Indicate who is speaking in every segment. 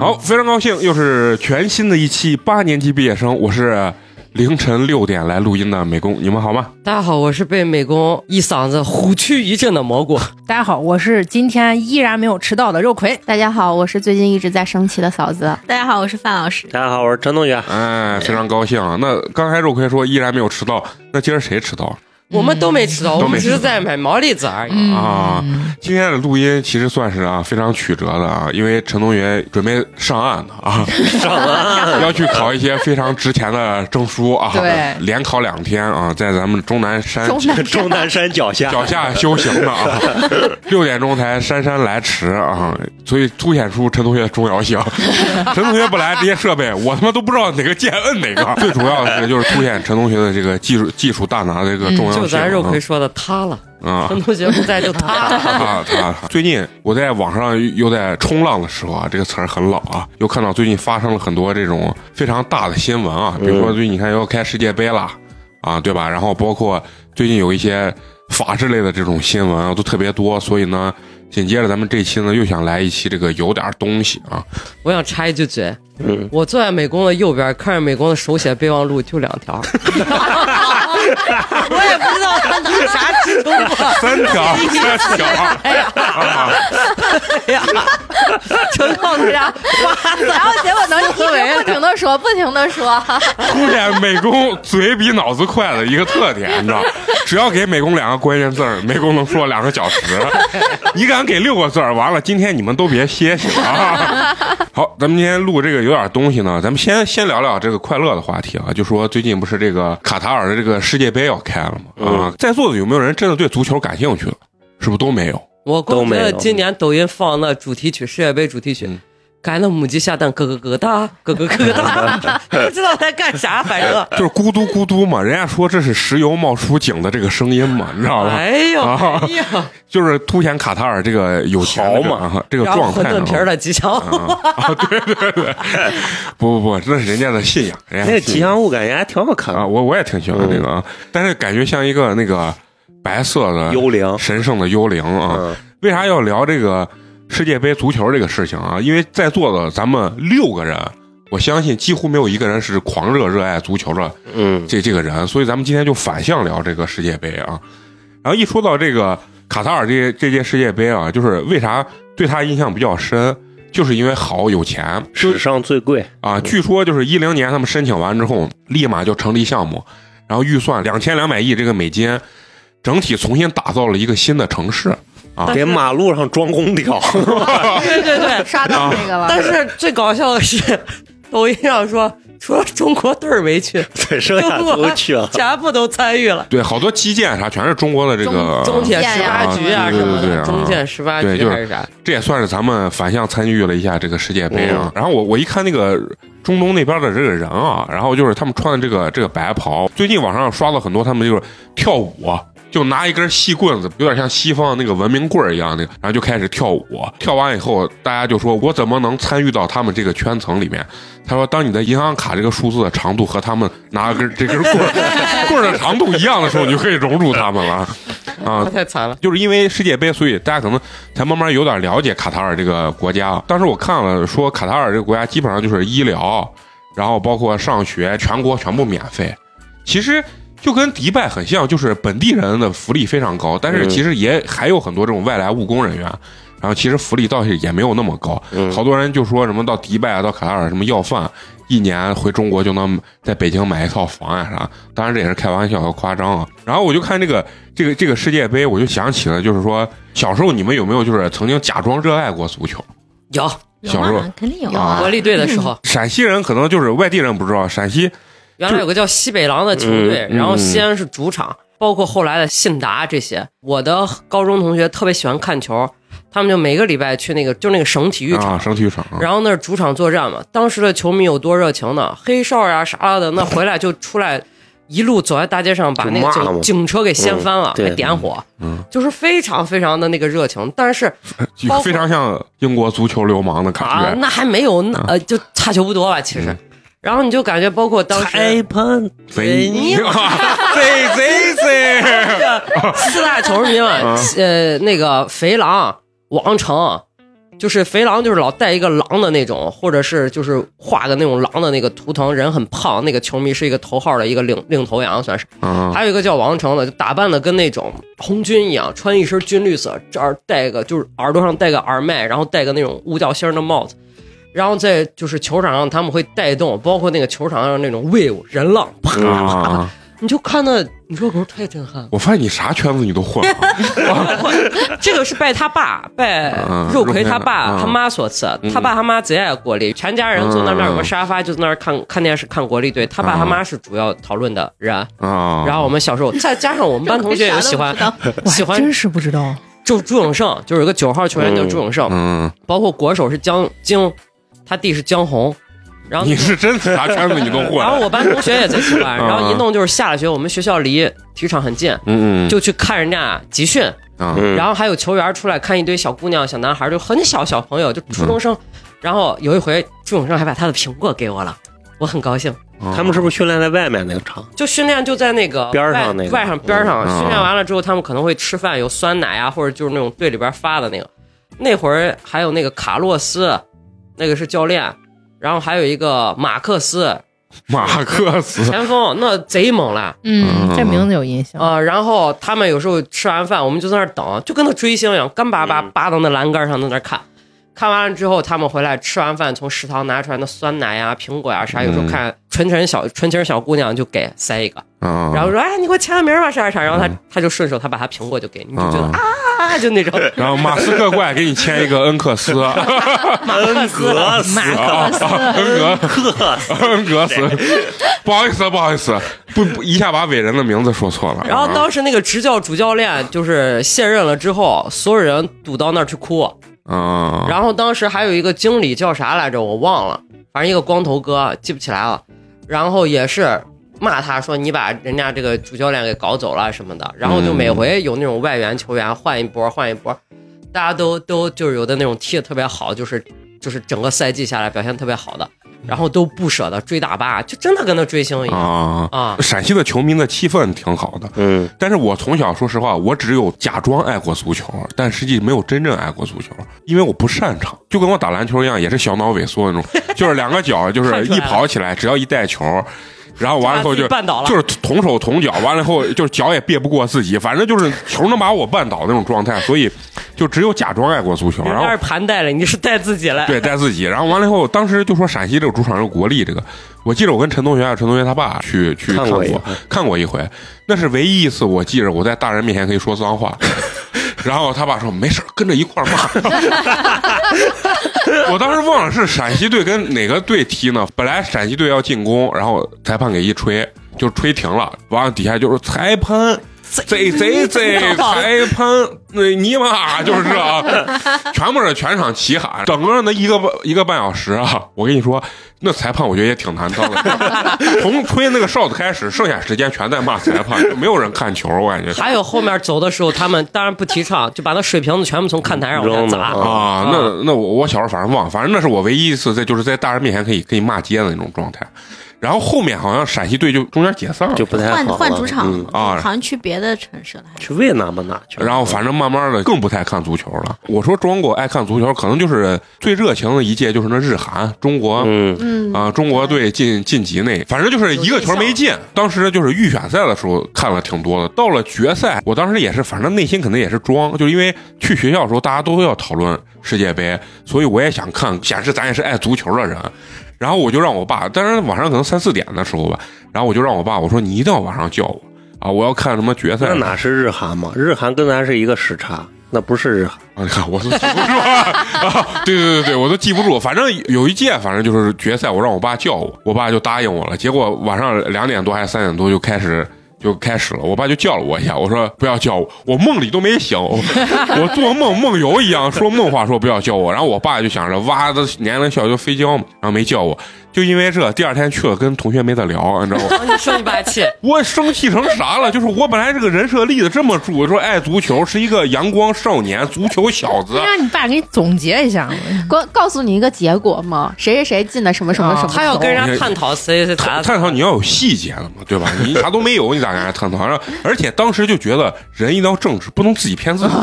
Speaker 1: 好，非常高兴，又是全新的一期八年级毕业生，我是凌晨六点来录音的美工，你们好吗？
Speaker 2: 大家好，我是被美工一嗓子虎躯一震的蘑菇。
Speaker 3: 大家好，我是今天依然没有迟到的肉 葵。
Speaker 4: 大家好，我是最近一直在生气的嫂子。
Speaker 5: 大家好，我是范老师。
Speaker 6: 大家好，我是陈同学。
Speaker 1: 哎，非常高兴。那刚才肉葵说依然没有迟到，那今儿谁迟到了？
Speaker 2: 我们都没
Speaker 6: 嗯
Speaker 2: 迟到，我
Speaker 1: 都没
Speaker 2: 们
Speaker 1: 迟
Speaker 2: 只
Speaker 1: 到
Speaker 2: 是在买毛栗子而已。
Speaker 1: 啊，今天的录音其实算是啊非常曲折的啊，因为陈同学准备上岸了啊，上岸 要去考一些非常值钱的证书啊，
Speaker 3: 对
Speaker 1: 连考两天啊，在咱们终南山
Speaker 4: 中 南
Speaker 6: 终南山脚下，
Speaker 1: 脚下修行呢啊，六点钟才姗姗来迟啊，所以凸显出陈同学的重要性。陈同学不来，这些设备我他妈都不知道哪个键摁哪个。最主要的是就是凸显陈同学的这个技术技术大拿的这个重要性。
Speaker 2: 嗯
Speaker 6: 嗯
Speaker 2: 就咱肉葵说的塌了，
Speaker 1: 啊。
Speaker 2: 陈同学不在就塌
Speaker 6: 嗯
Speaker 2: 了。
Speaker 1: 他他他 最近我在网上又在冲浪的时候啊，这个词儿很老啊，又看到最近发生了很多这种非常大的新闻啊，比如说最近你看要开世界杯啦，啊，对吧？然后包括最近有一些法制类的这种新闻啊，都特别多，所以呢，紧接着咱们这期呢又想来一期这个有点东西啊，
Speaker 2: 我想插一句嘴，
Speaker 6: 嗯
Speaker 2: 我坐在美工的右边，看着美工的手写备忘录就两 条，我也不知道他拿啥啊支撑 我。
Speaker 1: 三 条三条啊，
Speaker 2: 哎呀，全靠他
Speaker 3: 啊
Speaker 2: 家发
Speaker 4: 然后结 果能一直
Speaker 2: 直
Speaker 4: 不
Speaker 2: 不
Speaker 4: 停的说，不停的说，
Speaker 1: 凸显美工嘴比脑子快的一个特点，你知道？只要给美工两个关键字儿，美工能说两个小时。你敢给六个字儿，完了，今天你们都别歇息了啊！好，咱们今天录这个有点东西呢，咱们先先聊聊这个快乐的话题啊，就说最近不是这个卡塔尔的这个世界杯要开了吗？啊、在座的有没有人真的对足球感兴趣了？是不是都没有？
Speaker 2: 我光觉
Speaker 6: 都没
Speaker 2: 得
Speaker 6: 有
Speaker 2: 今年抖音放那主题曲世界杯主题曲
Speaker 1: 嗯，
Speaker 2: 赶那母鸡下蛋咯咯咯哒，咯咯咯咯 哒，不知道在干啥，反正。
Speaker 1: 就是咕嘟咕嘟嘛，人家说这是石油冒出井的这个声音嘛，你知道吗？
Speaker 2: 哎呦，
Speaker 1: 啊
Speaker 2: 哎 呀，
Speaker 1: 就是凸显卡塔尔这个有钱的这个啊这个
Speaker 2: 然后
Speaker 1: 状
Speaker 2: 馄
Speaker 1: 态啊。
Speaker 2: 饨皮儿的吉祥物，
Speaker 1: 不不不，这是人家的信仰，人家
Speaker 6: 那
Speaker 1: 的
Speaker 6: 个
Speaker 1: 信
Speaker 6: 吉
Speaker 1: 仰
Speaker 6: 祥物感觉还挺好看
Speaker 1: 啊，
Speaker 6: 的，
Speaker 1: 我我也挺喜欢那个啊，但是感觉像一个那个白色的
Speaker 6: 幽灵。
Speaker 1: 神圣的幽灵啊。
Speaker 6: 嗯，
Speaker 1: 为啥要聊这个世界杯足球这个事情啊？因为在座的咱们六个人，我相信几乎没有一个人是狂热热爱足球的
Speaker 6: 嗯，
Speaker 1: 这这个人，所以咱们今天就反向聊这个世界杯啊。然后一说到这个卡塔尔这这届世界杯啊，就是为啥对他印象比较深，就是因为好有钱，就
Speaker 6: 史上最贵，
Speaker 1: 啊，据说就是一零年他们申请完之后，立马就成立项目，然后预算两千两百亿这个美金，整体重新打造了一个新的城市。
Speaker 6: 给马路上装空 调，
Speaker 2: 对 对对。
Speaker 4: 刷到那个了
Speaker 2: 但。是最搞笑的是，抖音上说除了中国队儿没去，
Speaker 6: 对，剩下都去了。
Speaker 2: 全部都参与了。
Speaker 1: 对，好多基建啥全是中国的这个，
Speaker 2: 中铁十八局啊
Speaker 1: 啊
Speaker 2: 什
Speaker 1: 对对
Speaker 2: 么
Speaker 1: 对
Speaker 2: 的，
Speaker 1: 啊
Speaker 2: 中建十八
Speaker 1: 对
Speaker 2: 局
Speaker 1: 就是
Speaker 2: 还是啥？
Speaker 1: 这也算是咱们反向参与了一下这个世界杯啊。
Speaker 6: 嗯
Speaker 1: 然后我我一看那个中东那边的这个人啊，然后就是他们穿的这个这个白袍，最近网上刷到很多他们就是跳舞啊。就拿一根细棍子，有点像西方那个文明棍儿一样那个，然后就开始跳舞。啊跳完以后，大家就说：“我怎么能参与到他们这个圈层里面？”他说：“当你的银行卡这个数字的长度和他们拿根这根棍儿 棍儿的长度一样的时候，你就可以融入他们了。”啊
Speaker 2: 那，太惨了。
Speaker 1: 就是因为世界杯，所以大家可能才慢慢有点了解卡塔尔这个国家。当时我看了说，卡塔尔这个国家基本上就是医疗，然后包括上学，全国全部免费。其实就跟迪拜很像，就是本地人的福利非常高，但是
Speaker 6: 嗯
Speaker 1: 其实也还有很多这种外来务工人员。然后其实福利倒是也没有那么高，
Speaker 6: 嗯
Speaker 1: 好多人就说什么到迪拜啊，到卡塔尔什么要饭，一年回中国就能在北京买一套房啊啥。当然这也是开玩笑和夸张啊。然后我就看这个这个这个世界杯，我就想起了，就是说小时候你们有没有就是曾经假装热爱过足球？
Speaker 2: 有
Speaker 1: 小时候
Speaker 5: 肯定有
Speaker 1: 啊
Speaker 5: 啊
Speaker 7: 哎
Speaker 2: 国，力队的时候，
Speaker 1: 陕西人可能就是外地人不知道，陕西
Speaker 2: 原来有个叫西北狼的球队，
Speaker 6: 嗯
Speaker 2: 然后西安是主场，包括后来的信达这些。我的高中同学特别喜欢看球，他们就每个礼拜去那个就那个省体育场
Speaker 1: 啊，。省体育场啊
Speaker 2: 然后那是啊主场作战嘛，当时的球迷有多热情呢？黑哨呀、啥的，那回来就出来一路走在大街上，把那个
Speaker 6: 就骂嘛
Speaker 2: 警警车给掀翻了，
Speaker 6: 嗯对
Speaker 2: 还点火，
Speaker 1: 嗯
Speaker 2: 就是非常非常的那个热情。但是包括
Speaker 1: 非常像英国足球流氓的感觉。
Speaker 2: 啊，那还没有
Speaker 6: 嗯
Speaker 2: 那
Speaker 1: 啊
Speaker 2: 呃，就差球不多吧，其实
Speaker 1: 嗯。
Speaker 2: 然后你就感觉，包括当时
Speaker 6: 裁判
Speaker 1: 贼
Speaker 2: 你
Speaker 1: 贼贼 贼，
Speaker 2: 四大球迷嘛
Speaker 6: 嗯
Speaker 1: 啊，
Speaker 2: 呃，那个肥狼、王成，就是肥狼，就是老带一个狼的那种，或者是就是画的那种狼的那个图腾，人很胖，那个球迷是一个头号的一个领领头羊，算是。
Speaker 1: 嗯，
Speaker 2: 还有一个叫王成的，就打扮的跟那种红军一样，穿一身军绿色，这儿戴个就是耳朵上戴个耳麦，然后戴个那种五角星的帽子，然后在就是球场上他们会带动，包括那个球场上那种 wave 人浪，啪啪，啪
Speaker 1: 啊！
Speaker 2: 你就看那，你说狗太震撼了。
Speaker 1: 我发现你啥圈子你都混啊，
Speaker 2: 这个是拜他爸，拜
Speaker 1: 嗯
Speaker 2: 肉葵他
Speaker 1: 肉
Speaker 2: 爸
Speaker 1: 葵
Speaker 2: 他妈所赐
Speaker 1: 嗯。
Speaker 2: 他爸他妈贼爱国力，全家人坐在那儿有个沙发，就在那儿看看电视看国力队。他爸
Speaker 1: 嗯
Speaker 2: 他妈是主要讨论的人。
Speaker 1: 啊，
Speaker 2: 然后我们小时候，再加上我们班同学有个 喜欢
Speaker 4: 啥都不知道
Speaker 3: 我
Speaker 2: 喜
Speaker 3: 还
Speaker 2: 欢
Speaker 3: 真是不知道。
Speaker 2: 就朱永胜，就是有个九号球员叫朱永胜，
Speaker 1: 嗯，
Speaker 2: 包括国手是江京，他弟是江宏。然后
Speaker 1: 你是真的啥圈子你都混，
Speaker 2: 然后我班同学也贼喜 欢，
Speaker 1: 嗯
Speaker 2: 然后一弄就是下了学，我们学校离体育场很近，
Speaker 1: 嗯嗯，
Speaker 2: 就去看人家集训。
Speaker 1: 啊
Speaker 6: 嗯
Speaker 2: 然后还有球员出来看一堆小姑娘、小男孩，就很小小朋友，就初中生。
Speaker 1: 嗯
Speaker 2: 然后有一回，朱永胜还把他的苹果给我了，我很高兴。
Speaker 1: 啊
Speaker 6: 他们是不是训练在外面那个场？
Speaker 2: 就训练就在那个
Speaker 6: 边儿上
Speaker 2: 外
Speaker 6: 那个啊
Speaker 2: 外上边儿上，
Speaker 1: 嗯
Speaker 2: 训练完了之后，他们可能会吃饭，有酸奶啊，或者就是那种队里边发的那个。那会儿还有那个卡洛斯，那个是教练，然后还有一个马克思
Speaker 1: 哦马克思，
Speaker 2: 前锋，那贼猛 了
Speaker 3: 嗯，这名字有印象。
Speaker 8: 哦
Speaker 2: 啊、然后他们有时候吃完饭，我们就在那儿等，就跟那追星一样，干巴巴
Speaker 6: 嗯
Speaker 2: 扒到那栏杆上在那儿看。看完了之后，他们回来吃完饭，从食堂拿出来那酸奶呀、苹果呀、啊啥，有时候
Speaker 1: 嗯
Speaker 2: 看纯情小纯情小姑娘就给塞一个，
Speaker 1: 啊，
Speaker 2: 然后说哎，你给我签个名吧，啥啥啥，然后他、他就顺手他把他苹果就给你，你就觉得
Speaker 1: 啊
Speaker 2: 啊就那种
Speaker 1: 然后马斯克过来给你签一个 恩克斯，啊
Speaker 6: 恩格斯，
Speaker 1: 恩格
Speaker 6: 克斯，
Speaker 1: 恩格斯，不好意思不好意思，不不一下把伟人的名字说错了，
Speaker 2: 然后
Speaker 1: 啊
Speaker 2: 当时那个执教主教练就是卸任了之后，所有人堵到那儿去哭。
Speaker 1: 啊，
Speaker 2: 然后当时还有一个经理叫啥来着，我忘了，反正一个光头哥记不起来了。然后也是骂他说你把人家这个主教练给搞走了什么的。然后就每回有那种外援球员换一波换一波，大家都都就是有的那种踢的特别好，就是就是整个赛季下来表现特别好的，然后都不舍得追大巴，就真的跟他追星一样
Speaker 1: 啊。
Speaker 2: 啊。
Speaker 1: 陕西的球迷的气氛挺好的，
Speaker 6: 嗯，
Speaker 1: 但是我从小说实话，我只有假装爱国足球，但实际没有真正爱国足球，因为我不擅长，就跟我打篮球一样，也是小脑萎缩那种，就是两个脚就是一跑起来，只要一带球，然后完了以后
Speaker 2: 就
Speaker 1: 就
Speaker 2: 把自己绊倒了
Speaker 1: 就是同手同脚，完了以后就是脚也别不过自己，反正就是球能把我绊倒那种状态，所以就只有假装爱国足球，
Speaker 2: 人
Speaker 1: 然后
Speaker 2: 家是盘带了，你是带自己了。
Speaker 1: 对，带自己。然后完了以后，当时就说陕西这个主场是国力这个，我记得我跟陈同学还啊有陈同学他爸去去
Speaker 6: 看
Speaker 1: 看
Speaker 6: 过
Speaker 1: 过
Speaker 6: 一回
Speaker 1: 看过一回，那是唯一一次我记着我在大人面前可以说脏话。 然后他爸说没事儿跟着一块儿骂。 我当时忘了是陕西队跟哪个队踢呢？本来陕西队要进攻，然后裁判给一吹，就吹停了。完了底下就是裁判。贼贼贼裁判，哎那尼玛就是这啊，全部是全场齐喊，整个那一个半一个半小时啊，我跟你说，那裁判我觉得也挺难当的。从吹那个哨子开始，剩下时间全在骂裁判，就没有人看球，我感觉。
Speaker 2: 还有后面走的时候，他们当然不提倡，就把那水瓶子全部从看台上往下
Speaker 6: 扔了
Speaker 2: 砸。
Speaker 1: 啊，那那我我小时候反正忘了，反正那是我唯一一次在就是在大人面前可以可以骂街的那种状态。然后后面好像陕西队就中间解散了，
Speaker 6: 就不太好
Speaker 5: 换
Speaker 6: 了
Speaker 5: 换主场
Speaker 6: 嗯，
Speaker 1: 啊
Speaker 5: 好像去别的城市了。还是
Speaker 6: 去越南吧哪去？
Speaker 1: 然后反正慢慢的更不太看足球了。我说中国爱看足球，可能就是最热情的一届就是那日韩，中国啊、
Speaker 6: 嗯，
Speaker 4: 嗯，
Speaker 1: 中国队晋晋级那，反正就是一个球没进。当时就是预选赛的时候看了挺多的，到了决赛，我当时也是，反正内心肯定也是装，就因为去学校的时候大家都要讨论世界杯，所以我也想看，显示咱也是爱足球的人。然后我就让我爸，当然晚上可能三四点的时候吧，然后我就让我爸，我说你一定要晚上叫我啊，我要看什么决赛。
Speaker 6: 那哪是日韩嘛？日韩跟咱是一个时差，那不是日韩。
Speaker 1: 啊，你看我都记不住啊！对对对对，我都记不住。反正有一届，反正就是决赛，我让我爸叫我，我爸就答应我了。结果晚上两点多还是三点多就开始就开始了，我爸就叫了我一下，我说不要叫我，我梦里都没醒，我我做梦梦游一样说梦话，说不要叫我。然后我爸就想着哇，这年龄小就非叫嘛，然后没叫我。就因为这，第二天去了跟同学没得聊，你知道吗？
Speaker 2: 哦你生一八气，
Speaker 1: 我生气成啥了？就是我本来这个人设立的这么住，说爱足球是一个阳光少年、足球小子，
Speaker 3: 让你爸给你总结一下嘛。
Speaker 4: 告告诉你一个结果嘛，谁谁谁进的什么什
Speaker 1: 哦
Speaker 4: 么什么球，
Speaker 2: 他要跟人家探讨 C C
Speaker 1: 探
Speaker 2: 打
Speaker 1: 探讨你要有细节了嘛，对吧？你啥都没有，你咋跟人家探讨？然后，而且当时就觉得人一定要正直，不能自己骗自己，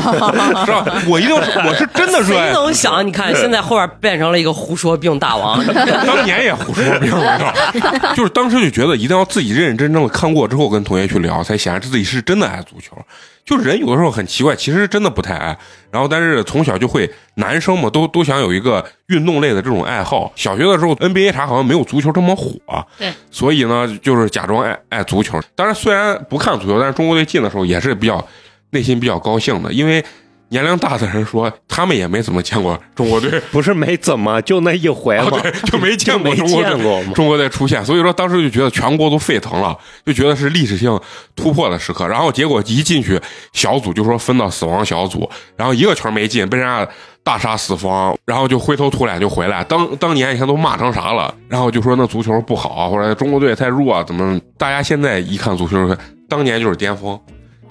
Speaker 1: 是吧？我一定是我是真的热爱
Speaker 2: 谁
Speaker 1: 足球。
Speaker 2: 能想？你看现在后边变成了一个胡说病大 王，
Speaker 1: 当年也胡说病了，你知道吗就是当时就觉得一定要自己认认真真的看过之后跟同学去聊，才显示自己是真的爱足球。就人有的时候很奇怪，其实真的不太爱，然后但是从小就会，男生嘛都都想有一个运动类的这种爱好。小学的时候 NBA 啥好像没有足球这么火，
Speaker 5: 对，
Speaker 1: 所以呢就是假装爱爱足球。当然虽然不看足球，但是中国队进的时候也是比较内心比较高兴的，因为年龄大的人说他们也没怎么见过中国队
Speaker 6: 不是没怎么哦就那一回嘛，
Speaker 1: 就没见过
Speaker 6: 没
Speaker 1: 中国队
Speaker 6: 见过嘛。
Speaker 1: 中国队出现，所以说当时就觉得全国都沸腾了，就觉得是历史性突破的时刻。然后结果一进去小组就说分到死亡小组，然后一个球没进，被人家大杀四方，然后就灰头土脸就回来。当当年以前都骂成啥了，然后就说那足球不好，啊或者中国队太弱啊，怎么？大家现在一看足球，当年就是巅峰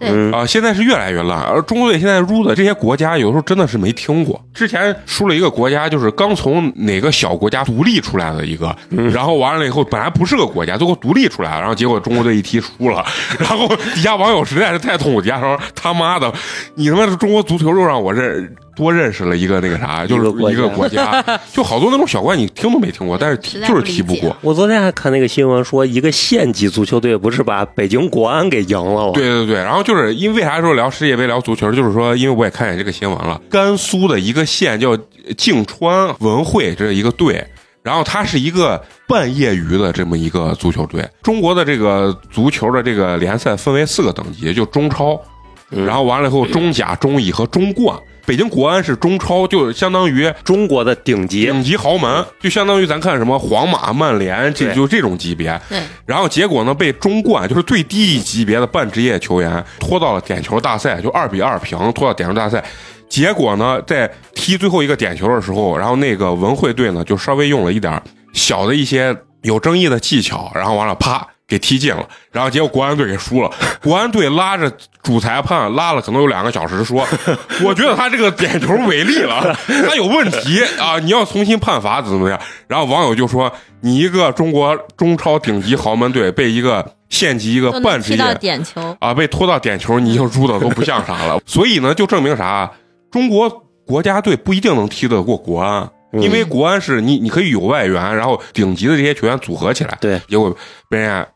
Speaker 5: 对
Speaker 6: 嗯，
Speaker 1: 啊、现在是越来越烂。而中国队现在入的这些国家，有的时候真的是没听过。之前输了一个国家，就是刚从哪个小国家独立出来的一个，然后完了以后本来不是个国家，最后独立出来了，然后结果中国队一踢输 了，然后底下网友实在是太痛苦，底下说他妈的，你他妈是中国足球又让我认多认识了一个那个啥，就是一
Speaker 6: 一
Speaker 1: 个
Speaker 6: 个
Speaker 1: 国
Speaker 6: 国
Speaker 1: 家， 就好多那种小怪你听都没听过，但是踢
Speaker 5: 实在
Speaker 1: 就是
Speaker 5: 不理
Speaker 1: 踢不
Speaker 5: 解
Speaker 1: 过。
Speaker 6: 我昨天还看那个新闻说，一个县级足球队不是把北京国安给赢了吗？
Speaker 1: 对对对，然后就是因为为啥说聊世界杯聊足球，就是说因为我也看见这个新闻了，甘肃的一个县叫泾川文汇这一个队。然后它是一个半业余的这么一个足球队。中国的这个足球的这个联赛分为四个等级，就中超，
Speaker 6: 嗯
Speaker 1: 然后完了以后中甲、中乙和中冠。北京国安是中超，就相当于
Speaker 6: 中国的顶级，嗯
Speaker 1: 顶级豪门，就相当于咱看什么皇马、曼联，这
Speaker 6: 对
Speaker 1: 就这种级别。
Speaker 5: 对，
Speaker 1: 然后结果呢，被中冠就是最低一级别的半职业球员拖到了点球大赛，就二比二平拖到点球大赛。结果呢，在踢最后一个点球的时候，然后那个文汇队呢就稍微用了一点儿小的一些有争议的技巧，然后完了啪给踢进了，然后结果国安队给输了。国安队拉着主裁判拉了可能有两个小时说，我觉得他这个点球违例了，他有问题啊，你要重新判罚怎么怎么样？然后网友就说，你一个中国中超顶级豪门队被一个县级一个
Speaker 5: 都能
Speaker 1: 半职
Speaker 5: 踢到
Speaker 1: 业
Speaker 5: 点球，
Speaker 1: 啊被拖到点球，你就输的都不像啥了。所以呢，就证明啥？啊中国国家队不一定能踢得过国安。
Speaker 6: 嗯
Speaker 1: 因为国安是你，你可以有外援，然后顶级的这些球员组合起来，
Speaker 6: 对，
Speaker 1: 结果被人家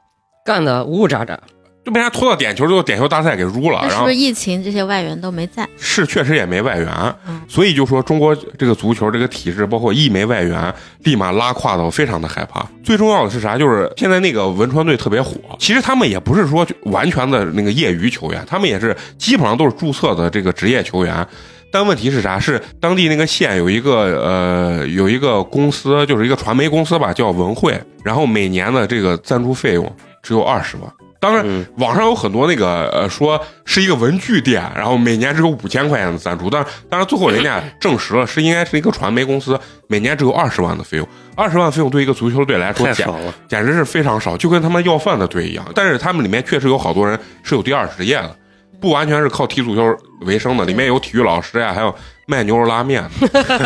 Speaker 2: 干的呜呜喳喳。
Speaker 1: 就被人家拖到点球，最后点球大赛给输了，
Speaker 5: 那
Speaker 1: 然
Speaker 5: 是
Speaker 1: 后
Speaker 5: 不是疫情这些外援都没在？
Speaker 1: 是确实也没外援，
Speaker 5: 嗯
Speaker 1: 所以就说中国这个足球这个体制，包括一没外援，立马拉胯的，我非常的害怕。最重要的是啥？就是现在那个文川队特别火，其实他们也不是说完全的那个业余球员，他们也是基本上都是注册的这个职业球员。但问题是啥？是当地那个县有一个呃有一个公司，就是一个传媒公司吧，叫文汇，然后每年的这个赞助费用只有二十万。当然，
Speaker 6: 嗯
Speaker 1: 网上有很多那个呃说是一个文具店，然后每年只有五千块钱的赞助，但是但是最后人 家证实了是应该是一个传媒公司，每年只有二十万的费用，二十万费用对一个足球队来说
Speaker 6: 太
Speaker 1: 简
Speaker 6: 爽了。
Speaker 1: 简直是非常少，就跟他们要饭的队一样。但是他们里面确实有好多人是有第二职业的，不完全是靠踢足球为生的，里面有体育老师呀、还有卖牛肉拉面的。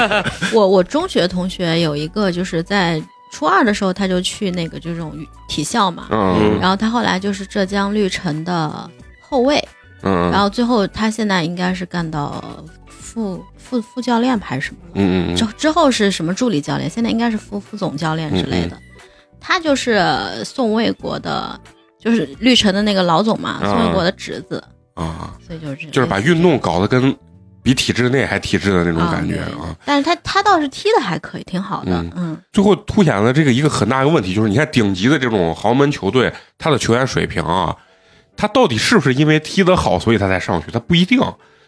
Speaker 5: 我我中学同学有一个就是在初二的时候他就去那个这种体校嘛，
Speaker 1: 嗯
Speaker 5: 然后他后来就是浙江绿城的后卫，
Speaker 1: 嗯，
Speaker 5: 然后最后他现在应该是干到副副副教练吧还是什么了。
Speaker 1: 嗯嗯
Speaker 5: 之之后是什么助理教练，现在应该是副副总教练之类
Speaker 1: 嗯
Speaker 5: 的。他就是宋卫国的，就是绿城的那个老总嘛，
Speaker 1: 嗯
Speaker 5: 宋卫国的侄子，
Speaker 1: 嗯啊，
Speaker 5: 所以就是这
Speaker 1: 就是把运动搞得跟比体制内还体制的那种感觉
Speaker 5: 啊对
Speaker 1: 啊。
Speaker 5: 但是他他倒是踢的还可以，挺好的，
Speaker 1: 嗯
Speaker 5: 嗯
Speaker 1: 最后凸显了这个一个很大一个问题，就是你看顶级的这种豪门球队，他的球员水平啊，他到底是不是因为踢得好所以他才上去？他不一定，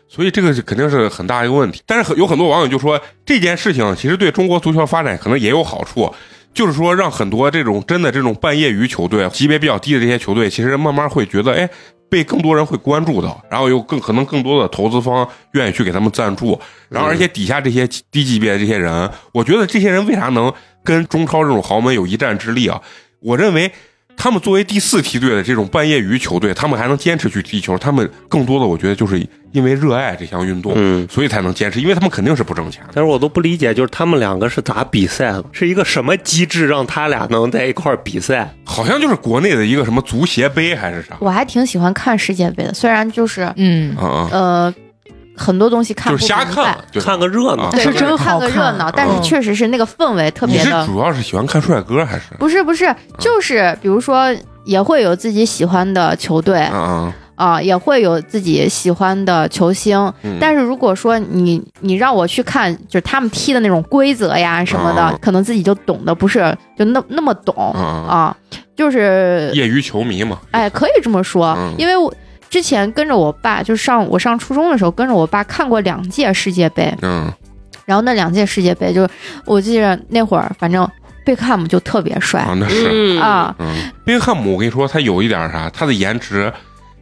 Speaker 1: 所以这个是肯定是很大一个问题。但是很有很多网友就说这件事情其实对中国足球发展可能也有好处，就是说让很多这种真的这种半业余球队级别比较低的这些球队，其实慢慢会觉得，哎，被更多人会关注到，然后有更可能更多的投资方愿意去给他们赞助，然后而且底下这些低级别的这些人，我觉得这些人为啥能跟中超这种豪门有一战之力啊？我认为他们作为第四梯队的这种半业余球队，他们还能坚持去踢球，他们更多的我觉得就是因为热爱这项运动，
Speaker 6: 嗯，
Speaker 1: 所以才能坚持，因为他们肯定是不挣钱的。
Speaker 6: 但是我都不理解，就是他们两个是咋比赛的？是一个什么机制让他俩能在一块儿比赛？
Speaker 1: 好像就是国内的一个什么足协杯还是啥，
Speaker 7: 我还挺喜欢看世界杯的，虽然就是
Speaker 3: 嗯，
Speaker 1: 啊啊，
Speaker 7: 呃很多东西看
Speaker 1: 就
Speaker 7: 不
Speaker 1: 是瞎
Speaker 7: 明
Speaker 1: 看
Speaker 7: 白，，
Speaker 1: 对
Speaker 6: 看个热闹
Speaker 1: 啊。
Speaker 7: 对，
Speaker 3: 是
Speaker 7: 就是
Speaker 3: 真好
Speaker 7: 看个热
Speaker 3: 看
Speaker 7: 闹，但是
Speaker 1: 嗯
Speaker 7: 确实是那个氛围特
Speaker 1: 你
Speaker 7: 别
Speaker 1: 是
Speaker 7: 的。
Speaker 1: 主嗯要是喜欢看帅哥还是？
Speaker 7: 不是不是，就是比如说也会有自己喜欢的球队
Speaker 1: 啊啊，
Speaker 7: 啊、也会有自己喜欢的球星。
Speaker 1: 嗯
Speaker 7: 但是如果说你你让我去看，就是他们踢的那种规则呀什么的，
Speaker 1: 啊
Speaker 7: 可能自己就懂得不是就那那么懂
Speaker 1: 啊啊
Speaker 7: 啊、就是
Speaker 1: 业余球迷嘛，
Speaker 7: 哎，可以这么说，
Speaker 1: 嗯
Speaker 7: 因为我之前跟着我爸，就上我上初中的时候跟着我爸看过两届世界杯，
Speaker 1: 嗯
Speaker 7: 然后那两届世界杯就是我记着那会儿，反正贝克汉姆就特别帅
Speaker 1: 啊，那是，
Speaker 2: 嗯
Speaker 7: 啊，
Speaker 1: 嗯，贝克汉姆，我跟你说，他有一点啥，他的颜值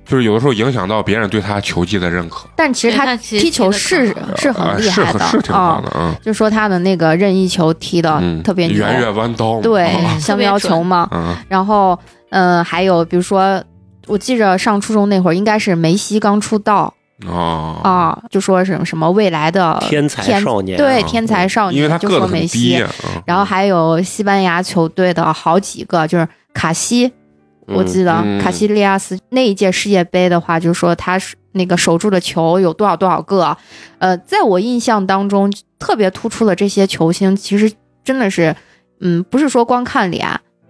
Speaker 1: 就是有的时候影响到别人对他球技的认可，
Speaker 7: 但其实他踢球是是
Speaker 1: 啊，
Speaker 7: 很厉
Speaker 1: 是
Speaker 7: 害的
Speaker 1: 是挺好
Speaker 7: 啊，
Speaker 1: 的，嗯
Speaker 7: 就说他的那个任意球踢的
Speaker 1: 嗯，
Speaker 7: 啊特别牛，
Speaker 1: 圆月弯刀嘛，
Speaker 7: 对
Speaker 1: 啊
Speaker 7: 香蕉球嘛，
Speaker 1: 嗯
Speaker 7: 然后嗯，还有比如说。我记着上初中那会儿，应该是梅西刚出道
Speaker 1: 哦，
Speaker 7: 啊，就说什么什么未来的
Speaker 6: 天才
Speaker 7: 天
Speaker 6: 少年，
Speaker 7: 对
Speaker 1: 啊
Speaker 7: 天才少
Speaker 1: 因为
Speaker 7: 年，
Speaker 1: 他
Speaker 7: 就
Speaker 1: 个
Speaker 7: 说
Speaker 1: 子
Speaker 7: 梅
Speaker 1: 很
Speaker 7: 西
Speaker 1: 低，，嗯
Speaker 7: 然后还有西班牙球队的好几个，就是卡西，
Speaker 6: 嗯
Speaker 7: 我记得、
Speaker 1: 嗯
Speaker 7: 卡西利亚斯那一届世界杯的话，就说他是那个守住的球有多少多少个，呃，在我印象当中特别突出的这些球星，其实真的是，嗯，不是说光看脸。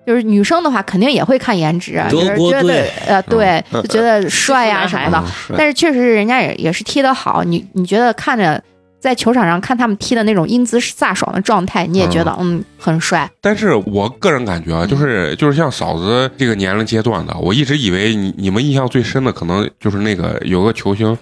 Speaker 7: 就是女生的话，肯定也会看颜值，
Speaker 6: 德
Speaker 7: 就是
Speaker 6: 国
Speaker 7: 觉得
Speaker 6: 队嗯
Speaker 7: 呃，对，就觉得帅呀、什么的
Speaker 1: 嗯。
Speaker 6: 是
Speaker 7: 但是确实人家也也是踢得好，你你觉得看着在球场上看他们踢的那种英姿飒爽的状态，你也觉得嗯很帅。
Speaker 1: 但是我个人感觉啊，就是
Speaker 7: 嗯
Speaker 1: 就是像嫂子这个年龄阶段的，我一直以为你你们印象最深的可能就是那个有个球星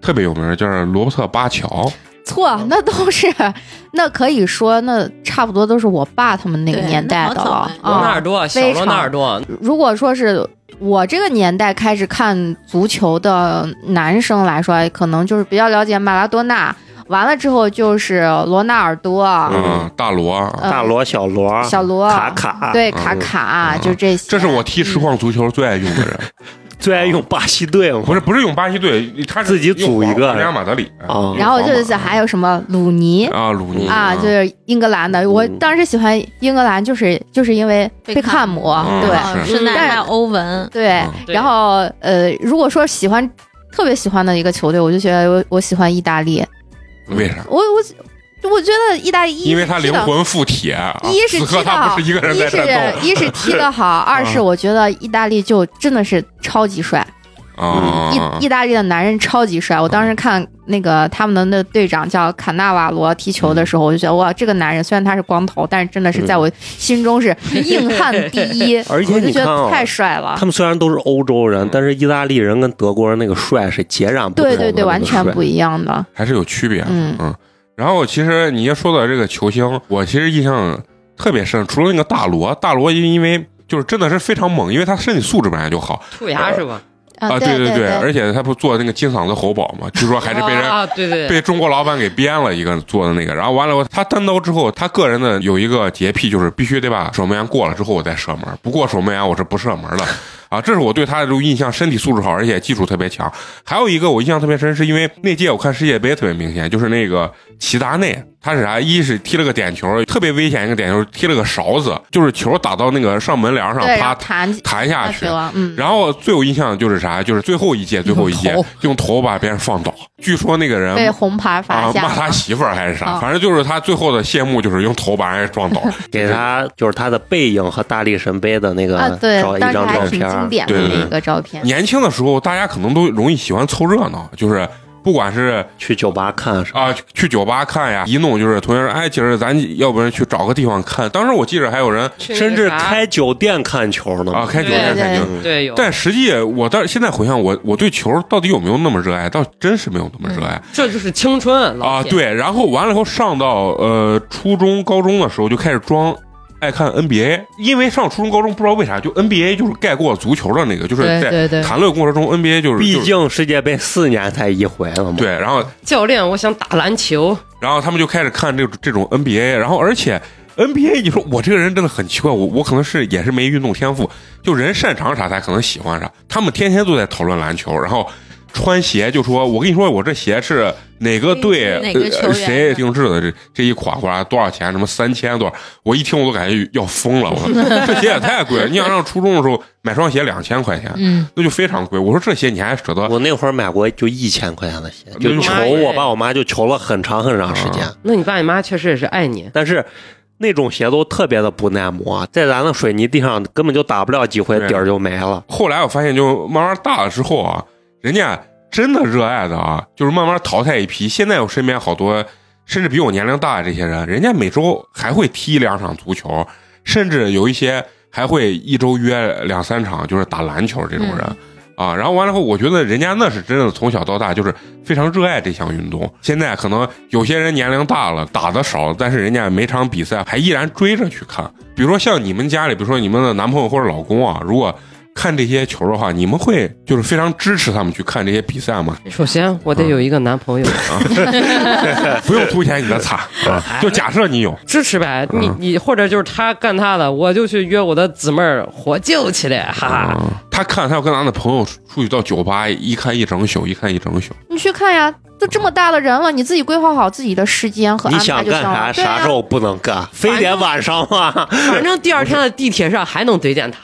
Speaker 1: 特别有名，叫罗伯特巴乔，
Speaker 7: 错，那都是 那可以说那差不多都是我爸他们那个
Speaker 5: 对
Speaker 7: 年代的
Speaker 5: 那好早
Speaker 7: 了
Speaker 1: 嗯
Speaker 5: 哎
Speaker 2: 罗纳
Speaker 7: 啊
Speaker 2: 尔。多，小
Speaker 7: 非
Speaker 2: 罗纳尔多，
Speaker 7: 如果说是我这个年代开始看足球的男生来说，可能就是比较了解马拉多纳，完了之后就是罗纳尔多，
Speaker 1: 嗯，大罗啊，
Speaker 7: 呃
Speaker 6: 大罗、啊小罗、
Speaker 7: 小罗，啊
Speaker 6: 卡卡，
Speaker 7: 对
Speaker 1: 嗯
Speaker 7: 卡卡，啊
Speaker 1: 嗯
Speaker 7: 就这些。
Speaker 1: 这是我踢实况足球最爱用的人，
Speaker 7: 嗯
Speaker 6: 最爱用巴西队嘛，
Speaker 1: 不是不是用巴西队，他是
Speaker 6: 自己
Speaker 1: 用
Speaker 6: 组一个
Speaker 1: 皇家马德里，
Speaker 6: 啊
Speaker 7: 然后就是还有什么鲁尼
Speaker 1: 啊鲁尼
Speaker 7: 啊，就是英格兰
Speaker 1: 嗯
Speaker 7: 的。我当时喜欢英格兰，就是就是因为贝克汉姆，
Speaker 1: 嗯
Speaker 7: 对
Speaker 1: 嗯
Speaker 5: 是那
Speaker 7: 但
Speaker 5: 还有欧文，
Speaker 7: 对
Speaker 1: 嗯。
Speaker 2: 对
Speaker 7: 然后呃，如果说喜欢特别喜欢的一个球队，我就觉得我我喜欢意大利。
Speaker 1: 为啥？
Speaker 7: 我我我觉得意大利一
Speaker 1: 因为他
Speaker 7: 是踢
Speaker 1: 灵
Speaker 7: 得
Speaker 1: 魂附体啊，
Speaker 7: 一是
Speaker 1: 此刻
Speaker 7: 踢
Speaker 1: 他
Speaker 7: 到，
Speaker 1: 不是一个人
Speaker 7: 一
Speaker 1: 在
Speaker 7: 是
Speaker 1: 战嗯
Speaker 7: 一是踢 得好，二是我觉得意大利就真的是超级帅，
Speaker 1: 斗啊
Speaker 7: 意，意大利的男人超级帅。我当时看那个他们的那队长叫卡纳瓦罗踢球的时候，我就觉得哇，这个男人虽然他是光头，但是真的是在我心中是硬汉第 一，
Speaker 6: 而且
Speaker 7: 我就
Speaker 6: 你
Speaker 7: 觉
Speaker 6: 看
Speaker 1: 哦
Speaker 7: 得太
Speaker 6: 啊，
Speaker 7: 帅了
Speaker 6: 他。们虽然都是欧洲人，但是意大利人跟德国人那个帅是截然不同
Speaker 7: 对
Speaker 6: 的，
Speaker 7: 对对，完全不
Speaker 6: 一
Speaker 7: 一样的。啊
Speaker 1: 还是有区别的。
Speaker 7: 嗯
Speaker 1: 嗯，然后其实你一说到这个球星，我其实印象特别深，除了那个大罗，大罗因因为。就是真的是非常猛，因为他身体素质本来就好
Speaker 2: 兔牙是吧？
Speaker 1: 啊，
Speaker 7: 对
Speaker 1: 对
Speaker 7: 对，
Speaker 1: 而且他不做那个金嗓子喉宝嘛，据说还是被人
Speaker 2: 啊，对对对，
Speaker 1: 被中国老板给编了一个做的那个，然后完了他单刀之后，他个人的有一个洁癖，就是必须得把守门员过了之后我再射门，不过守门员我是不射门的。啊，这是我对他的这种印象，身体素质好，而且呃技术特别强。还有一个我印象特别深，是因为那届我看世界杯特别明显，就是那个齐达内，他是啥？啊一是踢了个点球，特别危险一个点球，踢了个勺子，就是球打到那个上门梁上，
Speaker 7: 对，然
Speaker 1: 啪
Speaker 7: 后弹
Speaker 1: 弹下
Speaker 7: 下
Speaker 1: 去
Speaker 7: 去。了，嗯，
Speaker 1: 然后最有印象的就是啥？就是最后一届，最后一届
Speaker 2: 用头
Speaker 1: 用头把别人放倒。据说那个人
Speaker 7: 被红牌罚
Speaker 1: 啊，
Speaker 7: 下
Speaker 1: 骂他
Speaker 7: 了。
Speaker 1: 媳妇儿还是啥，
Speaker 7: 啊
Speaker 1: 反正就是他最后的谢幕就是用头把人家撞倒。
Speaker 6: 给他就是他的背影和大力神杯的那个
Speaker 7: 啊，对
Speaker 6: 照，一
Speaker 7: 当
Speaker 6: 张
Speaker 7: 时
Speaker 6: 照
Speaker 7: 还挺
Speaker 6: 片儿
Speaker 7: 经，典的
Speaker 1: 对对对
Speaker 7: 一个照片。
Speaker 1: 年轻的时候，大家可能都容易喜欢凑热闹，就是不管是
Speaker 6: 去酒吧看是吧？
Speaker 1: 啊、去酒吧看呀，一弄就是同学说，哎，今儿咱要不然去找个地方看。当时我记着还有人
Speaker 2: 去那个
Speaker 6: 甚至
Speaker 2: 啥
Speaker 6: 开酒店看球呢
Speaker 1: 啊开酒
Speaker 2: 对
Speaker 1: 店看球
Speaker 6: 对。嗯
Speaker 2: 对有，
Speaker 1: 但实际，我到现在回想，我我对球到底有没有那么热爱，倒真是没有那么热爱。
Speaker 2: 这就是青春老
Speaker 1: 啊，
Speaker 2: 铁，
Speaker 1: 对，然后完了以后上到呃初中、高中的时候就开始装爱看 NBA，因为上初中、高中不知道为啥，就 NBA 就是盖过足球的那个，就是
Speaker 3: 对
Speaker 1: 在
Speaker 3: 对对，
Speaker 1: 谈论过程中 NBA 就是
Speaker 6: 毕
Speaker 1: 就是
Speaker 6: 竟世界杯四年才一回了嘛。
Speaker 1: 对，，然后
Speaker 2: 教练，我想打篮球。
Speaker 1: 然后他们就开始看这这种 NBA，然后而且 NBA，你说我这个人真的很奇怪，我我可能是也是没运动天赋，就人擅长啥他可能喜欢啥，他们天天都在讨论篮球，然后。穿鞋就说，我跟你说，我这鞋是哪个队
Speaker 5: 哪个球员
Speaker 1: 呃
Speaker 5: 的
Speaker 1: 谁定制的？这这一垮花多少钱？什么三千多少？我一听我都感觉要疯了，我 说这鞋也太贵了。你想上初中的时候买双鞋两千块钱，
Speaker 3: 嗯，
Speaker 1: 那就非常贵。我说这鞋你还舍得
Speaker 6: 我那会儿买过就一千块钱的鞋，
Speaker 1: 那
Speaker 6: 就
Speaker 1: 就
Speaker 6: 求
Speaker 2: 妈耶
Speaker 6: 我爸我妈就求了很长很长时间，
Speaker 1: 嗯
Speaker 2: 那你爸你妈确实也是爱你，
Speaker 6: 但是。那种鞋都特别的不耐磨，在咱的水泥地上根本就打不了几回
Speaker 1: 对
Speaker 6: 底儿就没了。
Speaker 1: 后来我发现，就慢慢大了之后啊，人家真的热爱的啊，就是慢慢淘汰一批。现在我身边好多，甚至比我年龄大的这些人，人家每周还会踢两场足球，甚至有一些还会一周约两三场，就是打篮球这种人。啊，然后完了后，我觉得人家那是真的从小到大就是非常热爱这项运动。啊现在可能有些人年龄大了，打的少，但是人家每场比赛还依然追着去看。比如说像你们家里，比如说你们的男朋友或者老公啊，如果看这些球的话，你们会就是非常支持他们去看这些比赛吗？
Speaker 2: 首先我
Speaker 1: 嗯
Speaker 2: 得有一个男 朋友，
Speaker 1: 不用凸显你的惨啊，就假设你有，
Speaker 2: 支持呗。你
Speaker 1: 嗯
Speaker 2: 你或者就是他干他的，我就去约我的姊妹儿活救起来，哈哈。
Speaker 1: 啊他看他要跟他的朋友出去到酒吧，一看一整宿，一看一整宿。
Speaker 7: 你去看呀，都这么大的人了，你自己规划好自己的时间和
Speaker 6: 你
Speaker 7: 安排
Speaker 6: 想
Speaker 7: 就行
Speaker 6: 干
Speaker 7: 了。
Speaker 6: 啥，
Speaker 7: 对啊
Speaker 6: 啥
Speaker 7: 呀
Speaker 6: 时，候不能干，非得晚上 啊吗？
Speaker 2: 反正第二天的地铁上还能怼见他，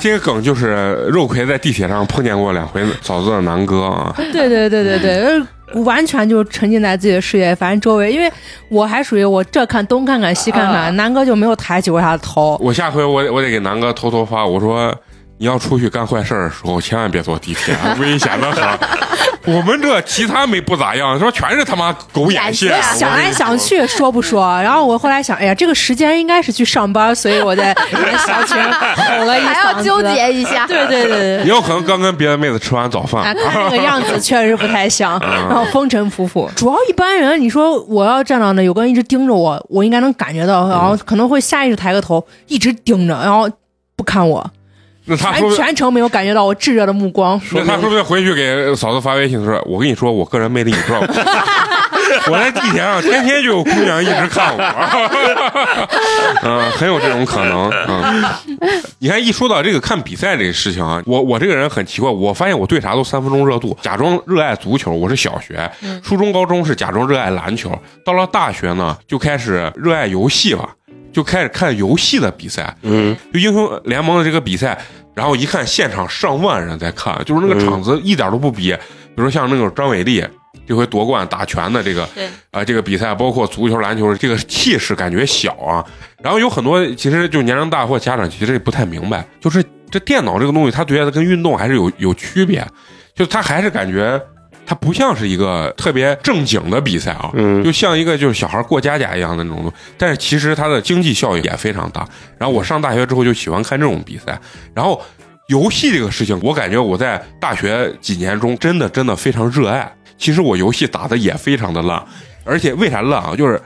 Speaker 1: 这个梗就是肉葵在地铁上碰见过两回嫂子的南哥啊，
Speaker 8: 嗯 对对对对对，
Speaker 3: 嗯
Speaker 8: 就是完全就沉浸在自己的事业，反正周围，因为我还属于我这看东看看西看看，
Speaker 3: 嗯
Speaker 8: 南哥就没有抬起过他的头。
Speaker 1: 我下回我得我得给南哥偷偷发，我说你要出去干坏事儿的时候，千万别坐地铁，啊危险的很。我们这其他没不咋样，说全是他妈狗眼线。
Speaker 3: 哎
Speaker 1: 啊
Speaker 8: 我想来啊想，去，说不说？然后我后来想，哎呀，这个时间应该是去上班，所以我在跟小 群吼了一嗓子。
Speaker 7: 还要纠。结一下。
Speaker 8: 对对对对。
Speaker 1: 也有可能刚跟别的妹子吃完早饭，
Speaker 8: 啊，看那个样子确实不太 像，
Speaker 6: 嗯
Speaker 8: 然后风尘仆仆。主要一般人，你说我要站到那，有个人一直盯着我，我应该能感觉到，然后可能会下意识抬个头，一直盯着，然后不看我，
Speaker 6: 啊
Speaker 1: 那他说
Speaker 8: 全
Speaker 1: 不定
Speaker 8: 全程没有感觉到我炙热的目光。
Speaker 1: 那他说不定回去给嫂子发微信说：“我跟你说，我个人魅力你不知道。我在地铁上天天就有姑娘一直看我，嗯，很有这种可能。嗯，你看一说到这个看比赛这个事情啊，我我这个人很奇怪，我发现我对啥都三分钟热度。假装热爱足球，我是小学、初中、高中是假装热爱篮球，到了大学呢，就开始热爱游戏了，就开始看游戏的比赛。
Speaker 6: 嗯，
Speaker 1: 就英雄联盟的这个比赛，然后一看现场上万人在看，就是那个
Speaker 6: 嗯
Speaker 1: 场子一点都不比，比如像那种张伟丽这回夺冠打拳的这个
Speaker 5: 对
Speaker 1: 啊、这个比赛，包括足球、篮球这个气势感觉小啊。然后有很多其实就年龄大或家长其实也不太明白，就是这电脑这个东西，它对它跟运动还是有有区别，就它还是感觉它不像是一个特别正经的比赛啊，
Speaker 6: 嗯
Speaker 1: 就像一个就是小孩过家家一样的那种东西。但是其实它的经济效益也非常大。然后我上大学之后就喜欢看这种比赛，然后。游戏这个事情，我感觉我在大学几年中真的真的非常热爱。其实我游戏打的也非常的烂，而且为啥烂啊？就是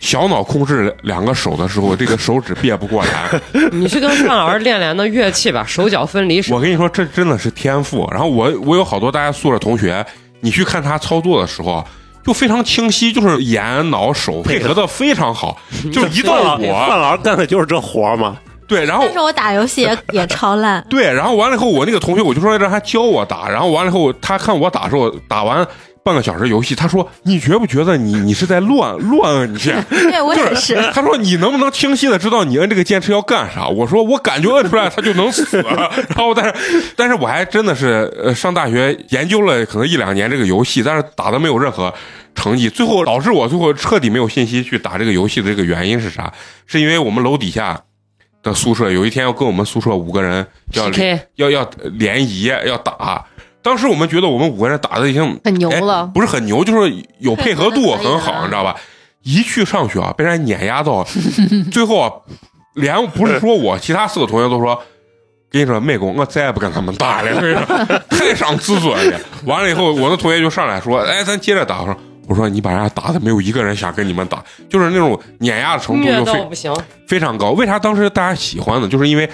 Speaker 1: 小脑控制两个手的时候，这个手指别不过来。
Speaker 2: 你去跟范老师练练那乐器吧，手脚分离是吧。
Speaker 1: 我跟你说，这真的是天赋。然后我我有好多大家宿舍同学，你去看他操作的时候啊，就非常清晰，就是眼脑手配合的非常好。 就一
Speaker 6: 范
Speaker 1: 到
Speaker 6: 老
Speaker 1: 我
Speaker 6: 范老师干的就是这活儿嘛。
Speaker 1: 对，然后
Speaker 5: 但是我打游戏 也也超烂，
Speaker 1: 对，然后完了以后，我那个同学我就说让他教我打，然后完了以后，他看我打的时候，打完半个小时游戏，他说你觉不觉得你你是在乱乱摁 键？
Speaker 5: 对我也是。
Speaker 1: 他说你能不能清晰的知道你摁这个键是要干啥？我说我感觉摁出来它就能死。然后但是但是我还真的是呃上大学研究了可能一两年这个游戏，但是打的没有任何成绩，最后导致我最后彻底没有信心去打这个游戏的这个原因是啥？是因为我们楼底下。的宿舍有一天要跟我们宿舍五个人要
Speaker 2: PK
Speaker 1: 要要联谊要打，当时我们觉得我们五个人打的已经
Speaker 7: 很牛
Speaker 1: 哎
Speaker 7: 了，
Speaker 1: 不是很牛，就是有配合度很好，
Speaker 5: 配合得可以了
Speaker 1: 你知道吧？一去上学啊，被人家碾压到，最后啊，连不是说我，其他四个同学都说，跟你说，妹工，我再也不跟他们打了，跟你说太伤自尊了。完了以后，我的同学就上来说，哎，咱接着打。我说我说你把人家打的没有一个人想跟你们打，就是那种碾压的程度
Speaker 2: 虐
Speaker 1: 就
Speaker 2: 到
Speaker 1: 非
Speaker 2: 不行，
Speaker 1: 非常高。为啥当时大家喜欢呢？就是因为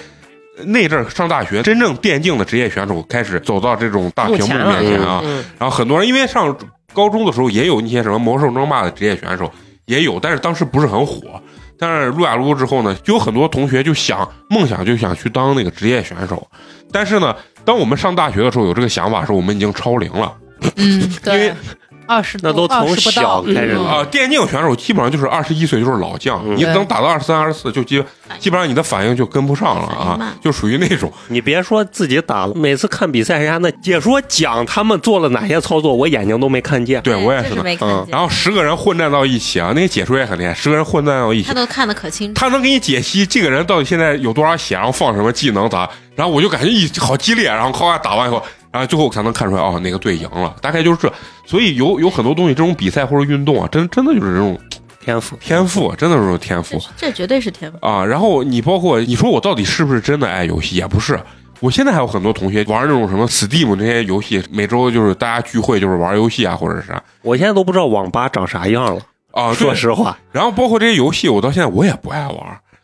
Speaker 1: 那阵儿上大学，真正电竞的职业选手开始走到这种大
Speaker 2: 目
Speaker 1: 屏幕
Speaker 2: 前了
Speaker 1: 面
Speaker 2: 已
Speaker 1: 前
Speaker 2: 经，
Speaker 1: 啊，
Speaker 2: 嗯，
Speaker 1: 然后很多人因为上高中的时候也有一些什么魔兽争霸的职业选手也有，但是当时不是很火。但是撸啊撸之后呢，就有很多同学就想梦想就想去当那个职业选手，但是呢，当我们上大学的时候有这个想法的时候，我们已经超龄了。
Speaker 8: 嗯，
Speaker 1: 因为
Speaker 8: 对，嗯二十
Speaker 6: 那都从小开始
Speaker 1: 啊、
Speaker 6: 了。
Speaker 1: 电竞选手基本上就是二十一岁就是老将，
Speaker 6: 嗯
Speaker 1: 你等打到二十三、二十四，就基基本上你的反应就跟不上了
Speaker 5: 反应
Speaker 1: 啊
Speaker 5: 慢，
Speaker 1: 就属于那种。
Speaker 6: 你别说自己打了，每次看比赛，人家那解说讲他们做了哪些操作，我眼睛都没看 见。
Speaker 1: 对我也是
Speaker 5: 这是
Speaker 1: 的。
Speaker 5: 没看
Speaker 6: 嗯
Speaker 5: 见，
Speaker 1: 然后十个人混战到一起啊，那些解说也很厉害，十个人混战到一起
Speaker 5: 他，都看得可清楚。
Speaker 1: 他能给你解析这个人到底现在有多少血，然后放什么技能咋，然后我就感觉一好激烈，然后咔咔打完以后，然后最后才能看出来哦哪个队赢了，大概就是这。所以有 有很多东西，这种比赛或者运动啊，真真的就是这种
Speaker 6: 天赋，
Speaker 1: 天赋，啊真的是这种天赋
Speaker 5: 这 这绝对是天赋，
Speaker 1: 啊。然后你包括你说我到底是不是真的爱游戏，也不是。我现在还有很多同学玩那种什么 Steam 这些游戏，每周就是大家聚会就是玩游戏啊，或者是啥
Speaker 6: 我现在都不知道网吧长啥样了。
Speaker 1: 啊，对
Speaker 6: 说实话，
Speaker 1: 然后包括这些游戏，我到现在我也不爱玩，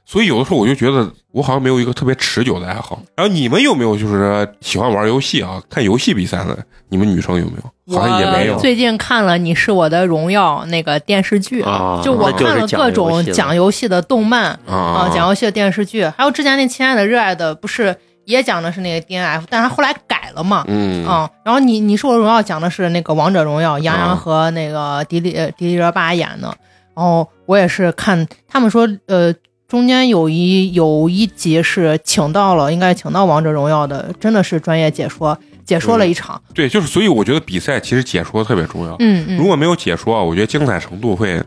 Speaker 1: 所以有的时候我就觉得我好像没有一个特别持久的爱好。然后你们有没有就是喜欢玩游戏啊，看游戏比赛的？你们女生有没有？好像也没有
Speaker 8: 我最近看了《你是我的荣耀》那个电视剧，
Speaker 6: 啊
Speaker 8: 就我
Speaker 6: 那就是
Speaker 8: 看了各种
Speaker 6: 讲
Speaker 8: 讲游戏的动漫啊，
Speaker 1: 啊
Speaker 8: 讲游戏的电视剧，还有之前那《亲爱的热爱的》，不是也讲的是那个 D N F，但是他后来改了嘛。
Speaker 1: 嗯
Speaker 8: 啊，然后你你是我的荣耀讲的是那个王者荣耀，杨
Speaker 1: 啊
Speaker 8: 洋和那个迪丽呃迪丽热巴演的。然后我也是看他们说，呃，中间有一有一集是请到了，应该请到王者荣耀的，真的是专业解说解说了一场。
Speaker 1: 对，就是所以我觉得比赛其实解说特别重要。
Speaker 8: 嗯嗯
Speaker 1: 如果没有解说啊，我觉得精彩程度会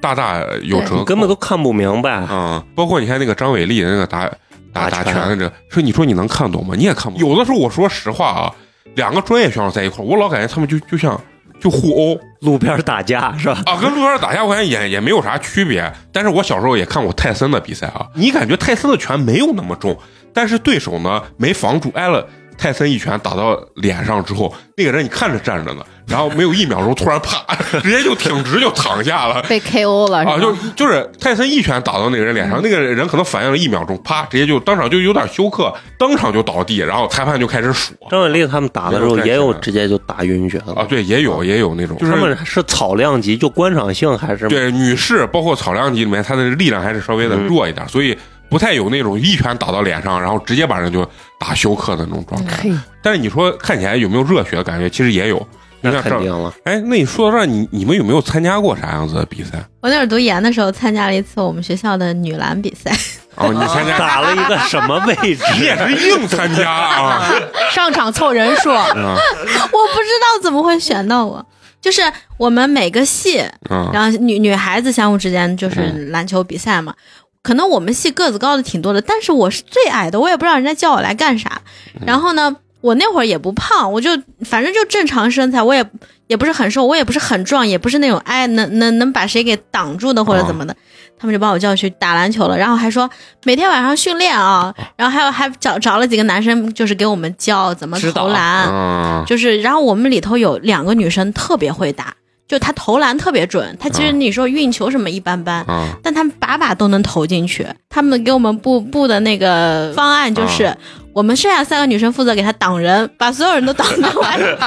Speaker 1: 大大有折扣。
Speaker 6: 你根本都看不明白。
Speaker 1: 啊、包括你看那个张伟丽的那个打打
Speaker 6: 打
Speaker 1: 打
Speaker 6: 拳
Speaker 1: 拳的这，说你说你能看懂吗？你也看不懂。有的时候我说实话啊，两个专业选手在一块儿，我老感觉他们就就像就互殴。
Speaker 6: 路边打架是吧？
Speaker 1: 啊，跟路边打架我感觉也也没有啥区别。但是我小时候也看过泰森的比赛啊，你感觉泰森的拳没有那么重，但是对手呢没防住，挨了泰森一拳打到脸上之后，那个人你看着站着呢，然后没有一秒钟，突然啪，直接就挺直就躺下了。
Speaker 7: 被 KO 了，
Speaker 1: 啊，
Speaker 7: 是
Speaker 1: 就
Speaker 7: 吧？
Speaker 1: 就是泰森一拳打到那个人脸上，那个人可能反应了一秒钟，啪，直接就当场就有点休克，当场就倒地，然后裁判就开始数
Speaker 6: 张伟丽他们打的时候也有
Speaker 1: 嗯
Speaker 6: 直接就打晕厥的
Speaker 1: 啊，，对，也有也有那种，就
Speaker 6: 他
Speaker 1: 是
Speaker 6: 们是草量级，就观赏性还是
Speaker 1: 对女士，包括草量级里面，她的力量还是稍微的
Speaker 6: 嗯
Speaker 1: 弱一点，所以不太有那种一拳打到脸上，然后直接把人就打休克的那种
Speaker 7: 嗯
Speaker 5: 嗯
Speaker 1: 状态。
Speaker 8: 嘿，
Speaker 1: 但是你说看起来有没有热血的感觉？其实也有。你
Speaker 6: 那
Speaker 1: 像
Speaker 6: 肯
Speaker 1: 这，
Speaker 6: 定了。
Speaker 1: 哎，那你说到这儿，你你们有没有参加过啥样子的比赛？
Speaker 5: 我那会儿读研的时候参加了一次我们学校的女篮比赛，
Speaker 1: 然后啊你
Speaker 5: 哦
Speaker 1: 参加，
Speaker 6: 打了一个什么位置？
Speaker 1: 你也是硬参加 啊？
Speaker 8: 上场凑人 数，
Speaker 1: 啊
Speaker 5: 我不知道怎么会选到我。就是我们每个系，
Speaker 1: 啊
Speaker 2: 嗯
Speaker 5: 然后女女孩子相互之间就是篮球比赛嘛。可能我们系个子高的挺多的，但是我是最矮的，我也不知道人家叫我来干啥。
Speaker 2: 嗯
Speaker 5: 然后呢，我那会儿也不胖，我就反正就正常身材，我也也不是很瘦，我也不是很壮，也不是那种哎能能能把谁给挡住的或者怎
Speaker 2: 哦
Speaker 5: 么的。他们就把我叫去打篮球了，然后还说每天晚上训练
Speaker 2: 哦
Speaker 5: 啊，然后还有还找找了几个男生，就是给我们教怎么
Speaker 2: 指导嗯
Speaker 5: 投篮，
Speaker 1: 啊！
Speaker 5: 就是，然后我们里头有两个女生特别会打，就她投篮特别准，她其实你说运球什么一般般，
Speaker 1: 啊
Speaker 5: 但她们把把都能投进去。她们给我们布布的那个方案就是，
Speaker 1: 啊
Speaker 5: 我们剩下三个女生负责给她挡人，把所有人都挡到 外面，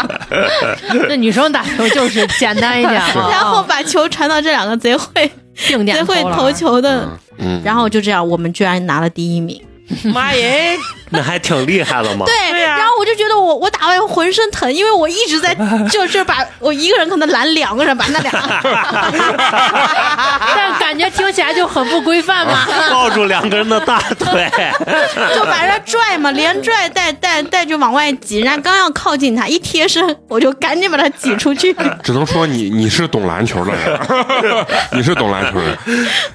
Speaker 8: 那女生打球就是 简单一点嘛，
Speaker 5: 然后把球传到这两个贼会
Speaker 8: 定
Speaker 5: 贼
Speaker 8: 点
Speaker 5: 会
Speaker 8: 篮
Speaker 5: 投，球的。
Speaker 1: 嗯嗯，
Speaker 5: 然后就这样，我们居然拿了第一名。
Speaker 2: 妈耶！
Speaker 6: 那还挺厉害了嘛。
Speaker 5: 对，然后我就觉得我我打完浑身疼，因为我一直在就是把我一个人可能拦两个人，把那俩
Speaker 8: 但感觉听起来就很不规范嘛。
Speaker 6: 啊抱住两个人的大腿，
Speaker 5: 就把人拽嘛，连拽带带带就往外挤，人家刚要靠近他，一贴身我就赶紧把他挤出 去。啊
Speaker 1: 只能说你你是懂篮球的 人，你是懂篮球的人。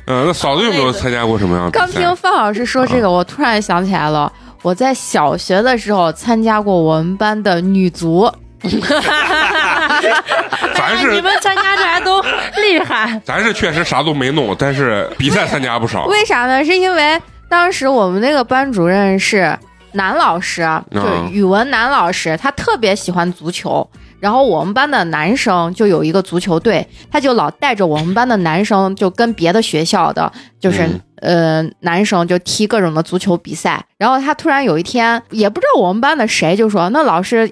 Speaker 1: 呃，那嫂子有没有参加过什么样的
Speaker 7: 刚
Speaker 1: 比赛？
Speaker 7: 听范老师说
Speaker 8: 啊
Speaker 7: 这个，我突然想起来了，我在小学的时候参加过我们班的女足，
Speaker 1: 咱
Speaker 5: 哎
Speaker 1: 是
Speaker 8: 哎你们参加这还都厉害，
Speaker 1: 咱是确实啥都没弄，但是比赛参加不少。
Speaker 7: 为啥呢？是因为当时我们那个班主啊任是男老师，就是语文男老师，他特别喜欢足球。然后我们班的男生就有一个足球队，他就老带着我们班的男生，就跟别的学校的就是、呃男生就踢各种的足球比赛。然后他突然有一天，也不知道我们班的谁就说：“那老师，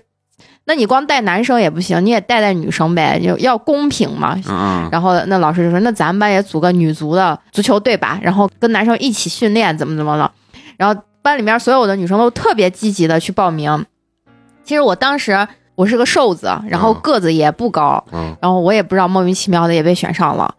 Speaker 7: 那你光带男生也不行，你也带带女生呗，就要公平嘛。”
Speaker 1: 嗯
Speaker 7: 然后那老师就说：“那咱们班也组个女足的足球队吧，然后跟男生一起训练，怎么怎么了。”然后班里面所有的女生都特别积极的去报名。其实我当时我是个瘦子，然后
Speaker 1: 嗯
Speaker 7: 个子也不高，
Speaker 1: 嗯
Speaker 7: 然后我也不知道莫名其妙的也被选上了。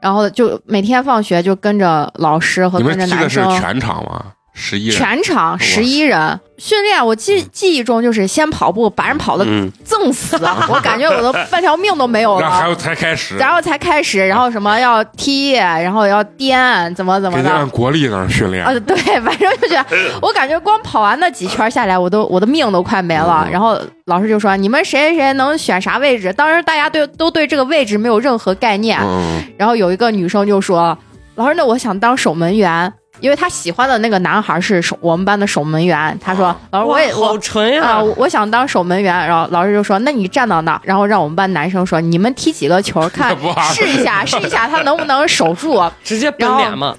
Speaker 7: 然后就每天放学就跟着老师和
Speaker 1: 嗯，你
Speaker 7: 跟着
Speaker 1: 们踢的
Speaker 7: 男
Speaker 1: 是
Speaker 7: 生，
Speaker 1: 全场吗？十一人，嗯
Speaker 7: 全场十一人训练。我记记忆中就是先跑步，把人跑的
Speaker 6: 嗯，
Speaker 7: 赠死，我感觉我都半条命都没 有
Speaker 1: 然后
Speaker 7: 了
Speaker 1: 还。有才开始，
Speaker 7: 然后才开始，然后什么要踢，然后要颠，怎么怎么
Speaker 1: 给
Speaker 7: 的
Speaker 1: 家按国力那儿训练
Speaker 7: 啊？，对， 反正就觉得，我感觉光跑完那几圈下来，我都我的命都快没了。
Speaker 1: 嗯
Speaker 7: 然后老师就说：“你们谁谁谁能选啥位置？”当时大家对都对这个位置没有任何概念。
Speaker 1: 嗯，
Speaker 7: 然后有一个女生就说：“老师，那我想当守门员，因为她喜欢的那个男孩是守我们班的守门员。”她说：“老师，我也我
Speaker 2: 好纯呀
Speaker 7: 啊，！我我想当守门员。然后老师就说：“那你站到那儿，然后让我们班男生说，你们踢几个 球，看
Speaker 1: 哇
Speaker 7: 试一下，试一下他能不能守住，
Speaker 2: 直接奔脸嘛，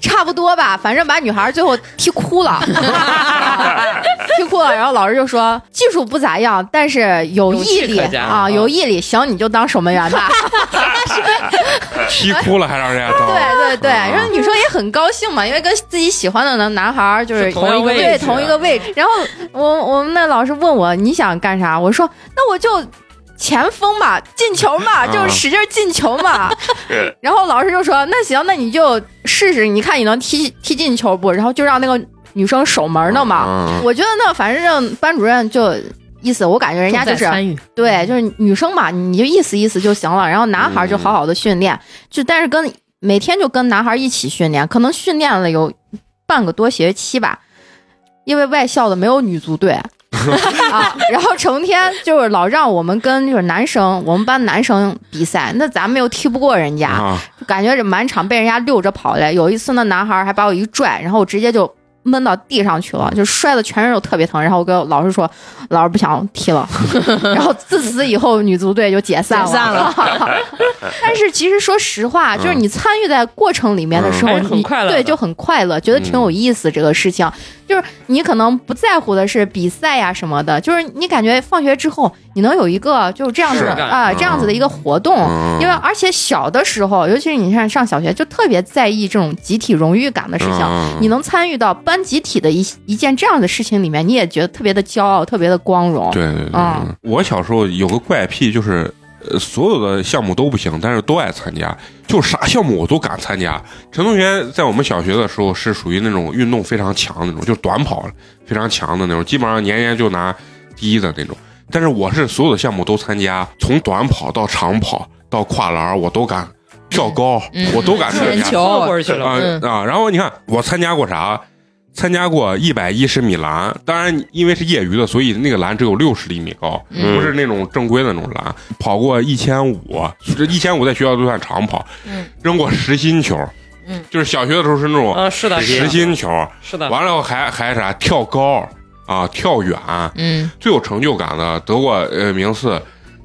Speaker 7: 差不多吧，反正把女孩最后踢 哭了，踢哭了。然后老师就说，技术不咋样，但是有
Speaker 2: 勇
Speaker 7: 毅
Speaker 2: 气
Speaker 7: 力
Speaker 2: 可嘉
Speaker 7: 啊，
Speaker 2: 啊
Speaker 7: 有毅力，行，你就当守门员吧。
Speaker 1: 嗯踢哭了还让人家当，
Speaker 7: 对对对，
Speaker 1: 啊
Speaker 7: 然后女生也很高兴嘛，因为跟自己喜欢的男男孩儿就是
Speaker 2: 是同一个位置
Speaker 7: 对同一个位置。然啊后我我们那老师问我你想干啥，我说那我就。前锋嘛，进球嘛，
Speaker 1: 嗯
Speaker 7: 就使劲进球 嘛。然后老师就说：“那行，那你就试试，你看你能踢踢进球不？”然后就让那个女生守门呢嘛。
Speaker 1: 嗯，
Speaker 7: 我觉得那反正班主任就意思，我感觉人家
Speaker 8: 重在
Speaker 7: 就是
Speaker 8: 参与，
Speaker 7: 对，就是女生嘛，你就意思意思就行了。然后男孩就好好的训练，就但是跟每天就跟男孩一起训练，可能训练了有半个多学期吧，因为外校的没有女足队啊，然后成天就是老让我们跟就是男生，我们班男生比赛，那咱们又踢不过人家，
Speaker 1: 啊，
Speaker 7: 就感觉这满场被人家溜着跑嘞。有一次那男孩还把我一拽，然后我直接就闷到地上去了，就摔的全身都特别疼。然后我跟老师说，老师不想踢了。 然后自此以后女足队就解散了。
Speaker 8: 解散
Speaker 7: 但是其实说实话，就是你参与在过程里面的时候，
Speaker 2: 嗯还是很
Speaker 7: 你
Speaker 2: 快乐的
Speaker 7: 对，就很快乐，觉得挺有意思这个事情。就是你可能不在乎的是比赛呀、什么的，就是你感觉放学之后你能有一个就是这样子
Speaker 2: 是
Speaker 7: 的啊、
Speaker 1: 嗯
Speaker 7: 这样子的一个活动，
Speaker 1: 嗯
Speaker 7: 因为而且小的时候，尤其是你看上小学，就特别在意这种集体荣誉感的事情。
Speaker 1: 嗯
Speaker 7: 你能参与到班集体的一一件这样的事情里面，你也觉得特别的骄傲，特别的光荣。
Speaker 1: 对对对
Speaker 7: 啊
Speaker 1: 对，我小时候有个怪癖，就是呃，所有的项目都不行，但是都爱参加，就啥项目我都敢参加。陈同学在我们小学的时候是属于那种运动非常强的那种，就是短跑非常强的那种，基本上年年就拿第一的那种。但是我是所有的项目都参加，从短跑到长跑到跨栏我都敢，跳高、
Speaker 8: 嗯
Speaker 1: 我都敢参
Speaker 8: 四人
Speaker 1: 加。
Speaker 8: 球
Speaker 2: 跳过去了。
Speaker 1: 啊、
Speaker 8: 嗯
Speaker 1: 啊！然后你看，我参加过啥？参加过一百一十米栏，当然因为是业余的，所以那个栏只有六十厘米高，
Speaker 8: 嗯
Speaker 1: 不是那种正规的那种栏。跑过一千五，这一千五在学校都算长跑。
Speaker 5: 嗯
Speaker 1: 扔过实心球，
Speaker 5: 嗯
Speaker 1: 就是小学的时候是那种
Speaker 2: 啊，是的，
Speaker 1: 实心球，
Speaker 2: 是的，
Speaker 1: 完了还还啥跳高啊，跳远，
Speaker 8: 嗯，
Speaker 1: 最有成就感的得过呃名次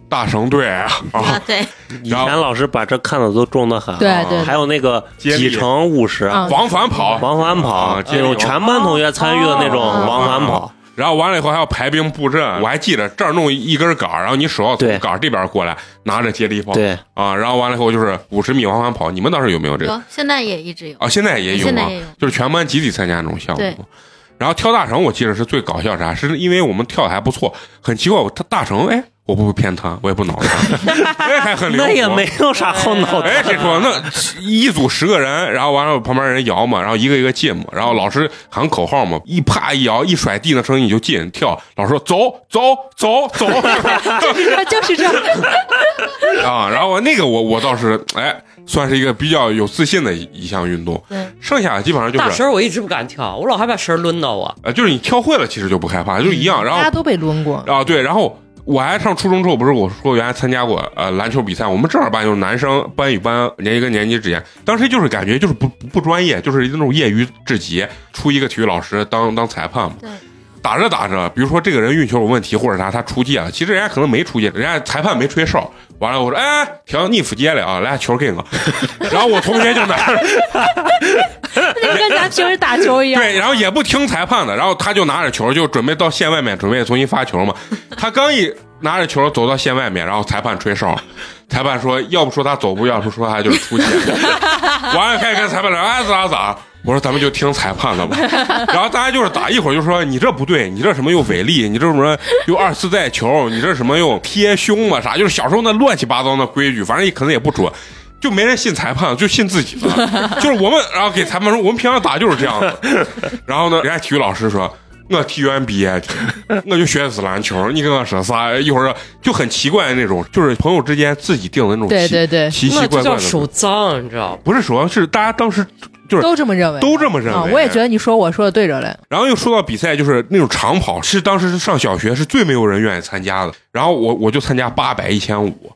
Speaker 1: 大绳队啊，
Speaker 5: 啊，对，
Speaker 6: 以前老师把这看的都重的很。啊
Speaker 8: 对对
Speaker 6: 还有那个
Speaker 1: 接力
Speaker 6: 几乘五十、
Speaker 8: 啊
Speaker 1: 往返跑，
Speaker 6: 往返
Speaker 1: 啊
Speaker 6: 跑，
Speaker 1: 接
Speaker 6: 这
Speaker 1: 力
Speaker 6: 种全班同学参与的那种
Speaker 1: 哦
Speaker 6: 往返跑。
Speaker 1: 然后完了以后还要排兵布阵，我还记着这儿弄一根杆儿，然后你手要从
Speaker 6: 对
Speaker 1: 杆儿这边过来，拿着接力棒，
Speaker 6: 对，
Speaker 1: 啊，然后完了以后就是五十米往返跑，你们当时有没有这个？
Speaker 5: 有，现在也一直有，
Speaker 1: 啊，现在也有
Speaker 5: 现
Speaker 1: 啊
Speaker 5: 在也有，
Speaker 1: 就是全班集体参加这种项
Speaker 5: 对
Speaker 1: 目。然后跳大绳，我记得是最搞笑啥，是因为我们跳的还不错，很奇怪，我他大绳，哎，我不会偏瘫，我也不脑瘫， 哎，还很灵活，
Speaker 6: 那也没有啥好闹的。
Speaker 1: 哎，谁说那一组十个人，然后完了旁边人摇嘛，然后一个一个进嘛，然后老师喊口号嘛，一啪一摇一甩地那声音你就进跳，老师说走走走 走
Speaker 8: 啊就是这样，
Speaker 1: 啊，然后我那个我我倒是哎算是一个比较有自信的一一项运动
Speaker 5: 对，
Speaker 1: 剩下的基本上就
Speaker 2: 大
Speaker 1: 是
Speaker 2: 绳儿我一直不敢跳，我老害怕绳儿抡到我。
Speaker 1: 呃就是你跳会了其实就不害怕，就一样，然
Speaker 8: 大家
Speaker 1: 后
Speaker 8: 都被抡过，
Speaker 1: 啊对，然后。我还上初中之后，不是我说原来参加过呃篮球比赛，我们正儿八经就是男生班与班年级跟年级之间，当时就是感觉就是不不不专业，就是那种业余至极，出一个体育老师当当裁判嘛。
Speaker 5: 对。
Speaker 1: 打着打着，比如说这个人运球有问题或者啥，他出界了，其实人家可能没出界，人家裁判没吹哨。完了，我说哎，停，你服界了啊，来球给我。 然后我同学就在那儿
Speaker 5: 那跟咱平时打球一样，
Speaker 1: 对，然后也不听裁判的，然后他就拿着球就准备到线外面准备重新发球嘛。他刚一拿着球走到线外面，然后裁判吹哨，裁判说要不说他走步，要不说他就是出界。 完了开始跟裁判聊，哎咋咋。我说咱们就听裁判的吧，然后大家就是打一会儿就说你这不对，你这什么又违例，你这什么又二次带球，你这什么又贴胸嘛啥，就是小时候那乱七八糟那规矩，反正也可能也不准，就没人信裁判，就信自己了。就是我们，然后给裁判说我们平常打就是这样子。然后呢，人家体育老师说。我体育毕业，我就学的是篮球。你跟我说啥？一会儿就很奇怪的那种，就是朋友之间自己定的那种
Speaker 3: 对
Speaker 1: 奇
Speaker 3: 对对，
Speaker 1: 奇奇怪
Speaker 2: 那就
Speaker 1: 怪
Speaker 2: 叫
Speaker 1: 的东
Speaker 2: 手
Speaker 1: 西，
Speaker 2: 脏，你知 道吗？
Speaker 1: 不是说，是大家当时
Speaker 8: 都这么认为，
Speaker 1: 都这么认为。哦
Speaker 8: 啊，我也觉得你说我说的对着嘞，
Speaker 1: 然后又说到比赛，就是那种长跑，是当时是上小学是最没有人愿意参加的。然后我我就参加八百、一千五，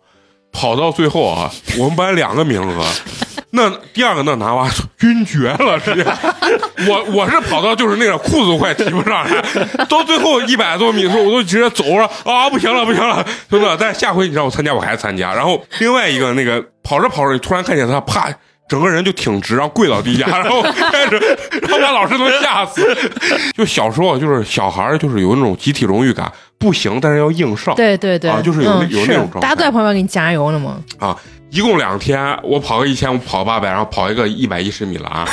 Speaker 1: 跑到最后啊，我们班两个名额，那第二个那男娃晕厥了，直接。我我是跑到就是那个裤子都快提不上来，到最后一百多米的时候，我都直接走了啊，不行了，不行了，兄弟。但是下回你让我参加，我还参加。然后另外一个那个跑着跑着，突然看见他，啪。整个人就挺直，然后跪到地下，然后开始， 然后把老师都吓死。就小时候，就是小孩儿就是有那种集体荣誉感，不行，但是要硬上。
Speaker 8: 对对对，
Speaker 1: 啊就是有那
Speaker 8: 嗯
Speaker 1: 有那
Speaker 8: 是
Speaker 1: 种状态
Speaker 8: 大家都在旁边给你加油呢嘛，
Speaker 1: 啊一共两天，我跑个一千，我跑八百，然后跑一个一百一十米栏，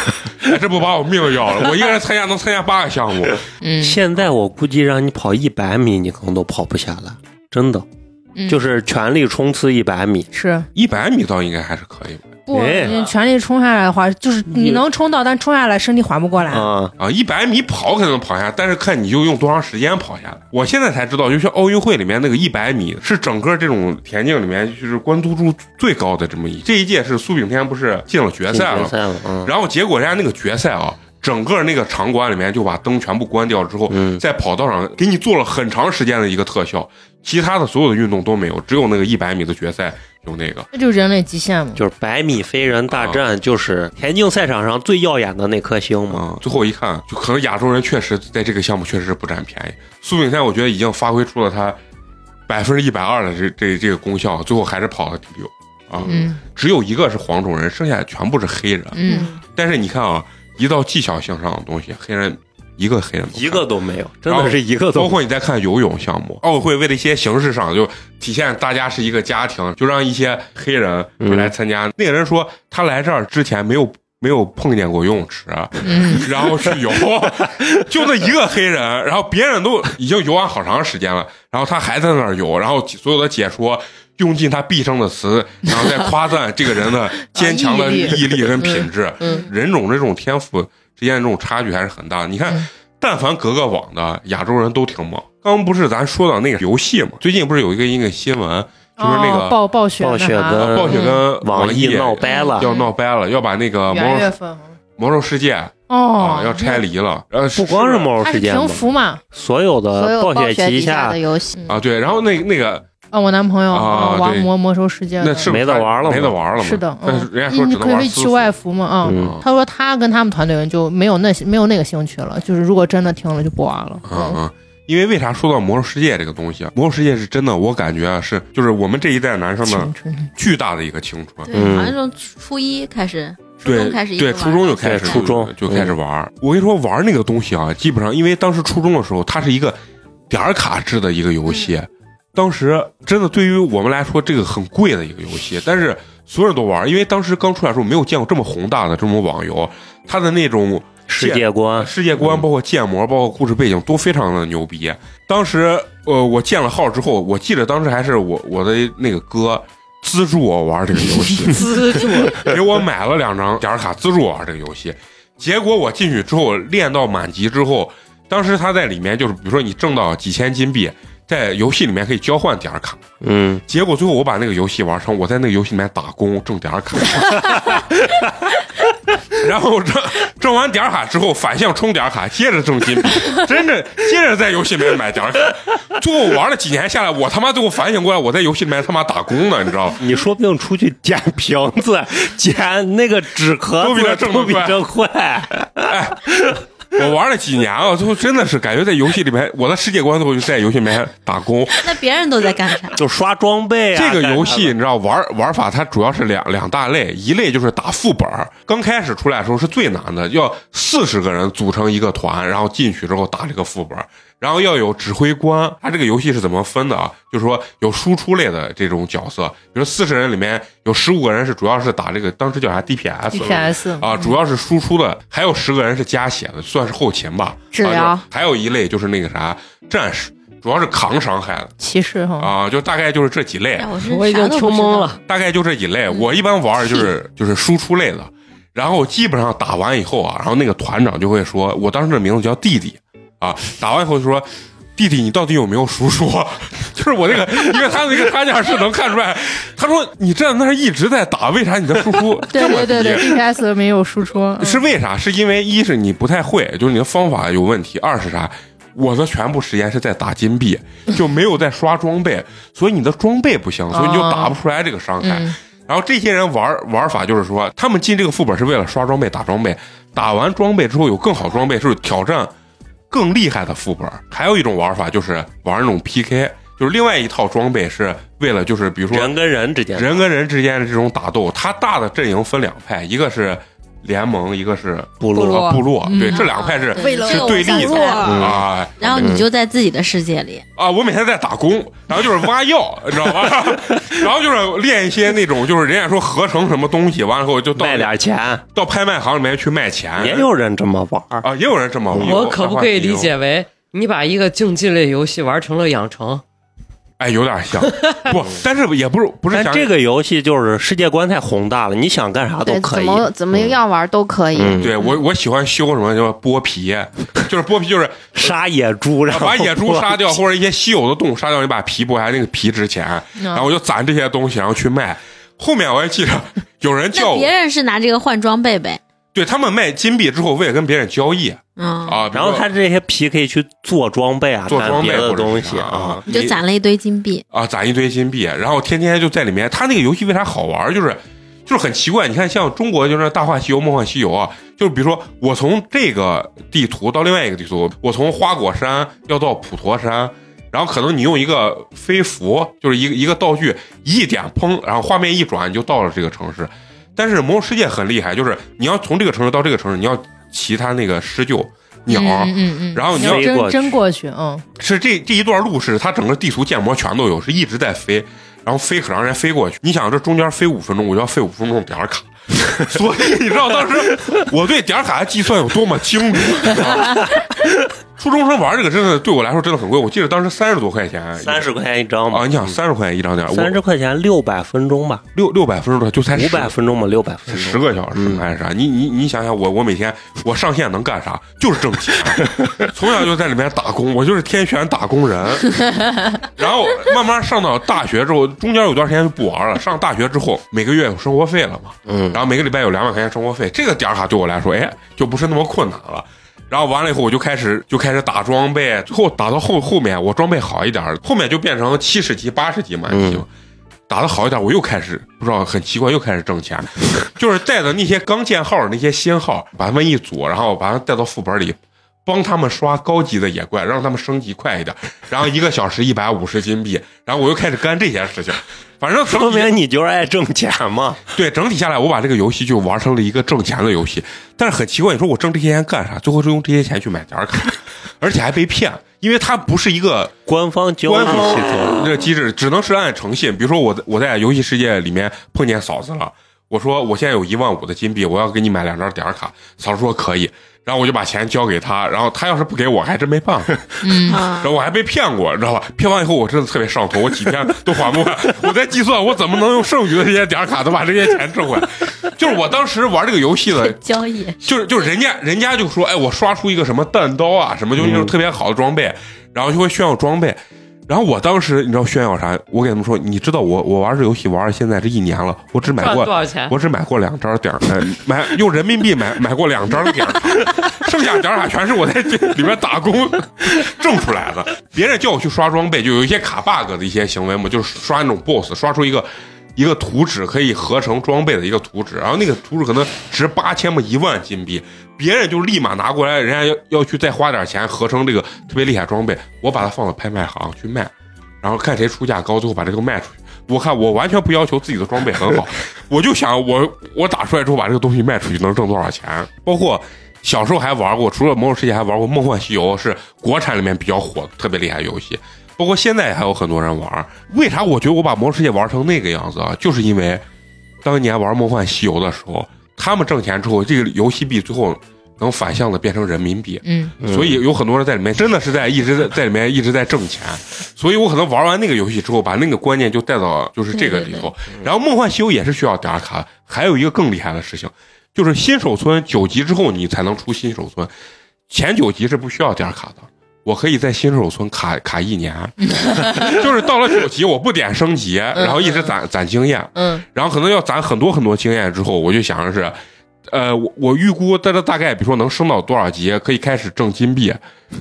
Speaker 1: 哎这不把我命要了？我一个人参加能参加八个项目，
Speaker 3: 嗯，
Speaker 6: 现在我估计让你跑一百米，你可能都跑不下来，真的。
Speaker 3: 嗯
Speaker 6: 就是全力冲刺一百米，
Speaker 8: 是
Speaker 1: 一百米倒应该还是可以吧
Speaker 8: 不，
Speaker 6: 哎
Speaker 8: 你嗯全力冲下来的话，就是你能冲到，但冲下来身体缓不过来。
Speaker 6: 啊、
Speaker 1: 啊，一百米跑肯定能跑下，但是看你就用多长时间跑下来。我现在才知道，就像奥运会里面那个一百米是整个这种田径里面就是关注度最高的这么一。这一届是苏炳添不是进了决
Speaker 6: 进
Speaker 1: 赛
Speaker 6: 决
Speaker 1: 了，
Speaker 6: 赛了，嗯
Speaker 1: 然后结果人家那个决赛啊，整个那个场馆里面就把灯全部关掉之后，
Speaker 6: 嗯，
Speaker 1: 在跑道上给你做了很长时间的一个特效，其他的所有的运动都没有，只有那个一百米的决赛有那个。
Speaker 8: 这就是人类极限嘛。
Speaker 6: 就是百米飞人大战，就是田径赛场上最耀眼的那颗星嘛。
Speaker 1: 啊，最后一看，就可能亚洲人确实在这个项目确实是不占便宜。苏炳添我觉得已经发挥出了他百分之一百二的这这这个功效，最后还是跑了第六啊。
Speaker 3: 嗯
Speaker 1: 只有一个是黄种人，剩下全部是黑人。
Speaker 3: 嗯，
Speaker 1: 但是你看啊，一到技巧性上的东西，黑人一个黑人没有
Speaker 6: 一个都没有，真的是一个
Speaker 1: 包
Speaker 6: 都没有。
Speaker 1: 括你再看游泳项目，奥运会为了一些形式上就体现大家是一个家庭，就让一些黑人就来参加。那个人说他来这儿之前没有没有碰见过游泳池，啊
Speaker 3: 嗯
Speaker 1: 然后去 游，就那一个黑人，然后别人都已经游完好长时间了，然后他还在那儿游，然后所有的解说。用尽他毕生的词，然后再夸赞 这个人的坚强的
Speaker 3: 啊毅力
Speaker 1: 毅力跟品质，
Speaker 3: 嗯
Speaker 1: 人种这种天赋之间这种差距还是很大的。你看，但凡隔个网的亚洲人都挺猛。刚不是咱说到那个游戏嘛？最近不是有一个一个新闻，就是那个
Speaker 8: 哦、暴暴雪
Speaker 6: 暴雪
Speaker 8: 那啥
Speaker 6: 跟
Speaker 1: 暴雪跟
Speaker 6: 网
Speaker 1: 易
Speaker 6: 易闹掰
Speaker 8: 嗯
Speaker 6: 了，
Speaker 1: 要闹掰了，要把那个魔
Speaker 8: 元
Speaker 1: 兽
Speaker 8: 月份
Speaker 1: 魔兽世界
Speaker 8: 哦
Speaker 1: 啊，要拆离了。呃，
Speaker 6: 不光是魔兽
Speaker 8: 它
Speaker 6: 世
Speaker 8: 是
Speaker 6: 界嘛
Speaker 8: 停，服嘛？
Speaker 6: 所有
Speaker 7: 所
Speaker 6: 的
Speaker 7: 有
Speaker 6: 呃暴
Speaker 7: 暴
Speaker 6: 雪
Speaker 7: 雪
Speaker 6: 旗
Speaker 7: 底下的游戏，
Speaker 1: 啊，对，然后那那个
Speaker 8: 啊，我男朋友
Speaker 1: 啊
Speaker 8: 啊玩
Speaker 1: 对
Speaker 8: 魔魔兽世界的，
Speaker 1: 那是
Speaker 6: 没得玩了吗
Speaker 1: 没得玩了嘛？
Speaker 8: 是的，
Speaker 1: 但是
Speaker 8: 嗯
Speaker 1: 人家
Speaker 8: 你
Speaker 1: 说
Speaker 8: 你
Speaker 1: 只能
Speaker 8: 可
Speaker 1: 玩
Speaker 8: 以
Speaker 1: 私
Speaker 8: 去
Speaker 1: 服
Speaker 8: 外服嘛啊。
Speaker 6: 嗯
Speaker 1: 啊
Speaker 8: 他说他跟他们团队人就没有那没有那个兴趣了，就是如果真的停了就不玩了。
Speaker 1: 嗯嗯，因为为啥说到魔兽世界这个东西啊？魔兽世界是真的，我感觉啊是就是我们这一代男生的
Speaker 8: 青春
Speaker 1: 巨大的一个青春。
Speaker 5: 对，
Speaker 6: 嗯
Speaker 5: 好像从初一开始，初
Speaker 1: 对
Speaker 5: 中开始一直
Speaker 1: 对，
Speaker 5: 玩，
Speaker 1: 初中就开始
Speaker 6: 对初中嗯
Speaker 1: 就开始玩儿。我跟你说，玩儿那个东西啊，基本上因为当时初中的时候，它是一个点儿卡制的一个
Speaker 5: 嗯
Speaker 1: 游戏，当时真的对于我们来说，这个很贵的一个游戏，但是所有人都玩儿，因为当时刚出来的时候没有见过这么宏大的这种网游，它的那种呃
Speaker 6: 世界观
Speaker 1: 世界
Speaker 6: 嗯
Speaker 1: 观，包括建模，包括故事背景都非常的牛逼。当时呃，我建了号之后，我记得当时还是我我的那个哥资助我玩这个游戏，
Speaker 2: 资助，
Speaker 1: 给我买了两张点儿卡资助我玩这个游戏。结果我进去之后练到满级之后，当时他在里面就是，比如说你挣到几千金币，在游戏里面可以交换点儿卡。
Speaker 6: 嗯，
Speaker 1: 结果最后我把那个游戏玩成，我在那个游戏里面打工挣点儿卡， 然后挣挣完点儿卡之后反向充点儿卡，接着挣金币，真的接着在游戏里面买点儿卡。最后我玩了几年下来，我他妈最后反省过来，我在游戏里面他妈打工呢，你知道吗？
Speaker 6: 你说不定出去捡瓶 子、捡那个纸壳
Speaker 1: 都比
Speaker 6: 子
Speaker 1: 这挣得
Speaker 6: 都比
Speaker 1: 快
Speaker 6: 这快。
Speaker 1: 我玩了几年了，最后真的是感觉在游戏里面，我的世界观最后就在游戏里面打工。
Speaker 5: 那别人都在干啥？
Speaker 6: 就刷装备 啊。
Speaker 1: 这个
Speaker 6: 干啥
Speaker 1: 游戏
Speaker 6: 的
Speaker 1: 你知道玩玩法它主要是两两大类，一类就是打副本儿，刚开始出来的时候是最难的，要四十个人组成一个团，然后进去之后打这个副本儿，然后要有指挥官。它这个游戏是怎么分的啊？就是说有输出类的这种角色，比如四十人里面有十五个人是主要是打这个当时叫啥 DPS。
Speaker 3: ，DPS
Speaker 1: 啊，主要是输出的，还有十个人是加血的，算是后勤吧。
Speaker 7: 治疗
Speaker 1: 啊就还有一类就是那个啥战士，主要是扛伤害的
Speaker 8: 骑士哈，
Speaker 1: 啊，就大概就是这几类啊
Speaker 5: 哎。我是
Speaker 2: 我已
Speaker 5: 啥
Speaker 2: 经
Speaker 5: 都
Speaker 2: 听
Speaker 5: 不知
Speaker 2: 懵
Speaker 5: 道。啊
Speaker 2: 了，
Speaker 1: 大概就这几类。
Speaker 3: 嗯
Speaker 1: 我一般玩儿就是就是输出类的，然后基本上打完以后啊，然后那个团长就会说，我当时的名字叫弟弟啊，打完以后就说。弟弟，你到底有没有输出？ 就是我那个，因为他那个摊架是能看出来。他说你站在那儿一直在打，为啥你的输出这
Speaker 3: 对
Speaker 1: 么低？
Speaker 3: 对对对，DPS 没有输出， 嗯
Speaker 1: 是为啥？是因为一是你不太会，就是你的方法有问题；二是啥？我的全部时间是在打金币，就没有在刷装备，所以你的装备不
Speaker 3: 哦
Speaker 1: 行，所以你就打不出来这个伤
Speaker 3: 嗯
Speaker 1: 害。然后这些人玩玩法就是说，他们进这个副本是为了刷装备、打装备，打完装备之后有更好装备，是挑战更厉害的副本。还有一种玩法就是玩那种 PK，就是另外一套装备是为了就是比如说
Speaker 6: 人跟人之间，
Speaker 1: 人跟人之间的这种打斗，它大的阵营分两派，一个是联盟，一个是
Speaker 6: 部
Speaker 1: 部
Speaker 6: 落
Speaker 1: 落，部落对，
Speaker 5: 嗯
Speaker 1: 这两派是
Speaker 5: 对
Speaker 1: 是对立
Speaker 5: 这个
Speaker 1: 的
Speaker 5: 我想说
Speaker 1: 啊
Speaker 5: 然后你就在自己的世界里，
Speaker 1: 啊！我每天在打工，然后就是挖药，你知道吧？ 然后就是练一些那种，就是人家说合成什么东西，完了后就到
Speaker 6: 卖点钱，
Speaker 1: 到拍卖行里面去卖钱，
Speaker 6: 也有人这么玩儿。
Speaker 1: 啊，也有人这么玩。
Speaker 2: 我可不可以理？解为你把一个竞技类游戏玩成了养成？
Speaker 1: 哎，有点像， 不，但是也不是不是
Speaker 6: 但
Speaker 1: 想
Speaker 6: 这个游戏就是世界观太宏大了，你想干啥都
Speaker 7: 对，
Speaker 6: 可
Speaker 7: 怎
Speaker 6: 以。
Speaker 7: 么怎么样玩都可以。
Speaker 6: 嗯，
Speaker 1: 对我我喜欢修什么叫剥皮，就是剥皮就是
Speaker 6: 杀野猪，然
Speaker 1: 啊
Speaker 6: 后
Speaker 1: 把野 猪杀掉，或者一些稀有的动物杀掉，你把皮剥下来，那个皮值钱，
Speaker 5: 嗯
Speaker 1: 然后我就攒这些东西，然后去卖。后面我还 记着有人叫
Speaker 5: 那
Speaker 1: 我
Speaker 5: 别，人是拿这个换装备呗。
Speaker 1: 对他们卖金币之后，为了跟别人交易
Speaker 5: 嗯，
Speaker 1: 啊，比
Speaker 6: 然
Speaker 1: 如
Speaker 6: 后
Speaker 1: 说
Speaker 6: 他这些皮可以去做装备啊，
Speaker 1: 做
Speaker 6: 干
Speaker 1: 装备
Speaker 6: 别的
Speaker 1: 或者
Speaker 6: 东
Speaker 1: 是
Speaker 6: 西
Speaker 1: 啥啊，
Speaker 5: 你就攒了一堆金币，
Speaker 1: 啊，攒一堆金币，然后天天就在里面。他那个游戏为啥好玩儿？就是就是很奇怪。你看，像中国就是《大话西游》《梦幻西游》啊，就是比如说我从这个地图到另外一个地图，我从花果山要到普陀山。然后可能你用一个飞符，就是一个一个道具，一点砰，然后画面一转，你就到了这个城市。但是《魔兽世界》很厉害，就是你要从这个城市到这个城市，你要骑它那个狮鹫鸟，
Speaker 3: 嗯嗯嗯，
Speaker 1: 然后你要
Speaker 6: 飞过去
Speaker 8: 真真过去，嗯，
Speaker 1: 是这这一段路是它整个地图建模全都有，是一直在飞，然后飞可让人家飞过去。你想这中间飞五分钟，我就要飞五分钟点儿卡， 所以你知道当时我对点儿卡的计算有多么精准。你知道吗 初中生玩这个真的对我来说真的很贵，我记得当时三十多块钱，
Speaker 6: 三十块钱一张
Speaker 1: 啊！
Speaker 6: 嘛
Speaker 1: 你，想三十块钱一张点儿，
Speaker 6: 三十
Speaker 1: 我
Speaker 6: 块钱六百分钟吧，
Speaker 1: 六六百分钟就才
Speaker 6: 五
Speaker 1: 10
Speaker 6: 百分钟吧，六百分钟，
Speaker 1: 十个小时还是啥？你你你想想我，我每天我上线能干啥？就是挣钱， 从小就在里面打工，我就是天选打工人。然后慢慢上到大学之后，中间有段时间就不玩了。上大学之后，每个月有生活费了嘛，
Speaker 6: 嗯，
Speaker 1: 然后每个礼拜有两百块钱生活费，这个点儿卡对我来说，哎，就不是那么困难了。然后完了以后，我就开始就开始打装备，最后打到后后面，我装备好一点儿，后面就变成七十级、八十级满级嘛。打的好一点，我又开始不知道很奇怪，又开始挣钱， 就是带着那些刚建号的那些新号，把他们一组，然后把他们带到副本里，帮他们刷高级的野怪，让他们升级快一点，然后一个小时一百五十金币，然后我又开始干这些事情，反正整
Speaker 6: 说
Speaker 1: 体
Speaker 6: 明你就是爱挣钱嘛。
Speaker 1: 对，整体下来，我把这个游戏就玩成了一个挣钱的游戏。但是很奇怪，你说我挣这些钱干啥？最后是用这些钱去买点儿卡，而且还被骗，因为它不是一个
Speaker 6: 官方交易
Speaker 1: 官方
Speaker 6: 系统，
Speaker 1: 这个机制，只能是按诚信。比如说我在我在游戏世界里面碰见嫂子了，我说我现在有一万五的金币，我要给你买两张点儿卡，嫂子说可以。然后我就把钱交给他，然后他要是不给我，还真没办法。
Speaker 5: 嗯啊
Speaker 1: 然后我还被骗过，你知道吧？骗完以后我真的特别上头，我几天都还不完。 我在计算我怎么能用剩余的这些点儿卡都把这些钱挣回来。就是我当时玩这个游戏 的
Speaker 5: 交易
Speaker 1: 就是就是人家人家就说，哎，我刷出一个什么弹刀啊，什么就是那种特别好的装备，然后就会炫耀装备。然后我当时你知道炫耀啥？我给他们说，你知道我我玩这游戏玩了现在这一年了，我只买
Speaker 2: 赚
Speaker 1: 过
Speaker 2: 多少钱？
Speaker 1: 我只买过两张点儿，呃，买 用人民币买买过两张点儿，剩下点儿卡啊全是我在这里面打工挣出来的。别人叫我去刷装备，就有一些卡 bug 的一些行为嘛，就是刷那种 boss，刷出一个一个图纸可以合成装备的一个图纸，然后那个图纸可能值八千么一万金币，别人就立马拿过来，人家要要去再花点钱合成这个特别厉害装备，我把它放到拍卖行啊去卖，然后看谁出价高，最后把这个卖出去。我看我完全不要求自己的装备很好，我就想我我打出来之后把这个东西卖出去能挣多少钱。包括小时候还玩过，除了《魔兽世界》还玩过《梦幻西游》，是国产里面比较火、特别厉害的游戏。包括现在还有很多人玩。为啥我觉得我把《魔兽世界》玩成那个样子啊？就是因为当年玩《梦幻西游》的时候，他们挣钱之后，这个游戏币最后能反向的变成人民币。
Speaker 3: 嗯，
Speaker 1: 所以有很多人在里面真的是在一直在在里面一直在挣钱，所以我可能玩完那个游戏之后，把那个观念就带到就是这个里头。然后梦幻西游也是需要打卡，还有一个更厉害的事情，就是新手村九级之后你才能出新手村，前九级是不需要点卡的。我可以在新手村卡卡一年，就是到了九级我不点升级，然后一直攒攒经验，
Speaker 2: 嗯，
Speaker 1: 然后可能要攒很多很多经验之后，我就想着是，呃，我我预估在这大概，比如说能升到多少级，可以开始挣金币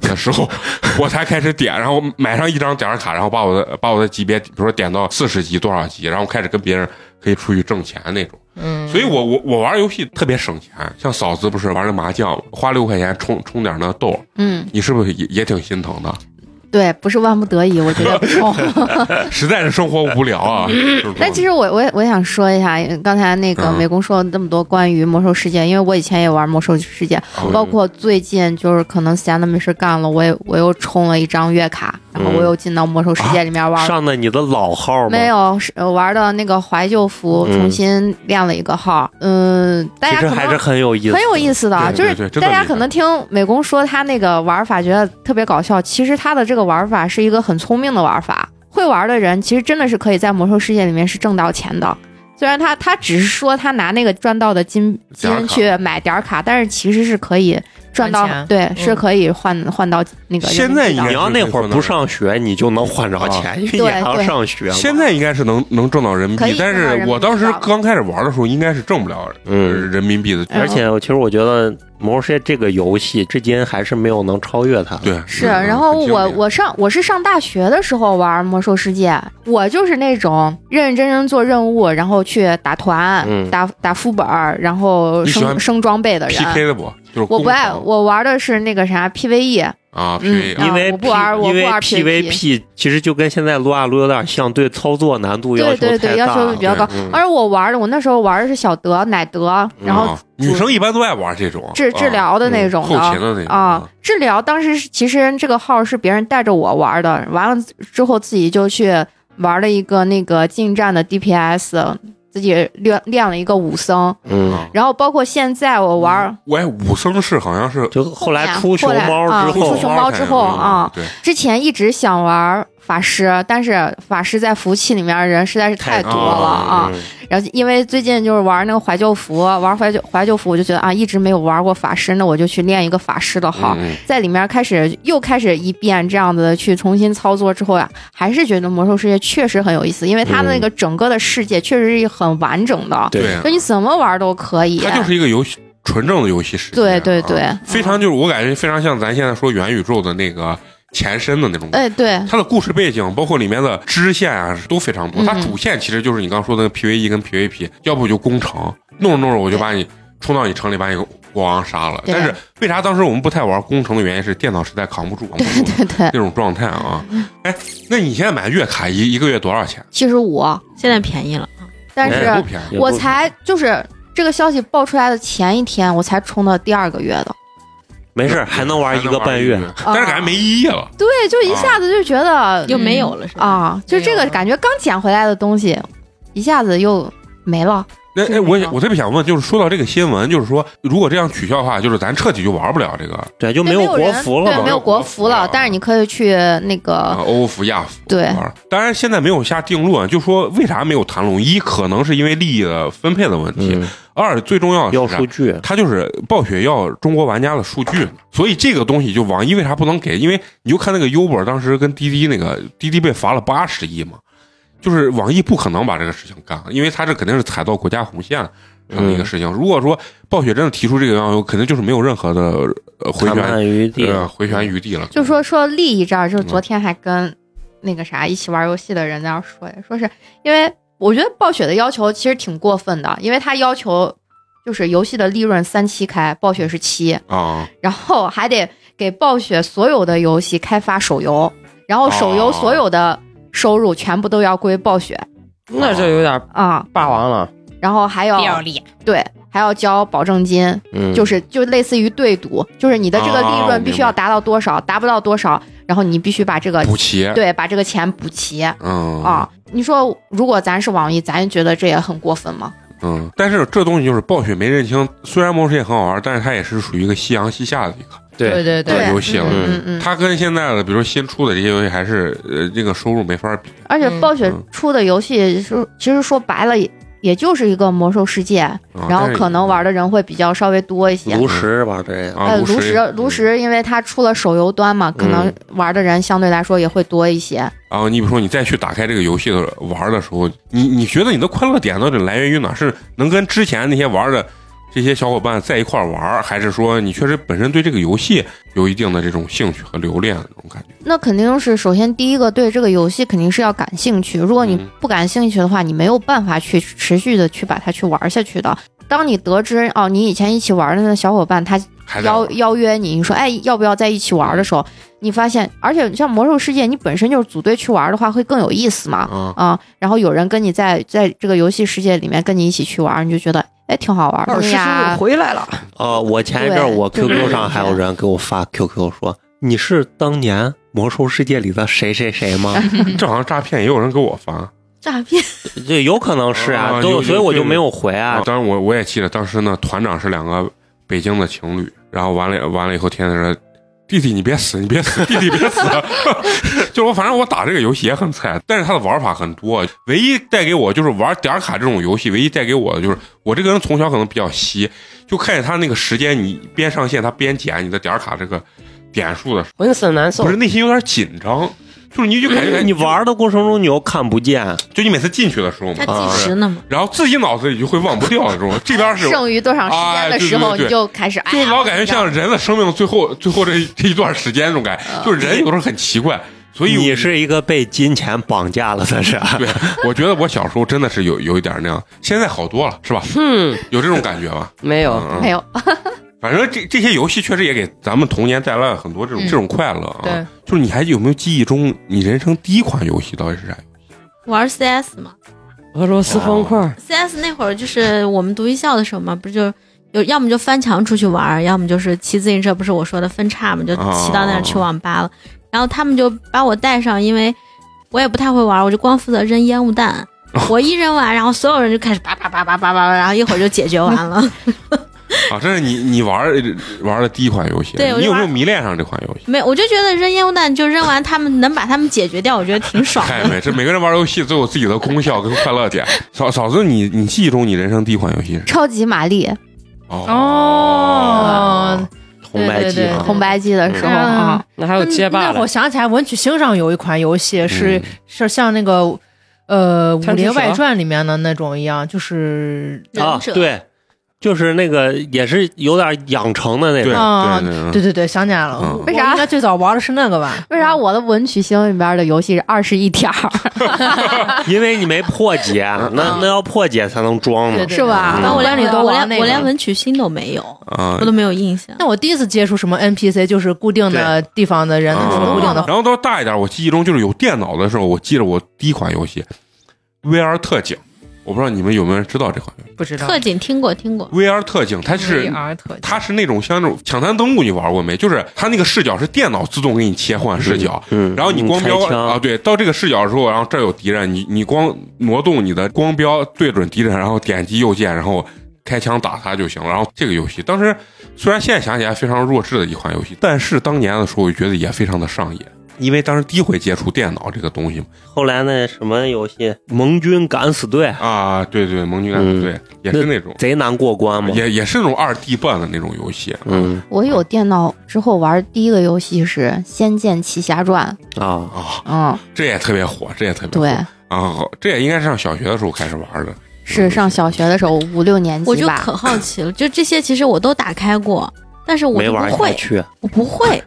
Speaker 1: 的时候， 我才开始点，然后买上一张点儿卡，然后把我的把我的级别，比如说点到四十级多少级，然后开始跟别人可以出去挣钱那种。嗯，所以我我我玩游戏特别省钱，像嫂子不是玩那麻将，花六块钱充充点那豆，
Speaker 7: 嗯，
Speaker 1: 你是不是也也挺心疼的？
Speaker 7: 对，不是万不得已，我觉得不 哦冲。
Speaker 1: 实在是生活无聊 啊。就是
Speaker 7: 但其
Speaker 1: 说
Speaker 7: 实我我也我也想说一下，刚才那个
Speaker 1: 嗯
Speaker 7: 美工说了那么多关于魔兽世界，因为我以前也玩魔兽世界，
Speaker 6: 哦
Speaker 1: 嗯
Speaker 7: 包括最近就是可能闲的没事干了，我也我又充了一张月卡，然后
Speaker 1: 嗯
Speaker 7: 我又进到魔兽世界里面玩了。
Speaker 6: 上的你的老号吗？
Speaker 7: 没有，是呃玩的那个怀旧服，
Speaker 6: 嗯
Speaker 7: 重新练了一个号。嗯，大
Speaker 6: 其
Speaker 7: 家
Speaker 6: 实
Speaker 7: 可
Speaker 6: 还是
Speaker 7: 能
Speaker 6: 很有意思，
Speaker 7: 很有意思的，啊
Speaker 1: 对
Speaker 7: 就
Speaker 1: 对
Speaker 7: 是
Speaker 1: 对真的
Speaker 7: 大家
Speaker 1: 厉害
Speaker 7: 可能听美工说他那个玩法觉得特别搞笑，其实他的这个玩法是一个很聪明的玩法。会玩的人其实真的是可以在魔兽世界里面是挣到钱的，虽然他他只是说他拿那个赚到的金
Speaker 1: 点儿卡
Speaker 7: 金去买点儿卡，但是其实是可以赚到
Speaker 2: 还钱，嗯
Speaker 7: 对，是可以换换到那个人
Speaker 1: 现
Speaker 7: 民
Speaker 1: 在
Speaker 7: 币
Speaker 1: 你
Speaker 7: 的
Speaker 6: 你要那会儿不上学，你就能换着钱，因为你还要上学嘛。
Speaker 1: 现在应该是能能挣到人民
Speaker 7: 可以
Speaker 1: 币，
Speaker 7: 挣到
Speaker 1: 但是我当时
Speaker 7: 人民币的
Speaker 1: 刚开始玩的时候，应该是挣不了呃
Speaker 6: 嗯，
Speaker 1: 人民币的。
Speaker 7: 嗯
Speaker 6: 而且我其实我觉得《魔兽世界》这个游戏至今还是没有能超越它的。
Speaker 1: 对，
Speaker 7: 是，啊
Speaker 1: 嗯
Speaker 7: 然后
Speaker 1: 很经
Speaker 7: 我
Speaker 1: 典
Speaker 7: 我上我是上大学的时候玩魔兽世界，我就是那种认认真真做任务，然后去打团、
Speaker 6: 嗯
Speaker 7: 打打副本儿，然后
Speaker 1: 你喜欢
Speaker 7: 升升装备的人。啊
Speaker 1: PK 的不就是
Speaker 7: 我不
Speaker 1: 攻
Speaker 7: 爱，
Speaker 1: 防
Speaker 7: 我玩的是那个啥 PVE，
Speaker 1: 啊
Speaker 7: 嗯
Speaker 1: PK
Speaker 7: 啊
Speaker 6: 因为
Speaker 7: 我不玩
Speaker 6: P-
Speaker 7: 我不
Speaker 6: 因为
Speaker 7: 玩
Speaker 6: PVP 其实就跟现在撸啊撸有点像，对操作难度
Speaker 7: 对
Speaker 6: 求
Speaker 7: 对对，
Speaker 6: 太
Speaker 7: 要
Speaker 6: 大
Speaker 7: 求
Speaker 6: 了
Speaker 7: 比。较高。
Speaker 1: 嗯
Speaker 7: 而我玩的，我那时候玩的是小德、奶德，然后
Speaker 1: 啊女生一般都爱玩这种
Speaker 7: 治、治
Speaker 1: 啊
Speaker 7: 疗的那种
Speaker 1: 后
Speaker 7: 的。
Speaker 1: 勤的那种
Speaker 7: 啊，，治疗当时是其实这个号是别人带着我玩的，完了之后自己就去玩了一个那个近战的 DPS，自己练练了一个武僧，
Speaker 6: 嗯，
Speaker 1: 啊
Speaker 7: 然后包括现在我玩
Speaker 1: 喂，武僧是好像是
Speaker 6: 就后来出熊猫之
Speaker 7: 啊后
Speaker 6: 后
Speaker 7: 出，熊猫之后啊
Speaker 1: 对，
Speaker 7: 之前一直想玩法师，但是法师在服务器里面人实在是太多
Speaker 1: 多
Speaker 7: 了
Speaker 1: 了
Speaker 7: 啊。
Speaker 6: 嗯
Speaker 7: 然后因为最近就是玩那个怀旧服，玩怀旧怀旧服，我就觉得啊，一直没有玩过法师，那我就去练一个法师的号。
Speaker 1: 嗯
Speaker 7: 在里面开始又开始一遍这样子的去重新操作之后呀、还是觉得魔兽世界确实很有意思，因为它的那个整个的世界确实是很完整的，
Speaker 1: 对，啊
Speaker 7: 就你怎么玩都可以。啊
Speaker 1: 它就是一个游戏纯正的游戏世界，
Speaker 7: 对对
Speaker 1: 啊
Speaker 7: 对，
Speaker 1: 非常就是我感觉非常像咱现在说元宇宙的那个前身的那种感觉
Speaker 7: 哎对，
Speaker 1: 它的故事背景，包括里面的支线啊，都非常多。
Speaker 7: 嗯
Speaker 1: 它主线其实就是你刚说的那个 PVE 跟 PVP，要不就攻城，弄着弄着我就把你冲到你城里，把你国王杀了。
Speaker 7: 对
Speaker 1: 但是为啥当时我们不太玩攻城的原因是电脑实在扛不住，扛不住
Speaker 7: 对对，
Speaker 1: 那种状态啊。哎，那你现在买月卡一一个月多少钱？
Speaker 7: 七十五，
Speaker 5: 现在便宜了，
Speaker 7: 但
Speaker 1: 哎也不
Speaker 7: 是
Speaker 1: 便宜。
Speaker 7: 我才就是这个消息爆出来的前一天，我才充的第二个月的。
Speaker 6: 没事，还能玩一个半月
Speaker 1: 还能玩一。个但是感觉没意义了。
Speaker 7: 对，就一下子就觉得
Speaker 5: 又没有了是吧？
Speaker 7: 啊，就这个感觉刚捡回来的东西，一下子又没了。
Speaker 1: 那
Speaker 7: 是
Speaker 1: 哎，我
Speaker 7: 没有
Speaker 1: 我特别想问，就是说到这个新闻，就是说如果这样取消的话，就是咱彻底就玩不了这个
Speaker 6: 对，就
Speaker 7: 对，
Speaker 6: 有
Speaker 7: 有
Speaker 6: 国
Speaker 7: 人
Speaker 6: 服了嗯
Speaker 7: 对，
Speaker 6: 嘛
Speaker 7: 没有国服了。但是你可以去那
Speaker 1: 啊
Speaker 7: 个，
Speaker 1: 欧服亚服。
Speaker 7: 对
Speaker 1: 玩儿。当然，现在没有下定论，就说为啥没有谈拢一，可能是因为利益的分配的问题；
Speaker 6: 嗯，
Speaker 1: 二最重要
Speaker 6: 要
Speaker 1: 的是
Speaker 6: 数
Speaker 1: 啥，
Speaker 6: 据，
Speaker 1: 它就是暴雪要中国玩家的数据，所以这个东西就网易为啥不能给？因为你就看那个 Uber 当时跟滴滴那个滴滴被罚了八十亿嘛，就是网易不可能把这个事情干，因为他这肯定是踩到国家红线。这么一个
Speaker 6: 嗯
Speaker 1: 事情，如果说暴雪真的提出这个要求，肯定就是没有任何的呃回
Speaker 6: 谈
Speaker 1: 旋
Speaker 6: 判余地。
Speaker 1: 呃回旋余地了。
Speaker 7: 就说说利益这儿，就是昨天还跟那个啥一起玩游戏的人在那儿说，说是因为我觉得暴雪的要求其实挺过分的，因为他要求就是游戏的利润三七开，暴雪是七，
Speaker 1: 啊，
Speaker 7: 然后还得给暴雪所有的游戏开发手游，然后手游
Speaker 1: 哦
Speaker 7: 所有的收入全部都要归暴雪
Speaker 2: 那就有点
Speaker 7: 啊、
Speaker 2: 霸王了。
Speaker 7: 然后还
Speaker 5: 不要
Speaker 7: 要
Speaker 5: 脸，
Speaker 7: 对还要交保证金，
Speaker 6: 嗯，
Speaker 7: 就是就类似于对赌，就是你的这个
Speaker 1: 啊
Speaker 7: 利
Speaker 1: 我
Speaker 7: 润必须要
Speaker 1: 明白
Speaker 7: 达到多少，达不到多少，然后你必须把这个
Speaker 1: 补齐，
Speaker 7: 呃对把这个钱补齐啊、
Speaker 1: 嗯，
Speaker 7: 你说如果咱是网易，咱觉得这也很过分吗？
Speaker 1: 嗯，但是这东西就是暴雪没认清，虽然《魔兽世界》很好玩，但是它也是属于一个夕阳西下的一个
Speaker 6: 对
Speaker 8: 对
Speaker 1: 一个游戏了。
Speaker 7: 嗯嗯嗯。
Speaker 1: 它跟现在的，比如说新出的这些游戏，还是呃，这个收入没法比。
Speaker 7: 而且暴雪
Speaker 1: 嗯
Speaker 7: 出的游戏是，其实说白了也也就是一个魔兽世界，
Speaker 1: 啊、
Speaker 7: 然后
Speaker 1: 但是
Speaker 7: 可能玩的人会比较稍微多一些。
Speaker 6: 炉石吧，这也
Speaker 1: 啊，
Speaker 7: 呃，
Speaker 1: 炉
Speaker 7: 炉石炉石，因为它出了手游端嘛，可能
Speaker 6: 嗯
Speaker 7: 玩的人相对来说也会多一些。
Speaker 1: 然后你比如说你再去打开这个游戏的玩的时候，你你觉得你的快乐点到底来源于哪？是能跟之前那些玩的这些小伙伴在一块儿玩儿，还是说你确实本身对这个游戏有一定的这种兴趣和留恋的这种感觉？
Speaker 7: 那肯定是首先第一个对这个游戏肯定是要感兴趣，如果你
Speaker 1: 嗯
Speaker 7: 不感兴趣的话，你没有办法去持续的去把它去玩下去的。当你得知哦，你以前一起玩的那小伙伴他
Speaker 1: 还在
Speaker 7: 邀邀约你，你说哎要不要在一起玩的时
Speaker 1: 嗯
Speaker 7: 候，你发现，而且像魔兽世界，你本身就是组队去玩的话会更有意思嘛，
Speaker 1: 啊，
Speaker 7: 啊、然后有人跟你在在这个游戏世界里面跟你一起去玩，你就觉得哎挺好玩
Speaker 2: 二
Speaker 7: 的
Speaker 2: 师
Speaker 7: 呀
Speaker 2: 兄，回来了，
Speaker 6: 啊，我前一阵儿
Speaker 7: 对
Speaker 6: 我
Speaker 7: 就是
Speaker 6: QQ 上还有人给我发 QQ 说你是当年魔兽世界里的谁谁 谁吗？
Speaker 1: 嗯这好像诈骗也有人给我发
Speaker 5: 诈骗，
Speaker 6: 这有可能是啊，
Speaker 1: 啊
Speaker 6: 都
Speaker 1: 有
Speaker 6: 所以我就没有回
Speaker 1: 啊
Speaker 6: 啊。
Speaker 1: 当然我我也记得当时呢，团长是两个北京的情侣，然后完了完了以后，天天说。弟弟，你别死，你别死，弟弟别死。 就是我，反正我打这个游戏也很菜，但是它的玩法很多。唯一带给我就是玩点儿卡这种游戏，唯一带给我的就是我这个人从小可能比较稀，就看见他那个时间，你边上线他边减你的点儿卡这个点数的时
Speaker 2: 浑身难
Speaker 1: 候，
Speaker 2: 受
Speaker 1: 不是。内心有点紧张，就是你就感 觉
Speaker 6: 你玩的过程中你又看不见，
Speaker 1: 就你每次进去的时候嘛
Speaker 5: 他，计时呢嘛，
Speaker 1: 然后自己脑子里就会忘不掉的这种。这边是
Speaker 7: 剩余多长时
Speaker 1: 哎
Speaker 7: 间的
Speaker 1: 对
Speaker 7: 时候，
Speaker 1: 对对
Speaker 7: 你就开始哎
Speaker 1: 就
Speaker 7: 呀，
Speaker 1: 老感觉像人的生命最后最后这这一段时间那种感觉，就是人有时候很奇怪，所以我
Speaker 6: 你是一个被金钱绑架了的人。
Speaker 1: 对，我觉得我小时候真的是有有一点那样，现在好多了，是吧？
Speaker 2: 哼，
Speaker 1: 有这种感觉吧？
Speaker 2: 没有，
Speaker 1: 嗯嗯，
Speaker 7: 没有
Speaker 1: 反正这这些游戏确实也给咱们童年带来了很多这种、
Speaker 3: 嗯
Speaker 1: 这种快乐啊
Speaker 8: 对。
Speaker 1: 就是你还有没有记忆中你人生第一款游戏到底是啥？
Speaker 6: 嗯
Speaker 5: 玩 CS 嘛
Speaker 2: 俄罗斯方块，
Speaker 5: ，CS 那会儿就是我们读艺校的时候嘛，不就有要么就翻墙出去玩儿，要么就是骑自行车，不是我说的分叉嘛，就骑到那儿去网吧了。然后他们就把我带上，因为我也不太会玩儿，我就光负责扔烟雾弹。我一扔完，然后所有人就开始叭叭叭叭叭叭叭，然后一会儿就解决完了。
Speaker 1: 啊，这是你你玩儿玩儿的第一款游戏，
Speaker 5: 对我就
Speaker 1: 你有没
Speaker 5: 玩
Speaker 1: 有迷恋上这款 游戏？
Speaker 5: 没有，我就觉得扔烟雾弹就扔完，他们能把他们解决掉，我觉得挺爽
Speaker 1: 太
Speaker 5: 的。
Speaker 1: 美！这每个人玩游戏都有自己的功效跟快乐点。嫂嫂子，你你记忆中你人生第一款游戏是？
Speaker 7: 超级玛丽
Speaker 8: 哦，
Speaker 6: 红白机
Speaker 8: 对对
Speaker 6: 啊
Speaker 8: 对，
Speaker 7: 红白机的时候
Speaker 8: 嗯
Speaker 7: 啊，
Speaker 2: 那还有街霸
Speaker 8: 那
Speaker 2: 嘞
Speaker 8: 我，想起来，文曲星上有一款游戏是、是像那个呃《
Speaker 2: 贪吃蛇
Speaker 8: 武林外传》里面的那种一样，就是
Speaker 6: 啊
Speaker 5: 忍，者
Speaker 6: 对，就是那个也是有点养成的那
Speaker 1: 对
Speaker 6: 种。
Speaker 8: 啊
Speaker 1: 对哦对
Speaker 8: 对对对，想起来了，
Speaker 1: 嗯
Speaker 8: 我
Speaker 7: 为啥
Speaker 8: 我应该最早玩的是那个吧？
Speaker 7: 为啥我的文曲星里边的游戏是二十一条儿
Speaker 6: 因为你没破解，啊
Speaker 5: 嗯
Speaker 6: 那那要破解才能装嘛
Speaker 8: 对。对
Speaker 7: 是吧？
Speaker 5: 那我
Speaker 8: 班
Speaker 6: 嗯
Speaker 5: 连
Speaker 8: 里都
Speaker 5: 我
Speaker 8: 玩那
Speaker 5: 连
Speaker 8: 个
Speaker 5: 我连文曲星都没有，
Speaker 1: 啊
Speaker 5: 我。都没有印
Speaker 6: 嗯
Speaker 5: 象。
Speaker 8: 那我第一次接触什么 NPC，就是固定的地方的人，
Speaker 1: 啊
Speaker 8: 那种固定的
Speaker 1: 然后到大一点，我记忆中就是有电脑的时候，我记得我第一款游戏《VR 特警》，我不知道你们有没有人知道这款游戏
Speaker 8: 不知道。
Speaker 5: 特警听过听过，
Speaker 1: 《VR 特警》，它是
Speaker 3: VR 特技
Speaker 1: 它是那种像那种抢滩登陆，你玩过没？就是它那个视角是电脑自动给你切换视角，
Speaker 6: 嗯，
Speaker 1: 然后你光标
Speaker 6: 开枪
Speaker 1: 啊，对，到这个视角的时候，然后这儿有敌人，你你光挪动你的光标对准敌人，然后点击右键，然后开枪打他就行了。然后这个游戏当时虽然现在想起来非常弱智的一款游戏，但是当年的时候我觉得也非常的上瘾，因为当时第一回接触电脑这个东西嘛。
Speaker 6: 后来那什么游戏《盟军敢死队》
Speaker 1: 啊，对对，盟军敢
Speaker 6: 嗯
Speaker 1: 死队、也是那种，
Speaker 6: 贼难过关嘛。
Speaker 1: 也也是那种二 D 半的那种游戏。
Speaker 6: 嗯
Speaker 7: 我有电脑之后玩第一个游戏是《仙剑奇侠传》，
Speaker 6: 啊，
Speaker 1: 啊，
Speaker 7: 嗯，
Speaker 1: 这也特别火，这也特别火
Speaker 7: 对，
Speaker 1: 啊！这也应该是上小学的时候开始玩的。
Speaker 7: 是上小学的时候五六年级吧，
Speaker 5: 我就可好奇了。就这些，其实我都打开过，但是我
Speaker 6: 没
Speaker 5: 就
Speaker 6: 玩
Speaker 5: 不
Speaker 6: 下
Speaker 5: 会，
Speaker 6: 去。
Speaker 5: 我不会。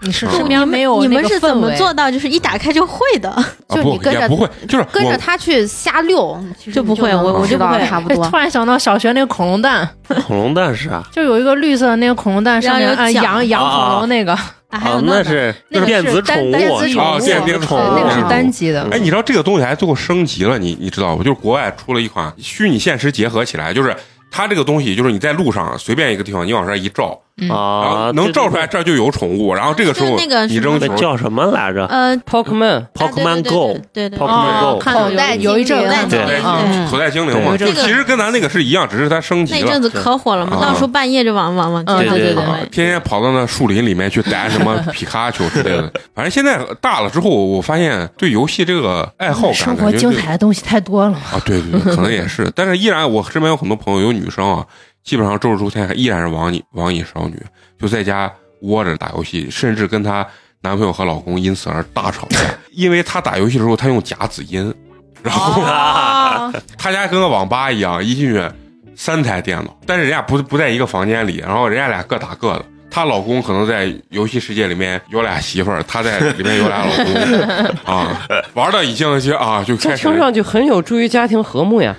Speaker 8: 你 是
Speaker 6: 是
Speaker 8: 身
Speaker 5: 你
Speaker 8: 边
Speaker 5: 们
Speaker 8: 没有
Speaker 5: 你
Speaker 8: 那
Speaker 5: 们
Speaker 8: 个
Speaker 5: 是怎
Speaker 8: 氛
Speaker 5: 么
Speaker 8: 围
Speaker 5: 做到就是一打开就会 的？
Speaker 1: 啊
Speaker 7: 就
Speaker 1: 不
Speaker 7: 你跟
Speaker 1: 也
Speaker 7: 着
Speaker 1: 不会，就是
Speaker 7: 跟着
Speaker 1: 我
Speaker 7: 他去瞎溜，其实
Speaker 5: 就不
Speaker 7: 你
Speaker 5: 会
Speaker 7: 能
Speaker 5: 我我就
Speaker 7: 知道
Speaker 5: 不会
Speaker 7: 差不
Speaker 8: 哎
Speaker 7: 多
Speaker 8: 突。然想到小学那个恐龙蛋，
Speaker 6: 恐龙啊蛋是啥？
Speaker 8: 就有一个绿色的那个恐龙蛋，上面
Speaker 5: 然后有
Speaker 8: 按
Speaker 5: 奖
Speaker 8: 羊羊恐龙那个，
Speaker 5: 啊，还有
Speaker 6: 啊，
Speaker 5: 那
Speaker 6: 那
Speaker 5: 个
Speaker 6: 是
Speaker 5: 那个
Speaker 6: 电子
Speaker 8: 是
Speaker 6: 宠
Speaker 8: 单
Speaker 6: 物，
Speaker 8: 单子宠
Speaker 1: 啊
Speaker 8: 物，
Speaker 1: 电子宠物
Speaker 8: 那个是单机的
Speaker 6: 嗯。
Speaker 1: 哎，你知道这个东西还最后升级了，你你知道不？就是国外出了一款虚拟现实结合起来，就是它这个东西，就是你在路上随便一个地方，你往这一照，
Speaker 5: 嗯
Speaker 1: 然
Speaker 6: 啊
Speaker 1: 后，能照出来
Speaker 6: 这。
Speaker 1: 这儿就有宠物，然后这个时候
Speaker 5: 就那个
Speaker 1: 你
Speaker 5: 什
Speaker 1: 扔
Speaker 5: 么
Speaker 6: 那
Speaker 1: 球，
Speaker 6: 叫什么来着
Speaker 8: 嗯
Speaker 5: 呃
Speaker 2: ，Pokemon
Speaker 5: 啊对对
Speaker 6: ？Pokemon
Speaker 5: 对
Speaker 6: Go，
Speaker 5: 对对
Speaker 1: 嗯
Speaker 5: 对
Speaker 6: Pokemon
Speaker 8: 哦，
Speaker 6: Go
Speaker 8: 看到
Speaker 4: 口袋
Speaker 8: 有有一阵
Speaker 4: 精灵
Speaker 8: 儿啊
Speaker 5: 对
Speaker 1: 对
Speaker 5: 对
Speaker 1: 口袋精灵嘛，
Speaker 8: 对
Speaker 1: 就
Speaker 5: 嗯这个
Speaker 1: 其实跟咱那个是一样，只是它升
Speaker 5: 那
Speaker 1: 级
Speaker 5: 一
Speaker 1: 了
Speaker 5: 阵。子可火了嘛，
Speaker 1: 啊
Speaker 5: 到处半夜就往往往
Speaker 8: 嗯
Speaker 5: 街上
Speaker 6: 对对
Speaker 5: 跑
Speaker 6: 对
Speaker 1: 啊
Speaker 5: 哎
Speaker 1: 天天跑到那树林里面去逮什 么皮卡丘之类的，反正现在大了之后，我发现对游戏这个爱好感，
Speaker 8: 生活
Speaker 1: 感觉
Speaker 8: 精
Speaker 1: 就
Speaker 8: 彩的东西太多了。
Speaker 1: 啊，对对对，可能也是，但是依然我身边有很多朋友有女生啊，基本上周日周天还依然是网瘾网瘾少女，就在家窝着打游戏，甚至跟她男朋友和老公因此而大吵架，因为她打游戏的时候她用假子音，然后
Speaker 6: 哦
Speaker 8: 啊，
Speaker 1: 她家跟个网吧一样，一进去三台电脑，但是人家不不在一个房间里，然后人家俩各打各的。她老公可能在游戏世界里面有俩媳妇儿，她在里面有俩老公啊，玩的已经就啊就
Speaker 2: 这
Speaker 1: 开始
Speaker 2: 听上去很有助于家庭和睦呀。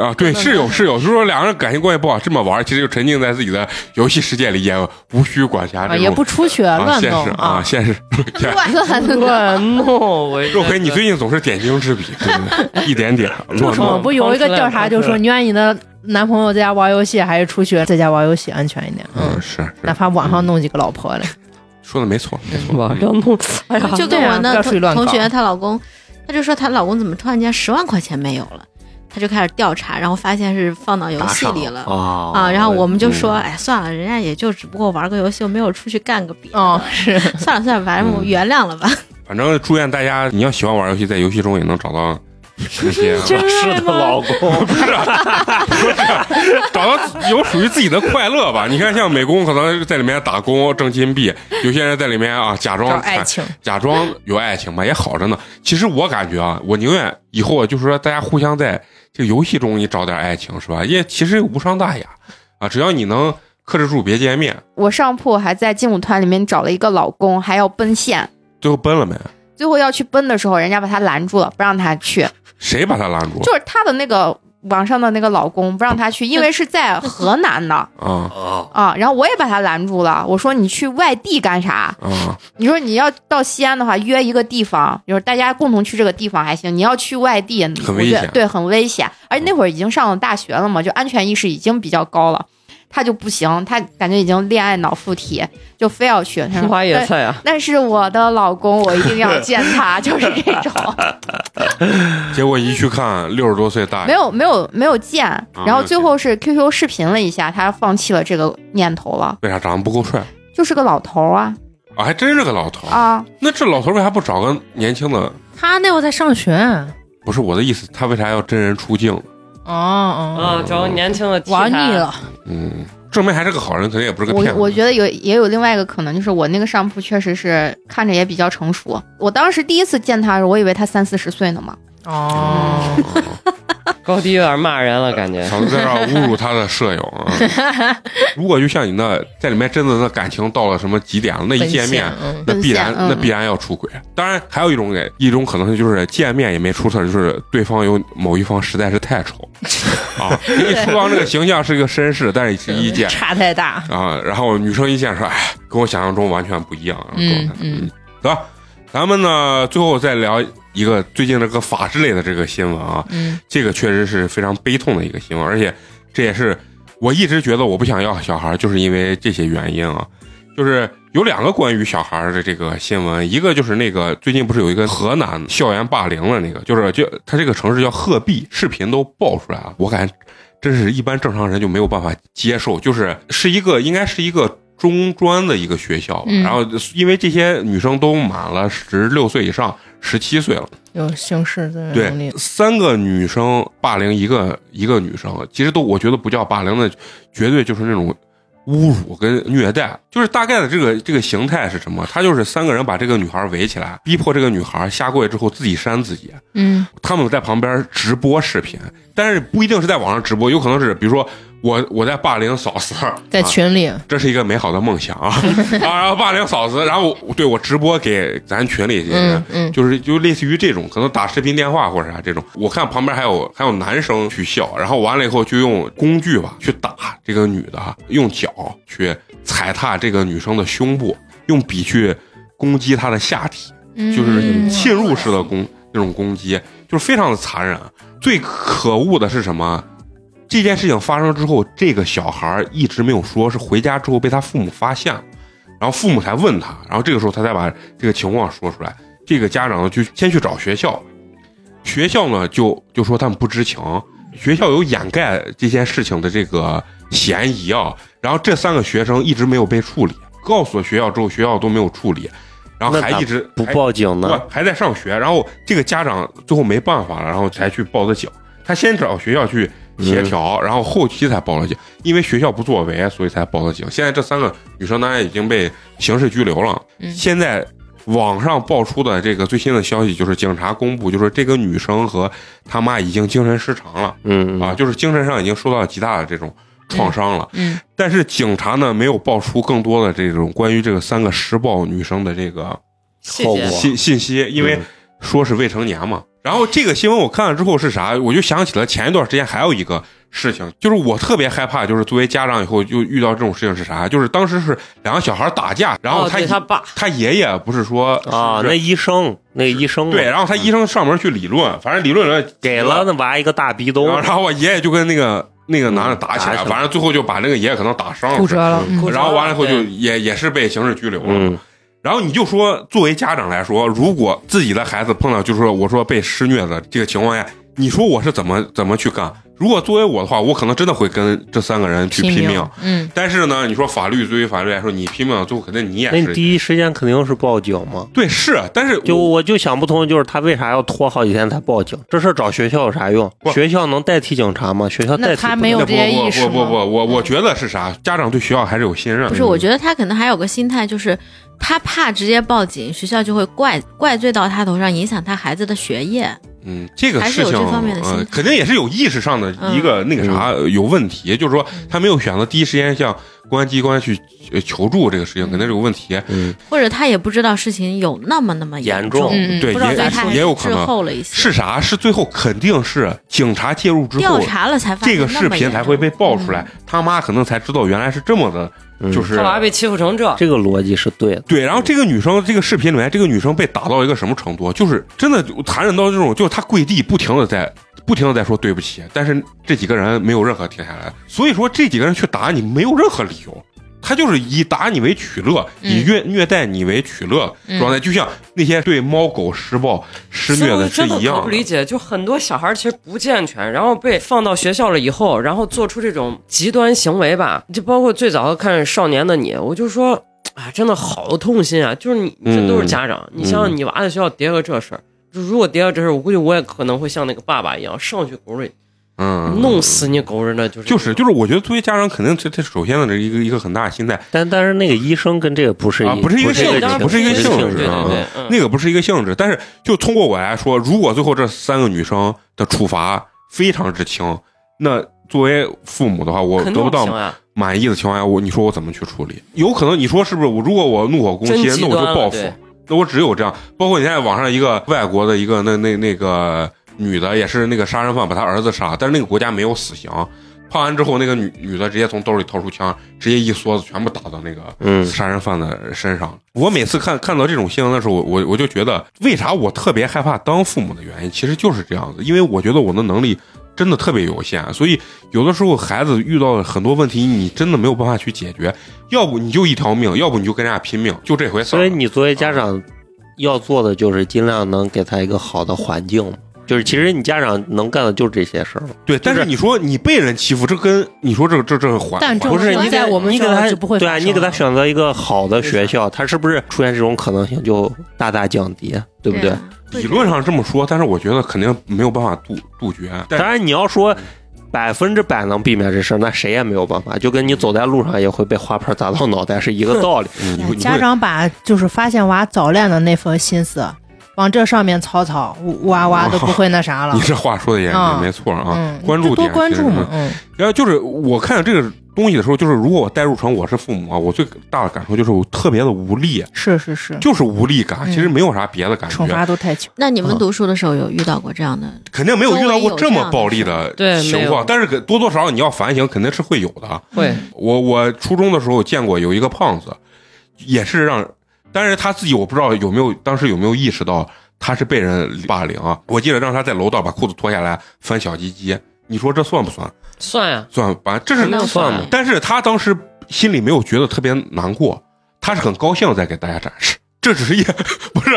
Speaker 1: 啊，对，是有是有，就是说两个人感情关系不好，这么玩儿，其实就沉浸在自己的游戏世界里，也无需管辖这
Speaker 8: 也
Speaker 1: 种
Speaker 8: 不出去
Speaker 1: 啊
Speaker 8: 乱
Speaker 1: 现
Speaker 8: 弄
Speaker 1: 实啊，现 实。
Speaker 7: 哎 乱
Speaker 8: 啊
Speaker 2: 乱弄，我
Speaker 1: 肉魁，你最近总是点睛之笔，对不 对一点点乱
Speaker 8: 我
Speaker 1: 弄
Speaker 8: 不有一个调查就
Speaker 2: 刚出
Speaker 8: 说，
Speaker 2: 来
Speaker 8: 你愿意你的男朋友在家玩游戏，还是出去在家玩游戏安全一点？啊
Speaker 1: 嗯，是嗯
Speaker 8: 哪
Speaker 1: 是，
Speaker 8: 怕网上弄几个老婆 嘞，
Speaker 1: 说的没错，没错。嗯
Speaker 2: 网上弄，哎呀，
Speaker 5: 就跟
Speaker 8: 对
Speaker 5: 我
Speaker 8: 啊不
Speaker 5: 那
Speaker 8: 要出去
Speaker 5: 同
Speaker 8: 乱搞
Speaker 5: 同学她老公，她就说她老公怎么突然间十万块钱没有了，她就开始调查，然后发现是放到游
Speaker 6: 打
Speaker 5: 戏
Speaker 6: 赏嗯
Speaker 5: 里了。
Speaker 6: 啊
Speaker 5: 啊，然后我们就说，哎，算了，人家也就只不过玩个游戏，又没有出去干个别的，
Speaker 8: 哦，是，
Speaker 5: 算了算了，反正我原谅了吧。
Speaker 1: 反正祝愿大家，你要喜欢玩游戏，在游戏中也能找到那 些
Speaker 6: 是的老 公，
Speaker 1: 找到有属于自己的快乐吧。你看，像美工可能在里面打工挣金币，有些人在里面啊假
Speaker 8: 找
Speaker 1: 装
Speaker 8: 爱情，
Speaker 1: 假装有爱情吧，也好着呢。其实我感觉啊，我宁愿以后就是说大家互相在这个游戏中你找点爱情，是吧？也其实无伤大雅啊，只要你能克制住别见面，
Speaker 7: 我上铺还在劲舞团里面找了一个老公，还要奔现，
Speaker 1: 最后奔了没？
Speaker 7: 最后要去奔的时候，人家把他拦住了，不让他去，
Speaker 1: 谁把他拦住啊
Speaker 7: 就是他的那个网上的那个老公不让他去，因为是在河南的
Speaker 1: 啊？
Speaker 7: 啊。然后我也把他拦住了，我说你去外地干啥？
Speaker 1: 啊，
Speaker 7: 你说你要到西安的话，约一个地方，就是大家共同去这个地方还行。你要去外地，
Speaker 1: 很
Speaker 7: 我
Speaker 1: 危
Speaker 7: 觉得
Speaker 1: 险
Speaker 7: 对，很危险。而且那会儿已经上了大学了嘛，就安全意识已经比较高了。他就不行，他感觉已经恋爱脑附体，就非要去。他
Speaker 2: 吃
Speaker 7: 说
Speaker 2: 花野
Speaker 7: 但
Speaker 2: 菜啊，
Speaker 7: 但是我的老公，我一定要见 他，就是这种，
Speaker 1: 结果一去看，六十多岁大爷
Speaker 7: 没有没有没有见。然后最后是 QQ 视频了一下，他放弃了这个念头了，
Speaker 1: 为啥长得不够帅
Speaker 7: 就是个老头儿啊
Speaker 1: 啊？还真是个老头儿。
Speaker 7: 啊！
Speaker 1: 那这老头儿为啥不找个年轻的？
Speaker 8: 他那会儿在上学，
Speaker 1: 不是我的意思，他为啥要真人出镜？
Speaker 8: 哦哦，
Speaker 2: 啊，找个年轻的替
Speaker 8: 玩
Speaker 2: 他
Speaker 8: 腻，了，
Speaker 1: 嗯，证明还是个好人，肯定也不是个
Speaker 7: 我
Speaker 1: 骗子。
Speaker 7: 我觉得有也有另外一个可能，就是我那个上铺确实是看着也比较成熟。我当时第一次见他的时候，我以为他三四十岁呢嘛。
Speaker 8: 哦，
Speaker 2: 高低有点骂人了，感觉。
Speaker 1: 嫂子在这儿侮辱他的舍友啊！ 如果就像你那在里面真的那感情到了什么极点了，那一见面，
Speaker 8: 嗯
Speaker 1: 那必然
Speaker 7: 奔现嗯
Speaker 1: 那必然要出轨。当然还有一种一种可能性就是见面也没出错，就是对方有某一方实在是太 丑啊，因为对方这个形象是一个绅士，但是一见
Speaker 8: 差太大，
Speaker 1: 啊，然后女生一见说，哎，跟我想象中完全不一样。啊
Speaker 8: 嗯
Speaker 1: 状态
Speaker 8: 嗯，
Speaker 1: 得、咱们呢最后再聊一个最近这个法制类的这个新闻啊，
Speaker 8: 嗯
Speaker 1: 这个确实是非常悲痛的一个新闻，而且这也是我一直觉得我不想要小孩，就是因为这些原因啊。就是有两个关于小孩的这个新闻，一个就是那个最近不是有一个河南校园霸凌的那个，就是就他这个城市叫鹤壁，视频都爆出来了，我感觉真是一般正常人就没有办法接受，就是是一个应该是一个。中专的一个学校吧，
Speaker 8: 嗯
Speaker 1: 然后因为这些女生都满了十六岁以上，十七岁了，
Speaker 8: 有刑事责任能
Speaker 1: 对
Speaker 8: 力，，
Speaker 1: 三个女生霸凌一个一个女生，其实都我觉得不叫霸凌的，绝对就是那种侮辱跟虐待。就是大概的这个这个形态是什么？他就是三个人把这个女孩围起来，逼迫这个女孩下跪之后自己扇自己。
Speaker 8: 嗯
Speaker 1: 他们在旁边直播视频，但是不一定是在网上直播，有可能是比如说我我在霸凌嫂子，
Speaker 8: 在
Speaker 1: 啊
Speaker 8: 群里，
Speaker 1: 这是一个美好的梦想 啊！啊，然后霸凌嫂子，然后我对我直播给咱群里一些人
Speaker 8: 嗯，嗯，
Speaker 1: 就是就类似于这种，可能打视频电话或者啥这种。我看旁边还有还有男生去笑，然后完了以后就用工具吧去打这个女的，用脚去踩踏这个女生的胸部，用笔去攻击她的下体，就是侵入式的攻那种攻击，就是非常的残忍。啊最可恶的是什么？这件事情发生之后，这个小孩儿一直没有说，是回家之后被他父母发现了，然后父母才问他，然后这个时候他才把这个情况说出来。这个家长呢，就先去找学校，学校呢就就说他们不知情，学校有掩盖这件事情的这个嫌疑啊。然后这三个学生一直没有被处理，告诉了学校之后，学校都没有处理，然后
Speaker 6: 那
Speaker 1: 还
Speaker 6: 咋
Speaker 1: 一直
Speaker 6: 不
Speaker 1: 还
Speaker 6: 报警
Speaker 1: 不
Speaker 6: 呢？
Speaker 1: 还在上学，然后这个家长最后没办法了，然后才去报的警。他先找学校去协调，
Speaker 6: 嗯
Speaker 1: 然后后期才报了警，因为学校不作为，所以才报的警。现在这三个女生呢已经被刑事拘留了。
Speaker 6: 嗯
Speaker 1: 现在网上爆出的这个最新的消息就是，警察公布，就是这个女生和她妈已经精神失常了。
Speaker 6: 嗯
Speaker 1: 啊，，就是精神上已经受到极大的这种创伤了。
Speaker 8: 嗯嗯
Speaker 1: 但是警察呢没有爆出更多的这种关于这个三个施暴女生的这个
Speaker 2: 谢谢
Speaker 6: 后哇果
Speaker 1: 信信息，因为
Speaker 6: 嗯
Speaker 1: 说是未成年嘛。然后这个新闻我看了之后是啥，我就想起了前一段时间还有一个事情，就是我特别害怕，就是作为家长以后就遇到这种事情是啥，就是当时是两个小孩打架，然后
Speaker 2: 哦
Speaker 1: 他、
Speaker 2: 对他嗯爸
Speaker 1: 他爷爷不是说
Speaker 6: 啊，
Speaker 1: 是
Speaker 6: 那医生，那医生嘛
Speaker 1: 对，然后他医生上门去理论，反正理论了
Speaker 6: 给了那娃一个大鼻
Speaker 1: 然后
Speaker 6: 兜，
Speaker 1: 然后我爷爷就跟那个那个男的打起来，
Speaker 6: 嗯打起来
Speaker 1: 反正最后就把那个爷爷可能打伤
Speaker 8: 骨折
Speaker 1: 了，
Speaker 8: 了，嗯
Speaker 2: 骨折
Speaker 1: 然后完了以后就
Speaker 2: 对
Speaker 1: 也也是被刑事拘留了。
Speaker 6: 嗯，
Speaker 1: 然后你就说，作为家长来说，如果自己的孩子碰到就是说我说被施虐的这个情况下，你说我是怎么怎么去干？如果作为我的话，我可能真的会跟这三个人去拼命。，
Speaker 8: 嗯，
Speaker 1: 但是呢，你说法律对于法律来说，你拼命最后肯定你也
Speaker 6: 那你
Speaker 1: 是
Speaker 6: 第一时间肯定是报警嘛。
Speaker 1: 对是，啊但是
Speaker 6: 就
Speaker 1: 我
Speaker 6: 我就想不通，就是他为啥要拖好几天才报警？这事儿找学校有啥用
Speaker 1: 不？
Speaker 6: 学校能代替警察吗？学校
Speaker 8: 那
Speaker 6: 代替不了
Speaker 8: 他没有
Speaker 1: 那
Speaker 8: 这些意识
Speaker 1: 不不不不不，
Speaker 8: 吗？
Speaker 1: 我我觉得是啥？家长对学校还是有信任
Speaker 5: 不。是，我觉得他可能还有个心态，就是他怕直接报警，学校就会怪怪罪到他头上，影响他孩子的学业。
Speaker 1: 嗯，这个
Speaker 5: 还是
Speaker 1: 事
Speaker 5: 有
Speaker 1: 情
Speaker 5: 这方面的心
Speaker 1: 呃
Speaker 5: 态，嗯
Speaker 1: 肯定也是有意识上的一个那个啥、呃有问题，就是说他没有选择第一时间向公安机关去呃求助这个事情，肯定是有问题。
Speaker 6: 嗯，
Speaker 5: 或者他也不知道事情有那么那么
Speaker 6: 严
Speaker 5: 重，
Speaker 6: 重
Speaker 8: 嗯嗯
Speaker 1: 对，
Speaker 5: 不知道
Speaker 1: 也
Speaker 5: 所以他还
Speaker 1: 也有
Speaker 5: 是
Speaker 1: 可
Speaker 5: 滞
Speaker 1: 能
Speaker 5: 后了一些，
Speaker 1: 是啥？是最后肯定是警察介入之后
Speaker 5: 调，查了才发现
Speaker 1: 这个视频才会被爆
Speaker 5: 嗯
Speaker 1: 出来，他妈可能才知道原来是这么的，
Speaker 6: 嗯
Speaker 1: 就是
Speaker 2: 嗯他娃被欺负成这，
Speaker 6: 这个逻辑是对的。
Speaker 1: 对，然后这个女生，这个视频里面，这个女生被打到一个什么程度？就是真的残忍到这种，就是她跪地不停的在不停的在说对不起，但是这几个人没有任何停下来，所以说这几个人去打你没有任何理由，他就是以打你为取乐，
Speaker 2: 嗯
Speaker 1: 以虐虐待你为取乐状态，就像那些对猫狗施暴施虐
Speaker 2: 所以我
Speaker 1: 的是
Speaker 2: 真的
Speaker 1: 一
Speaker 2: 搞
Speaker 1: 样
Speaker 2: 不理
Speaker 1: 的。
Speaker 2: 解，就很多小孩儿其实不健全，然后被放到学校了以后，然后做出这种极端行为吧，就包括最早看《少年的你》，我就说，哎，真的好痛心啊！就是你，这
Speaker 1: 嗯
Speaker 2: 都是家长，你想想你娃在学校跌个这事儿，就如果跌个这事儿，我估计我也可能会像那个爸爸一样上去狗腿，
Speaker 1: 嗯，
Speaker 2: 弄死你狗日的，就是
Speaker 1: 就
Speaker 2: 就是
Speaker 1: 就是，我觉得作为家长，肯定这这首先的这一个一个很大的心态，
Speaker 6: 但但是那个医生跟这个不是
Speaker 1: 啊不是一个
Speaker 6: 不是
Speaker 1: 性质
Speaker 6: 情况
Speaker 1: 不是一个
Speaker 6: 不是
Speaker 1: 性质
Speaker 2: 对对
Speaker 1: 啊
Speaker 2: 对，嗯
Speaker 1: 那个不是一个性质，但是就通过我来说，如果最后这三个女生的处罚非常之轻，那作为父母的话，我
Speaker 2: 肯
Speaker 1: 得
Speaker 2: 定
Speaker 1: 不到嗯
Speaker 2: 行啊，
Speaker 1: 满意的情况下，我你说我怎么去处理？有可能你说是不是？我如果我怒火攻心
Speaker 2: 真，极
Speaker 1: 那我
Speaker 2: 端
Speaker 1: 就
Speaker 2: 了
Speaker 1: 报复
Speaker 2: 对，
Speaker 1: 那我只有这样。包括你看网上一个外国的一个那那那个女的，也是那个杀人犯把他儿子杀，但是那个国家没有死刑。判完之后，那个女女的直接从兜里掏出枪，直接一梭子全部打到那个
Speaker 6: 嗯
Speaker 1: 杀人犯的身上。我每次看看到这种新闻的时候，我我我就觉得，为啥我特别害怕当父母的原因，其实就是这样子，因为我觉得我的能力真的特别有限，所以有的时候孩子遇到很多问题，你真的没有办法去解决，要不你就一条命，要不你就跟人家拼命，就这回事儿。
Speaker 6: 所以你作为家
Speaker 1: 啊
Speaker 6: 长要做的就是尽量能给他一个好的环境嘛。就是其实你家长能干的就是这些事儿嘛，
Speaker 1: 对，但是
Speaker 6: 就是
Speaker 1: 你说你被人欺负，这跟你说这这这还
Speaker 8: 但这
Speaker 1: 还
Speaker 8: 种
Speaker 6: 不是
Speaker 8: 事
Speaker 6: 你
Speaker 8: 情在我们
Speaker 6: 你给
Speaker 8: 学校
Speaker 6: 他
Speaker 8: 就不会
Speaker 6: 对啊，
Speaker 8: 发生
Speaker 6: 你给他
Speaker 8: 了
Speaker 6: 选择一个好的学校，他是不是出现这种可能性就大大降低，对不对？
Speaker 5: 啊
Speaker 1: 理论上这么说，但是我觉得肯定没有办法杜杜绝。
Speaker 8: 啊
Speaker 1: 但
Speaker 6: 当然，你要说百分之百能避免这事儿，那谁也没有办法，就跟你走在路上也会被花盆砸到脑袋是一个道理。
Speaker 1: 你会你
Speaker 8: 家
Speaker 1: 会
Speaker 8: 长把就是发现娃早恋的那份心思往这上面操操，呜哇哇都不会那啥了
Speaker 1: 哦你。这话说的也也
Speaker 8: 啊
Speaker 1: 没错啊，
Speaker 8: 嗯，
Speaker 1: 关注
Speaker 8: 就多
Speaker 1: 点
Speaker 8: 关
Speaker 1: 其实
Speaker 8: 注嘛
Speaker 1: 嗯，
Speaker 8: 嗯
Speaker 1: 然后就是我看这个东西的时候，就是如果我代入成我是父母啊，我最大的感受就是我特别的无力，
Speaker 8: 是是是，
Speaker 1: 就是无力感，
Speaker 8: 嗯
Speaker 1: 其实没有啥别的感
Speaker 8: 惩
Speaker 1: 觉，
Speaker 8: 罚都太强。
Speaker 5: 那你
Speaker 1: 嗯
Speaker 5: 们读书的时候有遇到过这样的？
Speaker 1: 肯定没有遇到过
Speaker 5: 周围有
Speaker 1: 这么暴力
Speaker 5: 这
Speaker 1: 的
Speaker 2: 对没
Speaker 1: 情
Speaker 2: 有
Speaker 1: 况，但是可多多少少你要反省，肯定是会有的啊。
Speaker 2: 会
Speaker 1: 我我初中的时候见过有一个胖子，也是让，但是他自己我不知道有没有当时有没有意识到他是被人霸凌啊。我记得让他在楼道把裤子脱下来翻小鸡鸡，你说这算不算？
Speaker 2: 算啊呀，
Speaker 1: 算吧，这是
Speaker 5: 肯定算的
Speaker 1: 但是他当时心里没有觉得特别难过，他是很高兴地在给大家展示。这只是一 不是，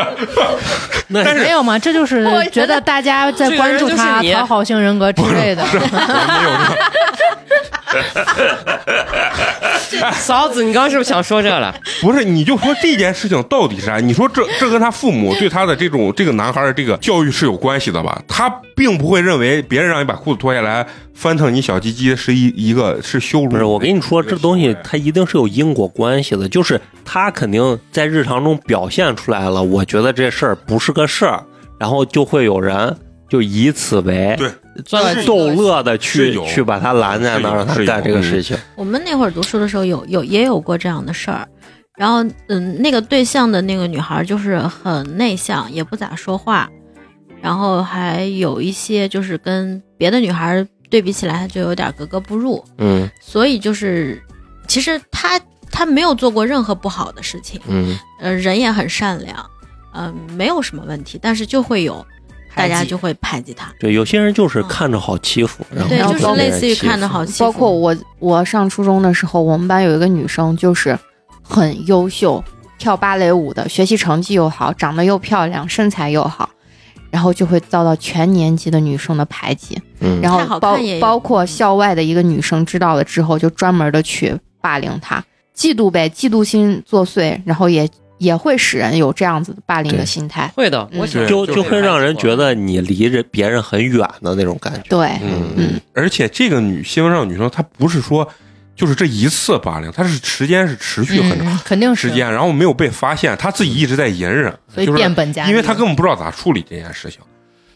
Speaker 2: 那
Speaker 1: 但
Speaker 8: 没
Speaker 1: 是
Speaker 8: 有嘛，这就是
Speaker 7: 我觉
Speaker 8: 觉
Speaker 7: 得
Speaker 8: 得大家在关注
Speaker 2: 这个人
Speaker 8: 他
Speaker 2: 就是你
Speaker 8: 讨好性人格之类的。
Speaker 1: 没有没有
Speaker 2: 嫂子，你刚刚是不是想说这 了？
Speaker 1: 不是，你就说这件事情到底是啥？你说这这跟他父母对他的这种这个男孩的这个教育是有关系的吧？他并不会认为别人让你把裤子脱下来翻腾你小鸡鸡是一一个是羞辱。
Speaker 6: 不是，我跟你说，这东西它一定是有因果关系的，就是他肯定在日常中表现出来了。我觉得这事儿不是个事儿，然后就会有人就以此为
Speaker 1: 对
Speaker 2: 算了，
Speaker 6: 逗乐的
Speaker 1: 是
Speaker 6: 去
Speaker 1: 有
Speaker 6: 去把他拦在那儿，
Speaker 1: 是有是有
Speaker 6: 让他
Speaker 1: 嗯
Speaker 6: 干这个事情。
Speaker 5: 我们那会儿读书的时候有有也有过这样的事儿，然后嗯，那个对象的那个女孩就是很内向，也不咋说话，然后还有一些就是跟别的女孩对比起来，她就有点格格不入，
Speaker 6: 嗯
Speaker 5: 所以就是其实她她没有做过任何不好的事情，
Speaker 6: 嗯，
Speaker 5: 呃，人也很善良，呃，没有什么问题，但是就会有大
Speaker 2: 排
Speaker 5: 家
Speaker 2: 挤
Speaker 5: 就会排挤她，
Speaker 6: 对，有些人就是
Speaker 5: 嗯
Speaker 6: 看着好欺负，然
Speaker 5: 对，
Speaker 6: 后
Speaker 5: 就是类似于看着好欺负，
Speaker 7: 包括我，我上初中的时候，我们班有一个女生，就是很优秀，跳芭蕾舞的，学习成绩又好，长得又漂亮，身材又好，然后就会遭到全年级的女生的排挤。
Speaker 6: 嗯
Speaker 7: 然后
Speaker 5: 太好
Speaker 7: 包
Speaker 5: 看也有
Speaker 7: 包括校外的一个女生知道了之后，就专门的去霸凌她，嫉妒呗，嫉妒心作祟，然后也也会使人有这样子的霸凌的
Speaker 6: 对
Speaker 7: 心态。
Speaker 2: 会的，
Speaker 7: 嗯
Speaker 2: 我
Speaker 1: 对就
Speaker 6: 就
Speaker 1: 是
Speaker 6: 就会让人觉
Speaker 2: 得
Speaker 6: 得你离着别人很远的那种感觉。
Speaker 7: 对，
Speaker 1: 嗯
Speaker 7: 嗯
Speaker 1: 而且这个女新闻上的女生，她不是说就是这一次霸凌，她是时间是持续很长
Speaker 8: 嗯，肯定
Speaker 1: 时
Speaker 8: 是，
Speaker 1: 间，然后没有被发现，她自己一直在隐忍，
Speaker 8: 所以
Speaker 1: 就是
Speaker 8: 变本加厉。
Speaker 1: 因为她根本不知道咋处理这件事情，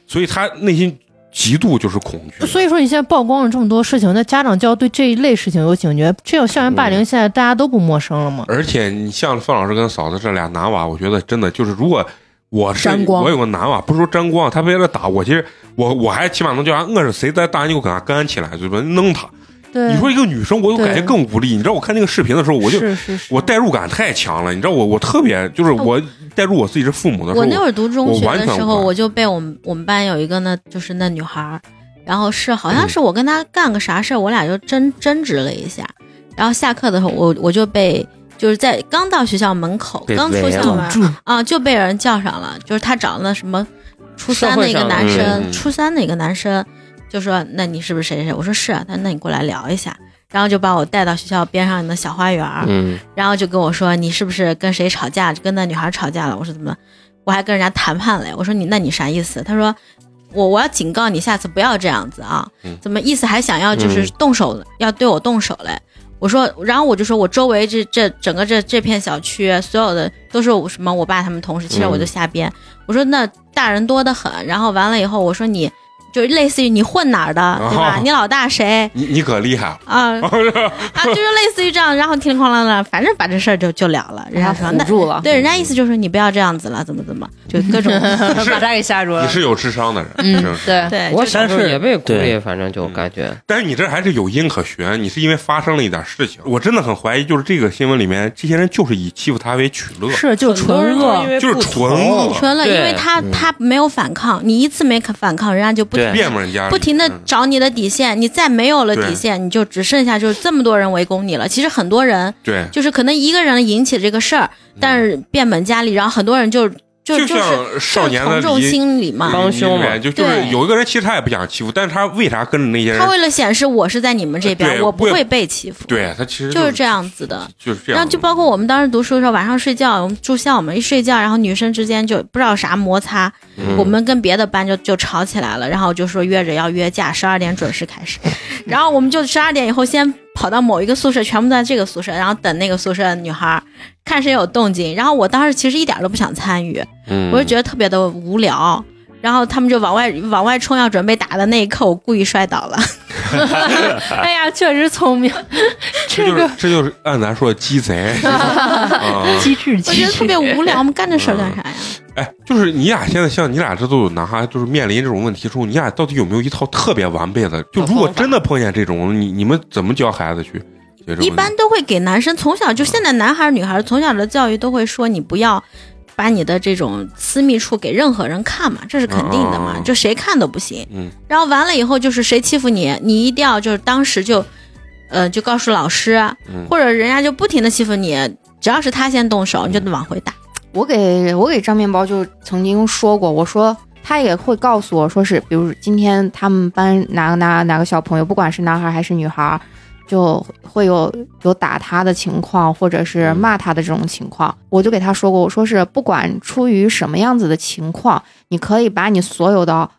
Speaker 1: 所以她内心极度就是恐惧。
Speaker 8: 所以说，你现在曝光了这么多事情，那家长就要对这一类事情有警觉。这种校园霸凌现在大家都不陌生了嘛？
Speaker 1: 而且你像范老师跟嫂子这俩男娃，我觉得真的就是，如果我是
Speaker 8: 沾光
Speaker 1: 我有个男娃，不是说沾光，他为了打我，其实我我还起码能叫他，我是谁在打你，我给他干起来，对吧？弄他。
Speaker 8: 对，
Speaker 1: 你说一个女生，我就
Speaker 8: 对
Speaker 1: 感觉更无力。你知道我看那个视频的时候，我就是
Speaker 8: 是是，
Speaker 1: 我代入感太强了。你知道我我特别
Speaker 8: 哦
Speaker 1: 就是我代入我自己是父母的时候，
Speaker 5: 我那会儿读中
Speaker 1: 我
Speaker 5: 学
Speaker 1: 完
Speaker 5: 的
Speaker 1: 全
Speaker 5: 时
Speaker 1: 无
Speaker 5: 候，
Speaker 1: 法
Speaker 5: 我就被我们我们班有一个那就是那女孩儿，然后是好
Speaker 1: 嗯
Speaker 5: 像是我跟她干个啥事儿，我俩就争争执了一下，然后下课的时候，我我就被就是在刚到学校门口，
Speaker 6: 被
Speaker 5: 刚出
Speaker 6: 围
Speaker 5: 校
Speaker 6: 了
Speaker 5: 门儿啊就被人叫上了，就是她找那什么初
Speaker 2: 社
Speaker 5: 三
Speaker 2: 会
Speaker 5: 的一个
Speaker 2: 上的
Speaker 5: 男
Speaker 1: 嗯
Speaker 5: 生，
Speaker 1: 嗯
Speaker 5: 初三的一个男生就说那你是不是谁谁谁？我说是啊，他说那你过来聊一下，然后就把我带到学校边上的小花园儿，
Speaker 6: 嗯，
Speaker 5: 然后就跟我说你是不是跟谁吵架，就跟那女孩吵架了？我说怎么了？我还跟人家谈判嘞。我说你那你啥意思？他说我我要警告你下次不要这样子啊
Speaker 1: 嗯，
Speaker 5: 怎么意思还想要就是
Speaker 6: 嗯
Speaker 5: 动手、要对我动手嘞？我说，然后我就说我周围这这整个这这片小区所有的都是我什么我爸他们同事，其实
Speaker 6: 嗯
Speaker 5: 我就瞎编。我说那大人多得很，然后完了以后我说你就类似于你混哪儿的、对吧
Speaker 1: 哦？
Speaker 5: 你老大谁？
Speaker 1: 你你可厉 害了，
Speaker 5: 啊 啊，就是类似于这样，然后听哐啷啷，反正把这事儿就就了了。人家说
Speaker 7: 唬
Speaker 5: 那
Speaker 7: 住了
Speaker 5: 对，人家意思就是你不要这样子了，怎么怎么，就各种
Speaker 8: 把他给吓住
Speaker 1: 你是有智商的人，
Speaker 8: 嗯
Speaker 1: 真是，
Speaker 8: 对，
Speaker 5: 对，
Speaker 2: 我
Speaker 5: 哎就
Speaker 2: 小时候
Speaker 6: 但是
Speaker 2: 也被孤立，
Speaker 6: 对
Speaker 2: 反正就感觉
Speaker 1: 但是你这还是有因可循，你是因为发生了一点事情。我真的很怀疑，就是这个新闻里面，这些人就是以欺负他为取乐，
Speaker 8: 是就 纯恶，
Speaker 1: 就是纯
Speaker 2: 哦
Speaker 1: 恶，
Speaker 5: 纯了，因
Speaker 2: 对
Speaker 5: 为他
Speaker 6: 嗯
Speaker 5: 他没有反抗，你一次没反抗，人家就不
Speaker 6: 对
Speaker 1: 变本加厉，
Speaker 5: 不停的
Speaker 1: 嗯
Speaker 5: 找你的底线，你再没有了
Speaker 1: 对
Speaker 5: 底线，你就只剩下就是这么多人围攻你了。其实很多人
Speaker 1: 对。
Speaker 5: 就是可能一个人引起这个事儿，但是变本加厉，然后很多人就就
Speaker 1: 嗯就
Speaker 5: 就是
Speaker 1: 像
Speaker 5: 就
Speaker 1: 少
Speaker 5: 是
Speaker 1: 年
Speaker 5: 从
Speaker 1: 的
Speaker 5: 众
Speaker 1: 李
Speaker 5: 心理嘛。
Speaker 2: 帮凶嘛
Speaker 1: 嘛，就就是
Speaker 5: 对
Speaker 1: 有一个人其实他也不想欺负，但是他为啥跟着那些人
Speaker 5: 他？为了显示我是在你们这
Speaker 1: 呃对
Speaker 5: 边，我不
Speaker 1: 为
Speaker 5: 会被欺负。
Speaker 1: 对他其实
Speaker 5: 就是是这样子的。
Speaker 1: 就是这样。
Speaker 5: 然后就包括我们当时读书的时候，晚上睡觉，我们住校嘛，一睡觉，然后女生之间就不知道啥摩擦，
Speaker 6: 嗯
Speaker 5: 我们跟别的班就就 吵起来了，然后就说约着要约架，十二点准时开始，然后我们就十二点以后先跑到某一个宿舍，全部都在这个宿舍，然后等那个宿舍的女孩儿看谁有动静。然后我当时其实一点儿都不想参与，
Speaker 1: 嗯，
Speaker 5: 我就觉得特别的无聊。然后他们就往外往外冲，要准备打的那一刻，我故意摔倒了。
Speaker 8: 哎呀，确实聪明，
Speaker 1: 这
Speaker 8: 这
Speaker 1: 就是
Speaker 8: 个
Speaker 1: 这就是按咱说的鸡 贼啊。
Speaker 8: 机智，
Speaker 5: 我
Speaker 8: 机
Speaker 5: 觉得
Speaker 8: 智
Speaker 5: 特别无聊，我们干这事儿干啥呀？
Speaker 1: 哎，就是你俩现在像你俩这都有拿，就是面临这种问题之后，你俩到底有没有一套特别完备的？就如果真的碰见这种，你你们怎么教孩子去解决这个问题？
Speaker 5: 一般都会给男生从小就现在男孩儿女孩儿从小的教育都会说你不要把你的这种私密处给任何人看嘛，这是肯定的嘛，
Speaker 1: 哦
Speaker 5: 就谁看都不行。
Speaker 1: 嗯
Speaker 5: 然后完了以后就是谁欺负你，你一定要就是当时就，呃，就告诉老师，
Speaker 1: 嗯
Speaker 5: 或者人家就不停的欺负你，只要是他先动手，你就得往回打。
Speaker 7: 我给我给张面包就曾经说过，我说他也会告诉我说是，比如今天他们班哪个哪个哪个小朋友，不管是男孩还是女孩，就会有有打他的情况，或者是
Speaker 2: 嗯
Speaker 7: 骂他的这种情况。我就给他说过，我说是不管出于什么样子的情况，你可以把你所有的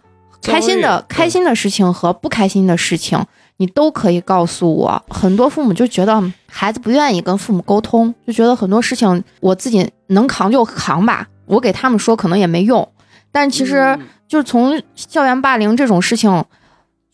Speaker 2: 遭遇
Speaker 7: 开心的
Speaker 2: 嗯
Speaker 7: 开心的事情和不开心的事情。你都可以告诉我。很多父母就觉得嗯孩子不愿意跟父母沟通，就觉得很多事情我自己能扛就扛吧，我给他们说可能也没用。但其实
Speaker 2: 嗯
Speaker 7: 就是从校园霸凌这种事情，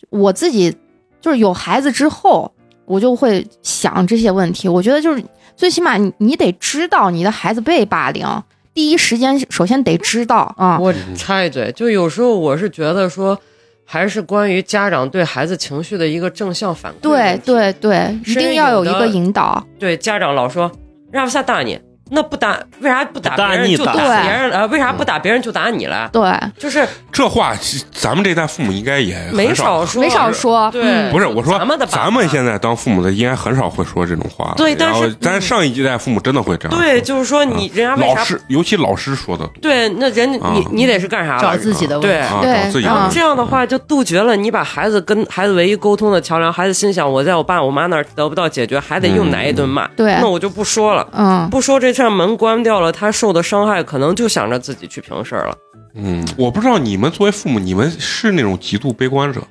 Speaker 7: 我自己就是有孩子之后，我就会想这些问题。我觉得就是最起码你你得知道你的孩子被霸凌，第一时间首先得知道啊。
Speaker 2: 我插一嘴，就有时候我是觉得说，还是关于家长对孩子情绪的一个正向反馈
Speaker 7: 对
Speaker 2: 问题。
Speaker 7: 对对，一
Speaker 2: 是
Speaker 7: 定要有一
Speaker 2: 有
Speaker 7: 个
Speaker 2: 的
Speaker 7: 引导。
Speaker 2: 对，家长老说让不下打你，那不打为啥不打
Speaker 6: 不打
Speaker 2: 别人
Speaker 6: 你
Speaker 2: 就
Speaker 6: 打
Speaker 2: 打
Speaker 7: 谁
Speaker 2: 别人了？呃为啥不打别人就打你了？
Speaker 7: 对，
Speaker 2: 就是
Speaker 1: 这话，其咱们这一代父母应该也很
Speaker 2: 没
Speaker 1: 少。啊
Speaker 2: 少说，
Speaker 7: 没少说。
Speaker 2: 对
Speaker 7: 嗯
Speaker 1: 不是我说，
Speaker 2: 咱们的爸爸
Speaker 1: 现在当父母的应该很少会说这种话了。
Speaker 2: 对但是嗯
Speaker 1: 然后咱上一代父母真的会这样说。
Speaker 2: 对，就是说你人家为
Speaker 1: 嗯老
Speaker 2: 啥
Speaker 1: 师，尤其老师说的
Speaker 2: 对？那人
Speaker 1: 啊
Speaker 2: 你你得是干啥
Speaker 8: 找
Speaker 2: 了？
Speaker 8: 自己的问
Speaker 2: 对
Speaker 8: 题。
Speaker 1: 啊，
Speaker 7: 对
Speaker 1: 找自己
Speaker 2: 然后
Speaker 1: 的
Speaker 7: 嗯
Speaker 2: 这样的话，就杜绝了你把孩子跟孩子唯一沟通的桥梁。孩子心想，我在我爸我妈那儿得不到解决，还得又挨一顿骂，
Speaker 7: 嗯对
Speaker 2: 那我就不说了。
Speaker 7: 嗯，
Speaker 2: 不说这扇门关掉了，他受的伤害可能就想着自己去平事儿了。
Speaker 1: 嗯，我不知道你们作为父母，你们是那种极度悲观者吗，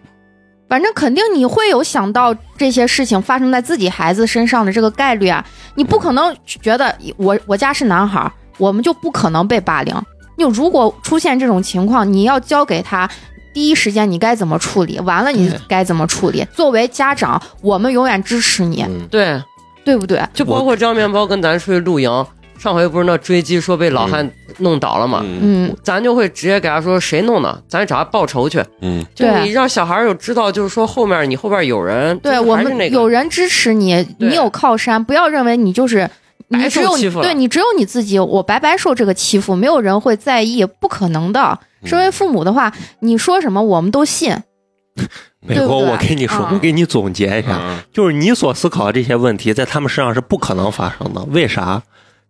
Speaker 7: 反正肯定你会有想到这些事情发生在自己孩子身上的这个概率啊，你不可能觉得我我家是男孩儿，我们就不可能被霸凌。你如果出现这种情况，你要教给他。第一时间你该怎么处理？完了你
Speaker 6: 对
Speaker 7: 该怎么处理？作为家长，我们永远支持你，
Speaker 6: 嗯，
Speaker 2: 对，
Speaker 7: 对不对？
Speaker 2: 就包括张面包跟咱出去露营，上回不是那追击说被老汉弄倒了吗？
Speaker 1: 嗯
Speaker 7: 嗯，
Speaker 2: 咱就会直接给他说谁弄的，咱找他报仇去。
Speaker 1: 嗯，
Speaker 2: 就
Speaker 7: 对
Speaker 2: 你让小孩儿有知道，就是说后面你后边有人，
Speaker 7: 对
Speaker 2: 就是
Speaker 7: 我
Speaker 2: 还是那
Speaker 7: 们
Speaker 2: 个
Speaker 7: 有人支持你，
Speaker 2: 对
Speaker 7: 你有靠山，不要认为你就是
Speaker 2: 白
Speaker 7: 你
Speaker 2: 受
Speaker 7: 只有
Speaker 2: 欺
Speaker 7: 你，
Speaker 2: 负了
Speaker 7: 对你只有你自己，我白白受这个欺负，没有人会在意，不可能的。身为父母的话，你说什么我们都信。
Speaker 6: 美
Speaker 7: 对
Speaker 6: 国，
Speaker 7: 不对
Speaker 6: 我跟你说，
Speaker 7: 嗯
Speaker 6: 我给你总结一下，
Speaker 1: 嗯
Speaker 6: 就是你所思考的这些问题，在他们身上是不可能发生的。为啥？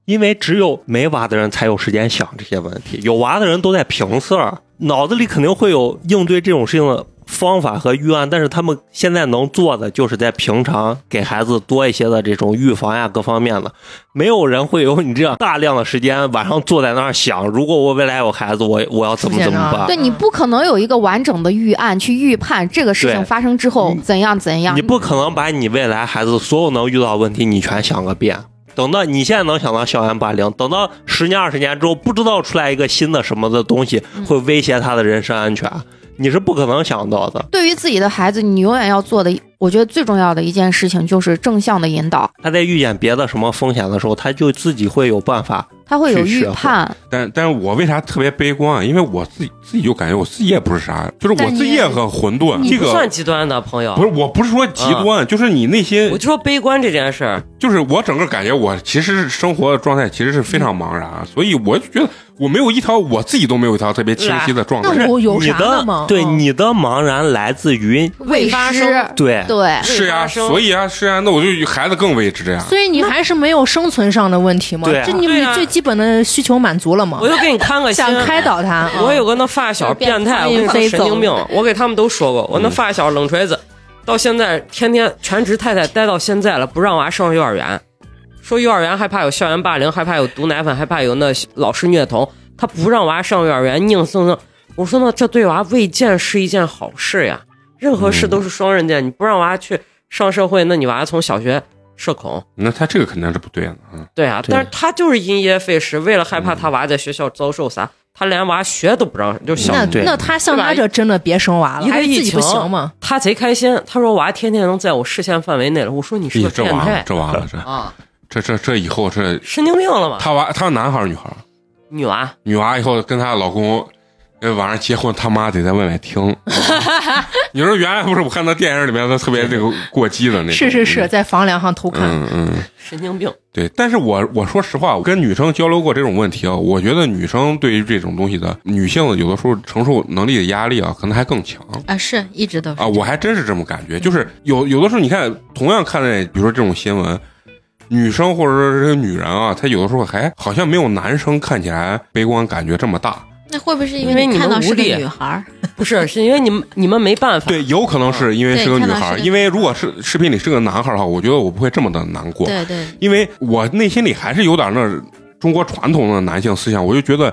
Speaker 6: 因为只有没娃的人才有时间想这些问题，有娃的人都在平事儿，脑子里肯定会有应对这种事情的方法和预案，但是他们现在能做的就是在平常给孩子多一些的这种预防呀各方面的，没有人会有你这样大量的时间晚上坐在那儿想，如果我未来有孩子，我我要怎么
Speaker 8: 出现
Speaker 6: 怎么
Speaker 8: 啊
Speaker 6: 办？
Speaker 7: 对你不可能有一个完整的预案去预判这个事情
Speaker 6: 对
Speaker 7: 发生之后
Speaker 6: 你
Speaker 7: 怎样怎样
Speaker 6: 你。不可能把你未来孩子所有能遇到的问题你全想个遍。等到你现在能想到校园霸凌，等到十年二十年之后，不知道出来一个新的什么的东西会威胁他的人身安全，你是不可能想到的。
Speaker 7: 对于自己的孩子，你永远要做的，我觉得最重要的一件事情就是正向的引导，
Speaker 6: 他在遇见别的什么风险的时候，他就自己会有办法。
Speaker 7: 他会有
Speaker 6: 去
Speaker 7: 预
Speaker 6: 学会
Speaker 7: 判。
Speaker 1: 但但是我为啥特别悲观啊？因为我自己自己就感觉我自己也不是啥，就是我
Speaker 8: 但你
Speaker 1: 自己也很混沌。
Speaker 2: 你
Speaker 1: 这
Speaker 2: 不算
Speaker 1: 个
Speaker 2: 极端的朋友，
Speaker 1: 不是，我不是说极端，就是你那些
Speaker 2: 我，就说悲观这件事儿，
Speaker 1: 就是我整个感觉我其实是生活的状态其实是非常茫然，啊所以我就觉得我没有一条我自己都没有一条特别清晰的状态。
Speaker 8: 那我有
Speaker 6: 你
Speaker 8: 啥
Speaker 6: 的
Speaker 8: 嘛？
Speaker 6: 对
Speaker 8: 嗯
Speaker 6: 你的茫然来自于
Speaker 7: 未
Speaker 2: 发
Speaker 7: 知
Speaker 2: 生
Speaker 6: 对
Speaker 7: 对，
Speaker 1: 是呀、
Speaker 2: 未发生
Speaker 1: 所以啊，是呀、那我就孩子更为之这样。
Speaker 8: 所以你还是没有生存上的问题吗？
Speaker 6: 对啊
Speaker 8: 这你
Speaker 2: 对
Speaker 8: 你
Speaker 2: 啊
Speaker 8: 最基本的需求满足了吗
Speaker 2: 我？就给你看个心啊
Speaker 8: 想。开导他，
Speaker 2: 我有个那发小变态，我跟你说神经病，我给他们都说过，我那发小冷锤子，到现在天天全职太太待到现在了，不让娃上幼儿园，说幼儿园害怕有校园霸凌，害怕有毒奶粉，害怕有那老师虐童，他不让娃上幼儿园，硬生生。我说那这对娃未见是一件好事呀，任何事都是双刃剑，你不让娃去上社会，那你娃从小学社恐，
Speaker 1: 那他这个肯定是不对的，嗯，
Speaker 2: 对啊，
Speaker 6: 对
Speaker 2: 但是他就是因噎废食，为了害怕他娃在学校遭受啥，他连娃学都不让，就小
Speaker 8: 啊那
Speaker 6: 对
Speaker 8: 那他像他这真的别生娃了，
Speaker 2: 一个
Speaker 8: 还是自己不
Speaker 2: 疫情
Speaker 8: 行吗？
Speaker 2: 他贼开心，他说娃天天能在我视线范围内了，我说你是
Speaker 1: 咦
Speaker 2: 个
Speaker 1: 哎这
Speaker 2: 变
Speaker 1: 完了，
Speaker 2: 态
Speaker 1: 这完了，
Speaker 2: 啊，
Speaker 1: 这这这这以后这
Speaker 2: 神经病了吧？
Speaker 1: 他娃他男孩儿女孩儿，
Speaker 2: 女娃
Speaker 1: 女娃以后跟她老公。呃，晚上结婚，他妈得在外面 听。你说原来不是我看到电影里面，他特别那个过激的那种。
Speaker 8: 是是是，在房梁上偷看，
Speaker 1: 嗯嗯。
Speaker 2: 神经病，
Speaker 1: 对，但是我我说实话，我跟女生交流过这种问题啊，我觉得女生对于这种东西的女性有的时候承受能力的压力啊，可能还更强
Speaker 5: 啊，是一直都是
Speaker 1: 啊，我还真是这么感
Speaker 8: 嗯
Speaker 1: 觉，就是有有的时候你看，同样看待比如说这种新闻，女生或者说这个女人啊，她有的时候还好像没有男生看起来悲观感觉这么大，
Speaker 5: 那会不会是因
Speaker 2: 因为
Speaker 5: 为
Speaker 2: 你
Speaker 5: 看
Speaker 2: 们
Speaker 5: 到
Speaker 2: 无
Speaker 5: 是个
Speaker 2: 力
Speaker 5: 女孩儿？
Speaker 2: 不是是因为你们你们没办法，
Speaker 1: 对，有可能是因为
Speaker 5: 对
Speaker 1: 是个女
Speaker 5: 看到
Speaker 1: 孩
Speaker 5: 是
Speaker 1: 儿，
Speaker 5: 个
Speaker 1: 因为如果是视频里是个男孩儿的话，我觉得我不会这么的难过，
Speaker 5: 对对，
Speaker 1: 因为我内心里还是有点那儿中国传统的男性思想，我就觉得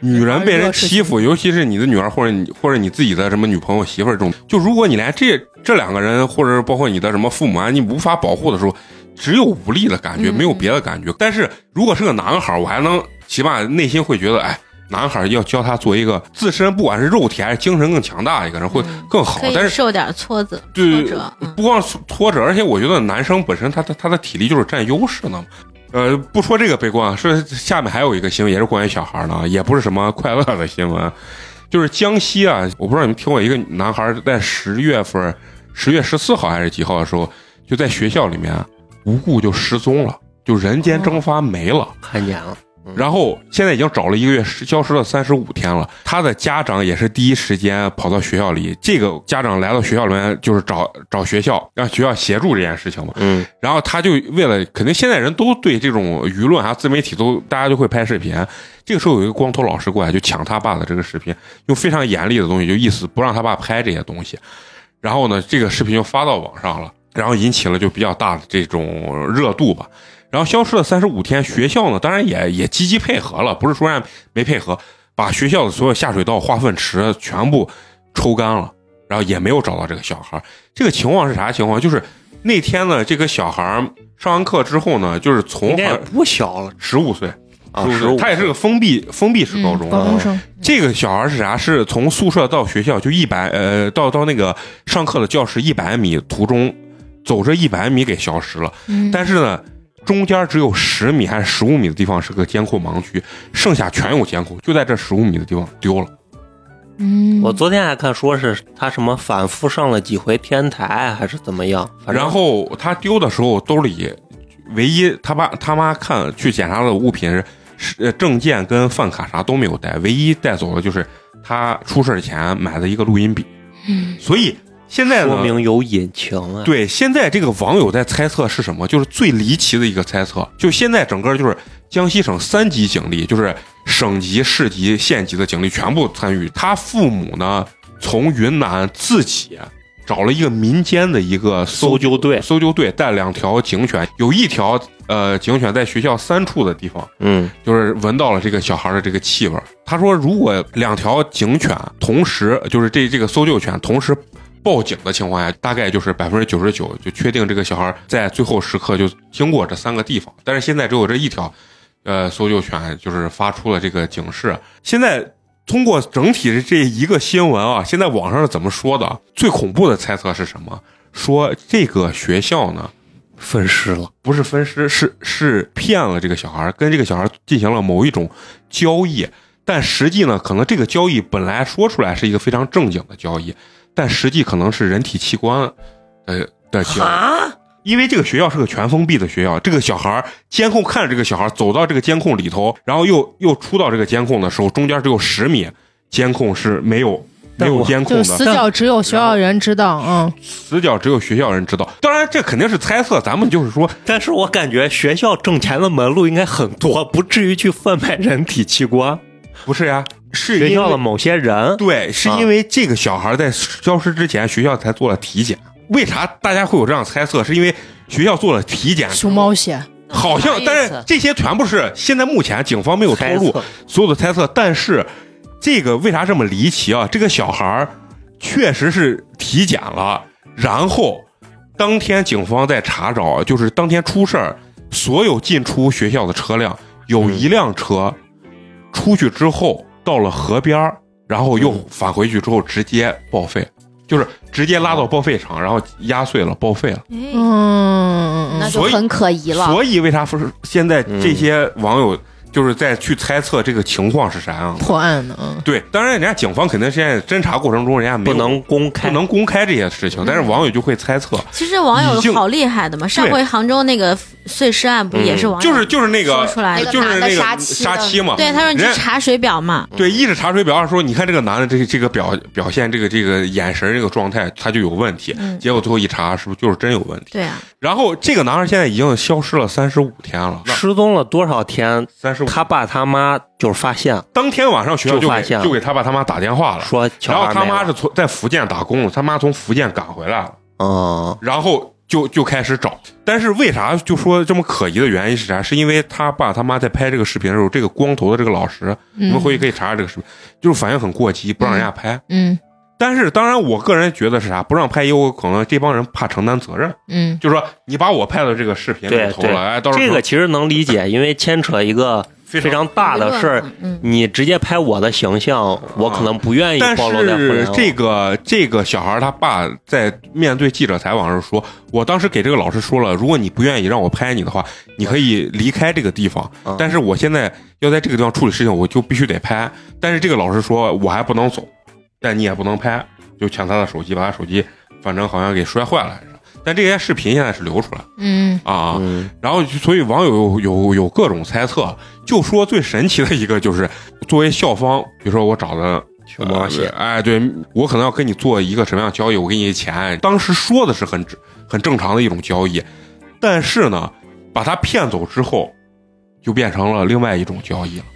Speaker 1: 女人被人欺负，
Speaker 5: 嗯
Speaker 1: 尤其是你的女儿或者你或者你自己的什么女朋友、媳妇儿这种，就如果你连这这两个人，或者是包括你的什么父母啊，你无法保护的时候，只有无力的感觉，
Speaker 5: 嗯
Speaker 1: 没有别的感觉。但是如果是个男孩儿，我还能起码内心会觉得，哎。男孩儿要教他做一个自身，不管是肉体还是精神更强大的一个人，会
Speaker 5: 嗯
Speaker 1: 更好
Speaker 5: 可。
Speaker 1: 但
Speaker 5: 以
Speaker 1: 是
Speaker 5: 受点挫折，挫
Speaker 1: 对
Speaker 5: 折，嗯
Speaker 1: 不光是挫折，而且我觉得男生本身他他他的体力就是占优势的嘛。呃，不说这个悲观，啊，说下面还有一个新闻也是关于小孩的啊，也不是什么快乐的新闻，就是江西啊，我不知道你们听过一个男孩在十月份，十月十四号还是几号的时候，就在学校里面无故就失踪了，就人
Speaker 5: 哦
Speaker 1: 间蒸发没了。
Speaker 6: 看见了，
Speaker 1: 然后现在已经找了一个月，失消失了三十五天了。他的家长也是第一时间跑到学校里，这个家长来到学校里面就是找找学校，让学校协助这件事情嘛。
Speaker 6: 嗯，
Speaker 1: 然后他就为了，肯定现在人都对这种舆论还啊有自媒体都，大家就会拍视频。这个时候有一个光头老师过来，就抢他爸的这个视频，用非常严厉的东西，就意思不让他爸拍这些东西。然后呢，这个视频就发到网上了，然后引起了就比较大的这种热度吧。然后消失了三十五天，学校呢当然也也积极配合了，不是说人家没配合，把学校的所有下水道、化粪池全部抽干了，然后也没有找到这个小孩儿。这个情况是啥情况？就是那天呢，这个小孩儿上完课之后呢，就是
Speaker 6: 应
Speaker 1: 从
Speaker 6: 该也不小了
Speaker 1: 十五岁，
Speaker 6: 啊，
Speaker 1: 15
Speaker 6: 十
Speaker 1: 岁
Speaker 6: 五，
Speaker 1: 他也是个封闭封闭式
Speaker 7: 嗯
Speaker 1: 高中，
Speaker 8: 高中生
Speaker 1: 这个小孩是啥？是从宿舍到学校就一百呃，到到那个上课的教室一百米途中，走这一百米给消失了。
Speaker 4: 嗯
Speaker 1: 但是呢，中间只有十米还是十五米的地方是个监控盲区，剩下全有监控，就在这十五米的地方丢了。
Speaker 4: 嗯
Speaker 6: 我昨天还看说是他什么反复上了几回天台还是怎么样，反正
Speaker 1: 然后他丢的时候兜里唯一他爸他妈看去检查的物品是是呃证件跟饭卡啥都没有带，唯一带走的就是他出事前买的一个录音笔。
Speaker 7: 嗯
Speaker 1: 所以现在呢，
Speaker 6: 说明有隐情啊，，
Speaker 1: 对，现在这个网友在猜测是什么？就是最离奇的一个猜测，就现在整个就是江西省三级警力，就是省级、市级、县级的警力全部参与。他父母呢，从云南自己找了一个民间的一个
Speaker 6: 搜
Speaker 1: 搜
Speaker 6: 救队，
Speaker 1: 搜救队，带两条警犬，有一条呃警犬在学校三处的地方。
Speaker 6: 嗯，
Speaker 1: 就是闻到了这个小孩的这个气味儿。他说，如果两条警犬同时，就是这这个搜救犬同时报警的情况下，大概就是百分之九十九就确定这个小孩在最后时刻就经过这三个地方。但是现在只有这一条，呃，搜救犬就是发出了这个警示。现在。通过整体的这一个新闻啊，现在网上是怎么说的？最恐怖的猜测是什么？说这个学校呢，
Speaker 6: 分尸了，
Speaker 1: 不是分尸，是是骗了这个小孩儿，跟这个小孩儿进行了某一种交易，但实际呢，可能这个交易本来说出来是一个非常正经的交易，但实际可能是人体器官，呃的交易。
Speaker 2: 啊，
Speaker 1: 因为这个学校是个全封闭的学校，这个小孩儿监控看着这个小孩儿走到这个监控里头，然后又又出到这个监控的时候，中间只有十米，监控是没有没
Speaker 6: 但我
Speaker 1: 有监控
Speaker 8: 就
Speaker 1: 的，
Speaker 8: 死角只有学校人知道，嗯，
Speaker 1: 死角只有学校人知道。当然，这肯定是猜测，咱们就是说
Speaker 6: 但是我感觉学校挣钱的门路应该很多，不至于去贩卖人体器官。
Speaker 1: 不是呀，是
Speaker 6: 学
Speaker 1: 因
Speaker 6: 校
Speaker 1: 为
Speaker 6: 的某些人，
Speaker 1: 对，是因为这个小孩在消失之前，学校才做了体检。为啥大家会有这样猜测？是因为学校做了体检，
Speaker 8: 熊猫血，
Speaker 1: 好像，但是这些全部是现在目前警方没有透
Speaker 6: 猜
Speaker 1: 露
Speaker 6: 测
Speaker 1: 所有的猜测。但是这个为啥这么离奇啊？这个小孩儿确实是体检了，然后当天警方在查找，就是当天出事儿，所有进出学校的车辆，有一辆车出去之后到了河边儿，然后又返回去之后直接报废，就是直接拉到报废厂，然后压碎了报废了。
Speaker 5: 哎
Speaker 8: 嗯，
Speaker 7: 那就
Speaker 1: 所以
Speaker 7: 很可疑了。
Speaker 1: 所以为啥说是现在这些网友就是在去猜测这个情况是啥样的？
Speaker 8: 破案呢，嗯
Speaker 1: 对，当然人家警方肯定现在侦查过程中，人家没有
Speaker 6: 不能公开
Speaker 1: 不。能公开这些事情，但是网友就会猜测，
Speaker 5: 其实网
Speaker 1: 已经嗯
Speaker 5: 友好厉害的嘛，上回杭州那个碎尸案不也是网友
Speaker 1: 就是就是那个
Speaker 5: 说出来的？
Speaker 1: 就是那
Speaker 7: 那
Speaker 1: 个嗯
Speaker 7: 个男的杀妻的
Speaker 1: 杀妻嘛，
Speaker 5: 对，他说你去
Speaker 1: 人
Speaker 5: 查水表嘛，
Speaker 1: 对，一是查水表，二说你看这个男的这这个表表现，这个这个眼神这个状态，他就有问题。
Speaker 5: 嗯
Speaker 1: 结果最后一查，是不是就是真有问题？
Speaker 5: 对啊，
Speaker 1: 然后这个男孩现在已经消失了三十五天了，
Speaker 6: 失踪了多少天？
Speaker 1: 三十五。
Speaker 6: 他爸他妈就是发现
Speaker 1: 当天晚上学校就
Speaker 6: 就
Speaker 1: 给
Speaker 6: 发现
Speaker 1: 就
Speaker 6: 了
Speaker 1: 给他爸他妈打电话了，
Speaker 6: 说
Speaker 1: 然
Speaker 6: 小
Speaker 1: 后
Speaker 6: 孩
Speaker 1: 他
Speaker 6: 没
Speaker 1: 妈
Speaker 6: 了
Speaker 1: 是从在福建打工，他妈从福建赶回来了，
Speaker 6: 嗯
Speaker 1: 然后就就开始找。但是为啥就说这么可疑的原因是啥？是因为他爸他妈在拍这个视频的时候，这个光头的这个老师，你们回去可以查查这个视频，就是反应很过激，不让人家拍。
Speaker 8: 嗯
Speaker 1: 但是，当然，我个人觉得是啥？不让拍，也有可能这帮人怕承担责任，
Speaker 8: 嗯
Speaker 1: 就是说你把我拍的这个视频
Speaker 6: 对
Speaker 1: 给偷了，哎，到时候
Speaker 6: 这个其实能理解，因为牵扯一个
Speaker 1: 非
Speaker 6: 非
Speaker 1: 常。
Speaker 6: 常大的事儿，
Speaker 5: 嗯，
Speaker 6: 你直接拍我的形象，我可能不愿意
Speaker 1: 但
Speaker 6: 暴露在互联
Speaker 1: 是
Speaker 6: 网。
Speaker 1: 这个这个小孩他爸在面对记者采访的时候说，我当时给这个老师说了，如果你不愿意让我拍你的话，你可以离开这个地方。
Speaker 6: 嗯
Speaker 1: 但是我现在要在这个地方处理事情，我就必须得拍。但是这个老师说我还不能走，但你也不能拍，就抢他的手机，把他手机反正好像给摔坏了还是啥。但这些视频现在是流出来了
Speaker 8: 嗯
Speaker 1: 啊。
Speaker 6: 嗯，
Speaker 1: 然后就，所以网友有有有各种猜测，就说最神奇的一个就是，作为校方，比如说我找的
Speaker 6: 熊猫
Speaker 1: 呃
Speaker 6: 鞋，
Speaker 1: 哎，对我可能要跟你做一个什么样的交易，我给你钱，当时说的是很很正常的一种交易，但是呢，把他骗走之后，就变成了另外一种交易了。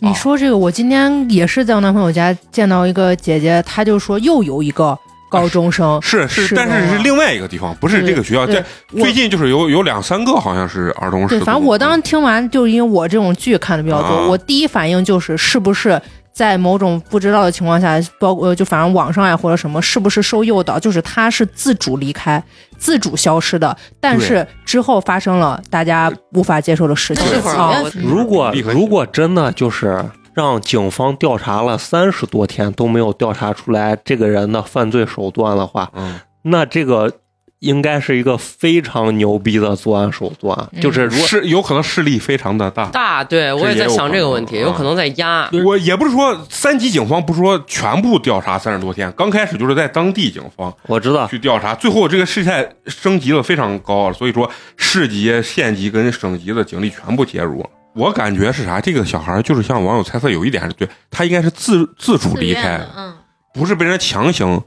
Speaker 8: 你说这个，我今天也是在我男朋友家见到一个姐姐，她就说又有一个高中生，
Speaker 1: 哎是是，
Speaker 8: 是
Speaker 1: 但
Speaker 8: 的
Speaker 1: 是是另外一个地方，不是这个学校。
Speaker 8: 对
Speaker 1: 这
Speaker 8: 我
Speaker 1: 最近就是有有两三个好像是儿童失
Speaker 8: 对，
Speaker 1: 踪。
Speaker 8: 反正我当时听完，就是因为我这种剧看的比较多，
Speaker 1: 啊
Speaker 8: 我第一反应就是是不是在某种不知道的情况下，包括呃就反正网上呀啊或者什么，是不是受诱导，就是他是自主离开、自主消失的，但是之后发生了大家无法接受的事情
Speaker 1: 那这
Speaker 2: 会儿
Speaker 7: 哦
Speaker 8: 啊
Speaker 2: 我。
Speaker 6: 如果
Speaker 1: 立刻
Speaker 6: 如果真的就是让警方调查了三十多天都没有调查出来这个人的犯罪手段的话，
Speaker 1: 嗯，
Speaker 6: 那这个应该是一个非常牛逼的作案手段，就是如果
Speaker 1: 是有可能势力非常的大。
Speaker 2: 大对我也在想这个问题，
Speaker 1: 这也有嗯
Speaker 2: 有
Speaker 1: 可
Speaker 2: 可能在压。
Speaker 1: 我也不是说三级警方不是说全部调查三十多天，刚开始就是在当地警方
Speaker 6: 我知道
Speaker 1: 去调查，最后这个事态升级了非常高，啊所以说市级、县级跟省级的警力全部介入了。我感觉是啥？这个小孩就是像网友猜测有一点是对，他应该是自自主离开的，
Speaker 5: 嗯，
Speaker 1: 不是被人强行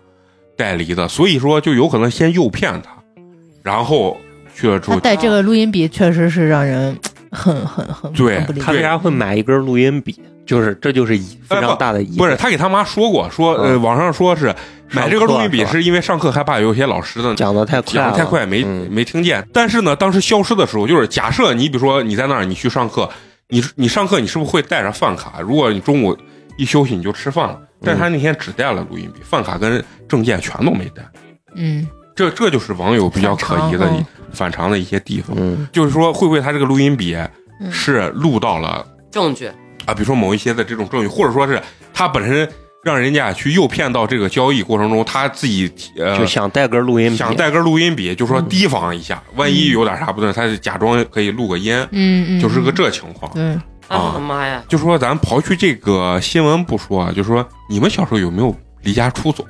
Speaker 1: 带离的，所以说就有可能先诱骗他，然后去了之
Speaker 8: 他
Speaker 1: 后，
Speaker 8: 带这个录音笔确实是让人很很很
Speaker 1: 对
Speaker 8: 很不理
Speaker 6: 他
Speaker 8: 解。
Speaker 6: 为啥会买一根录音笔，就是这就是疑
Speaker 1: 哎
Speaker 6: 非常大的疑
Speaker 1: 不是
Speaker 6: 点。
Speaker 1: 他给他妈说过，说呃，网上说是买这个录音笔
Speaker 6: 上课
Speaker 1: 是因为上课害怕有些老师的
Speaker 6: 讲的太快
Speaker 1: 讲
Speaker 6: 了，
Speaker 1: 的太快没、
Speaker 6: 嗯
Speaker 1: 没听见。但是呢，当时消失的时候，就是假设你比如说你在那儿，你去上课，你你上课你是不是会带着饭卡？如果你中午一休息你就吃饭了，但是他那天只带了录音笔，饭卡跟证件全都没带。
Speaker 8: 嗯，
Speaker 1: 这这就是网友比较可疑的
Speaker 8: 反常
Speaker 1: 一反常的一些地方，
Speaker 6: 嗯，
Speaker 1: 就是说会不会他这个录音笔啊
Speaker 5: 嗯
Speaker 1: 是录到了
Speaker 2: 证据
Speaker 1: 啊，比如说某一些的这种证据，或者说是他本身让人家去诱骗到这个交易过程中，他自己呃
Speaker 6: 就想带根录音笔，
Speaker 1: 想带根录音笔，就说提防一下，万一有点啥不对，他就假装可以录个音，
Speaker 8: 嗯嗯，
Speaker 1: 就是个这情况。
Speaker 8: 对，
Speaker 1: 啊
Speaker 2: 啊，妈呀！
Speaker 1: 就说咱刨去这个新闻不说啊，就说你们小时候有没有离家出走？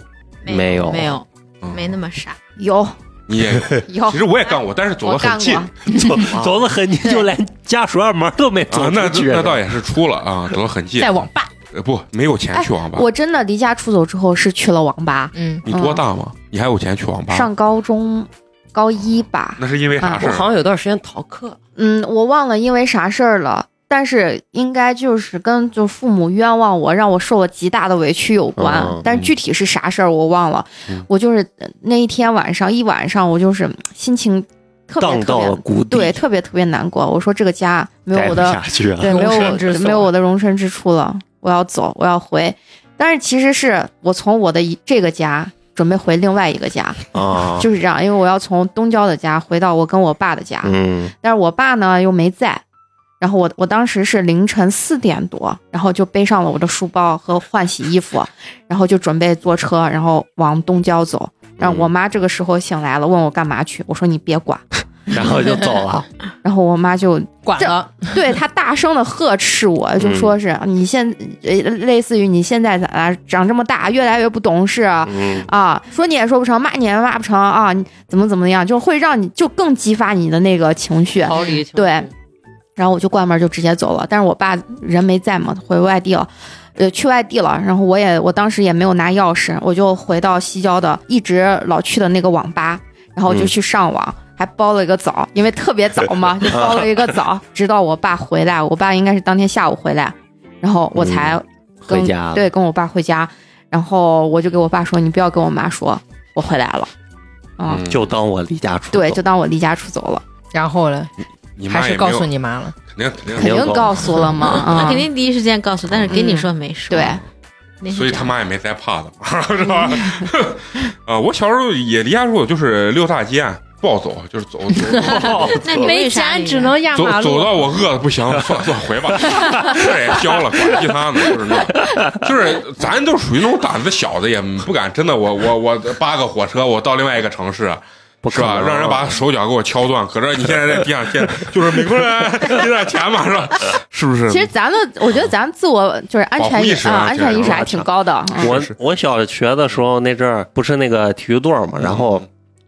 Speaker 6: 没有
Speaker 5: 没有
Speaker 1: 嗯
Speaker 5: 没那么傻，
Speaker 7: 有
Speaker 1: 你也
Speaker 7: 有
Speaker 1: 其，实我也干过，但是走
Speaker 7: 哦我
Speaker 1: 得
Speaker 7: 干
Speaker 1: 很
Speaker 7: 过
Speaker 1: 近，啊
Speaker 6: 走走的很近，就连家属院门都没走
Speaker 1: 啊，那
Speaker 6: 出去
Speaker 1: 那倒也是出了啊，走得很近
Speaker 8: 在。网吧，
Speaker 1: 呃不，没有钱去网吧。
Speaker 7: 我真的离家出走之后是去了网吧，
Speaker 8: 嗯，
Speaker 1: 你多大嘛？你还有钱去网
Speaker 6: 啊
Speaker 1: 吧？
Speaker 7: 上高中高一吧，
Speaker 1: 那是因为啥
Speaker 7: 啊
Speaker 1: 事
Speaker 2: 我好
Speaker 1: 儿？
Speaker 2: 像有段时间逃课，
Speaker 7: 嗯，我忘了因为啥事儿了，但是应该就是跟就父母冤枉我，让我受了极大的委屈有关。
Speaker 6: 嗯
Speaker 7: 但是具体是啥事儿我忘了。
Speaker 1: 嗯
Speaker 7: 我就是呃那一天晚上一晚上，我就是嗯心情特别
Speaker 6: 荡
Speaker 7: 特
Speaker 6: 到了
Speaker 7: 别
Speaker 6: 谷底，
Speaker 7: 对，特别特别难过。我说这个家没
Speaker 6: 待
Speaker 7: 有
Speaker 6: 不
Speaker 7: 我的
Speaker 6: 下去 了。
Speaker 7: 对，没有
Speaker 8: 啊容身之
Speaker 7: 我
Speaker 8: 所
Speaker 7: 没有我的容身之处了，我要走，我要回。但是其实是我从我的一这个家准备回另外一个家，
Speaker 6: 啊，
Speaker 7: 就是这样，因为我要从东郊的家回到我跟我爸的家，
Speaker 6: 嗯
Speaker 7: 但是我爸呢又没在。然后我我当时是凌晨四点多，然后就背上了我的书包和换洗衣服，然后就准备坐车，然后往东郊走。
Speaker 8: 嗯
Speaker 7: 然后我妈这个时候醒来了，问我干嘛去，我说你别管。
Speaker 6: 然后就走了，
Speaker 7: 然后我妈就
Speaker 8: 管了，
Speaker 7: 对他大声的呵斥我，就说是你现呃类似于你现在咋啦，长这么大越来越不懂事啊，
Speaker 6: 嗯
Speaker 7: 啊说你也说不成，骂你也骂不成啊，你怎么怎么样，就会让你就更激发你的那个情绪。
Speaker 2: 逃离情绪
Speaker 7: 对然后我就关门就直接走了，但是我爸人没在嘛，回外地了。呃，去外地了，然后我也我当时也没有拿钥匙，我就回到西郊的一直老去的那个网吧，然后我就
Speaker 6: 嗯
Speaker 7: 去上网，还包了一个澡，因为特别早嘛，就包了一个澡，直到我爸回来，我爸应该是当天下午回来，然后我才跟、
Speaker 6: 回家了
Speaker 7: 对跟我爸回家，然后我就给我爸说，你不要跟我妈说我回来了，嗯，
Speaker 1: 嗯
Speaker 6: 就当我离家出走，
Speaker 7: 对，就当我离家出走了，
Speaker 8: 然后呢，
Speaker 1: 你
Speaker 8: 还
Speaker 1: 妈
Speaker 8: 是
Speaker 1: 也
Speaker 8: 告
Speaker 1: 没
Speaker 8: 诉
Speaker 1: 有，
Speaker 8: 你妈了。
Speaker 1: 肯定肯定
Speaker 7: 肯定
Speaker 6: 告
Speaker 7: 告诉了嘛，
Speaker 5: 他
Speaker 7: 啊、
Speaker 5: 肯定第一时间告诉，但是跟你说没说，
Speaker 7: 嗯对。
Speaker 5: 那
Speaker 8: 嗯
Speaker 5: 是
Speaker 1: 所以
Speaker 5: 这
Speaker 1: 他
Speaker 5: 样
Speaker 1: 妈也没再怕他， 是吧？啊，我小时候也离家出走，就是溜大街，啊不好走，就是 走走 走
Speaker 5: 那你为啥
Speaker 8: 钱只能压
Speaker 1: 走
Speaker 8: 马路，
Speaker 1: 走到我饿的不行，算 算回吧，事儿也消了，管其他呢，就是那种，就是咱都属于那种胆子小的，也不敢真的我我我扒个火车，我到另外一个城市。啊
Speaker 6: 不
Speaker 1: 是
Speaker 6: 可
Speaker 1: 吧？
Speaker 6: 能
Speaker 1: 让人把手脚给我敲断，可是你现在在地上，现就是美国人 给点钱嘛，是吧？是不是？
Speaker 7: 其实咱们，我觉得咱自我就是安
Speaker 1: 嗯保
Speaker 7: 全
Speaker 1: 护
Speaker 7: 意
Speaker 1: 意
Speaker 7: 识
Speaker 1: 识
Speaker 7: 啊，
Speaker 1: 啊
Speaker 7: 安
Speaker 1: 这
Speaker 7: 全
Speaker 1: 个
Speaker 7: 意识还
Speaker 6: 我
Speaker 7: 挺
Speaker 6: 操
Speaker 7: 高的。嗯
Speaker 6: 我
Speaker 1: 是是
Speaker 6: 我小学的时候那阵儿不是那个体育队儿嘛，然后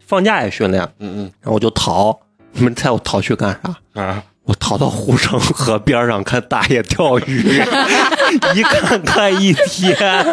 Speaker 6: 放假也训练，
Speaker 1: 嗯
Speaker 6: 然后我就逃，你们猜我逃去干啥？
Speaker 1: 嗯啊，
Speaker 6: 我逃到护 城河边上看大爷钓鱼， 一看看一 天，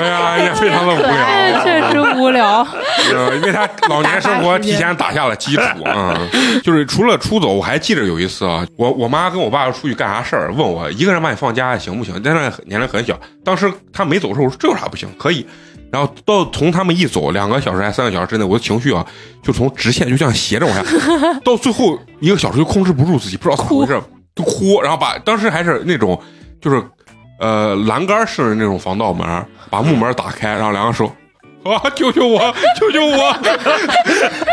Speaker 1: 哎呀，也非常的无
Speaker 8: 哎，
Speaker 1: 聊。啊
Speaker 8: 确实无聊。
Speaker 1: 呃，为他老年生活提前打下了基础啊、嗯就是除了出走，我还记得有一次啊，我我妈跟我爸出去干啥事儿，问我一个人把你放家行不行？但是年龄很小，当时他没走的时候，我说这有啥不行，可以。然后到从他们一走，两个小时还三个小时之内，我的情绪啊，就从直线就这样斜着往下， 到最后一个小时就控制不住自己，不知道咋回事，就哭，然后把当时还是那种就是呃栏杆式的那种防盗门，把木门打开，然后两个手。啊！救救我！救救 我！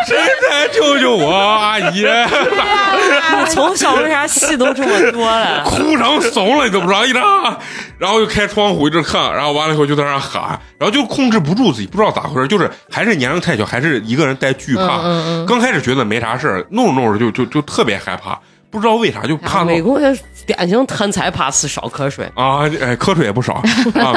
Speaker 1: 谁来救救我？阿姨，
Speaker 9: 我从小为啥戏都这么多了？
Speaker 1: 哭成怂了，你都不知道，一张，然后就开窗户一直看，然后完了以后就在那喊，然后就控制不住自己，不知道咋回事，就是还是年龄太小，还是一个人带惧怕。
Speaker 8: 嗯嗯嗯，
Speaker 1: 刚开始觉得没啥事儿，弄着弄着就就就特别害怕，不知道为啥就怕到
Speaker 2: 美国人典型贪财怕死少瞌睡，
Speaker 1: 啊，哎，瞌睡也不少 啊。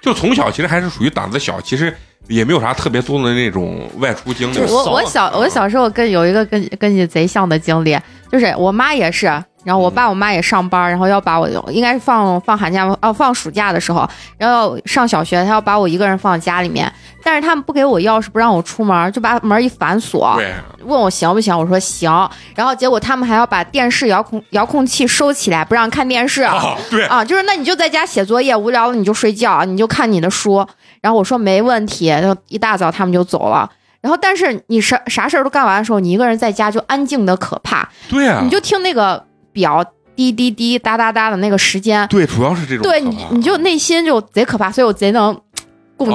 Speaker 1: 就从小其实还是属于胆子小，其实也没有啥特别多的那种外出经历。
Speaker 7: 我我小
Speaker 1: 嗯
Speaker 7: 我小时候跟有一个跟跟你贼像的经历，就是我妈也是，然后我爸我妈也上班，然后要把我应该是放放寒假哦、放暑假的时候，然后上小学，他要把我一个人放家里面，但是他们不给我钥匙，不让我出门，就把门一反锁，
Speaker 1: 对，
Speaker 7: 问我行不行，我说行，然后结果他们还要把电视遥控遥控器收起来，不让看电视。
Speaker 1: 啊， 对，
Speaker 7: 啊，就是那你就在家写作业，无聊了你就睡觉，啊你就看你的书。然后我说没问题，然后一大早他们就走了。然后但是你啥啥事儿都干完的时候，你一个人在家就安静的可怕，
Speaker 1: 对啊，
Speaker 7: 你就听那个表滴滴滴哒哒哒的那个时间，
Speaker 1: 对，主要是这种
Speaker 7: 对
Speaker 1: 可
Speaker 7: 你
Speaker 1: 怕
Speaker 7: 你就内心就贼可怕，所以我贼能共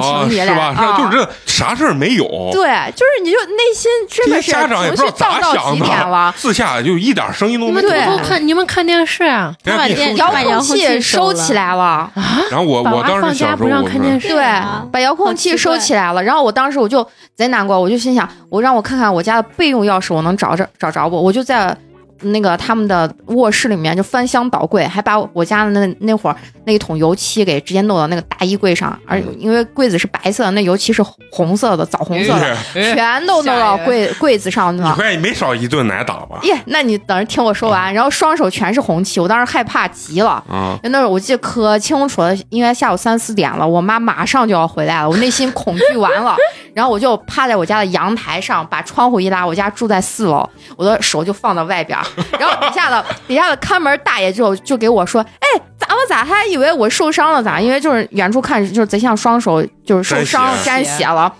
Speaker 1: 啊，
Speaker 7: 情你
Speaker 1: 是
Speaker 7: 俩
Speaker 1: 吧？是
Speaker 7: 啊。
Speaker 1: 就是这啥事儿没有，
Speaker 7: 对，就是你就内心真
Speaker 1: 这
Speaker 7: 的
Speaker 1: 些
Speaker 7: 是
Speaker 1: 家长也
Speaker 7: 情
Speaker 1: 不
Speaker 7: 绪
Speaker 1: 知道
Speaker 7: 躁
Speaker 1: 咋
Speaker 7: 到
Speaker 1: 想
Speaker 7: 极点 了
Speaker 1: 的，，自下就一点声音都
Speaker 8: 你
Speaker 1: 没
Speaker 8: 们
Speaker 1: 有。
Speaker 8: 偷
Speaker 7: 对
Speaker 8: 偷看，你们看电视啊？
Speaker 1: 人
Speaker 5: 把
Speaker 1: 家给
Speaker 5: 电
Speaker 1: 你
Speaker 7: 遥
Speaker 1: 收
Speaker 5: 把
Speaker 1: 起
Speaker 5: 遥控器
Speaker 7: 器
Speaker 5: 收
Speaker 7: 收
Speaker 5: 了
Speaker 7: 起来了。
Speaker 1: 然后哦我
Speaker 8: 把
Speaker 1: 我
Speaker 8: 娃
Speaker 1: 当
Speaker 8: 放
Speaker 1: 时小
Speaker 8: 家
Speaker 1: 时
Speaker 8: 不
Speaker 1: 候，
Speaker 8: 让
Speaker 1: 我
Speaker 8: 看
Speaker 1: 们
Speaker 8: 电视，
Speaker 5: 对啊，
Speaker 7: 把遥控器收起来了，然后我当时我就贼难过，我就心想，我让我看看我家的备用钥匙，我能找着找着不？我就在那个他们的卧室里面就翻箱倒柜，还把我家的那那会儿那一桶油漆给直接弄到那个大衣柜上，而因为柜子是白色的，那油漆是红色的，枣红色
Speaker 1: 哎
Speaker 7: 的，全都弄到柜柜子上去
Speaker 1: 你
Speaker 7: 了。
Speaker 1: 快没少一顿挨打吧？
Speaker 7: 耶，那你等着听我说完，然后双手全是红漆，我当时害怕极了。
Speaker 1: 啊，
Speaker 9: 嗯
Speaker 7: 那会儿我记得可清楚了，应该下午三四点了，我妈马上就要回来了，我内心恐惧完 了，然后我就趴在我家的阳台上，把窗户一拉，我家住在四楼，我的手就放到 外边儿，然后底下的底下的看门大爷就就给我说，哎，咋了咋？他还以为我受伤了咋？因为就是远处看就是贼像双手就是受伤沾
Speaker 9: 沾血
Speaker 7: 血了，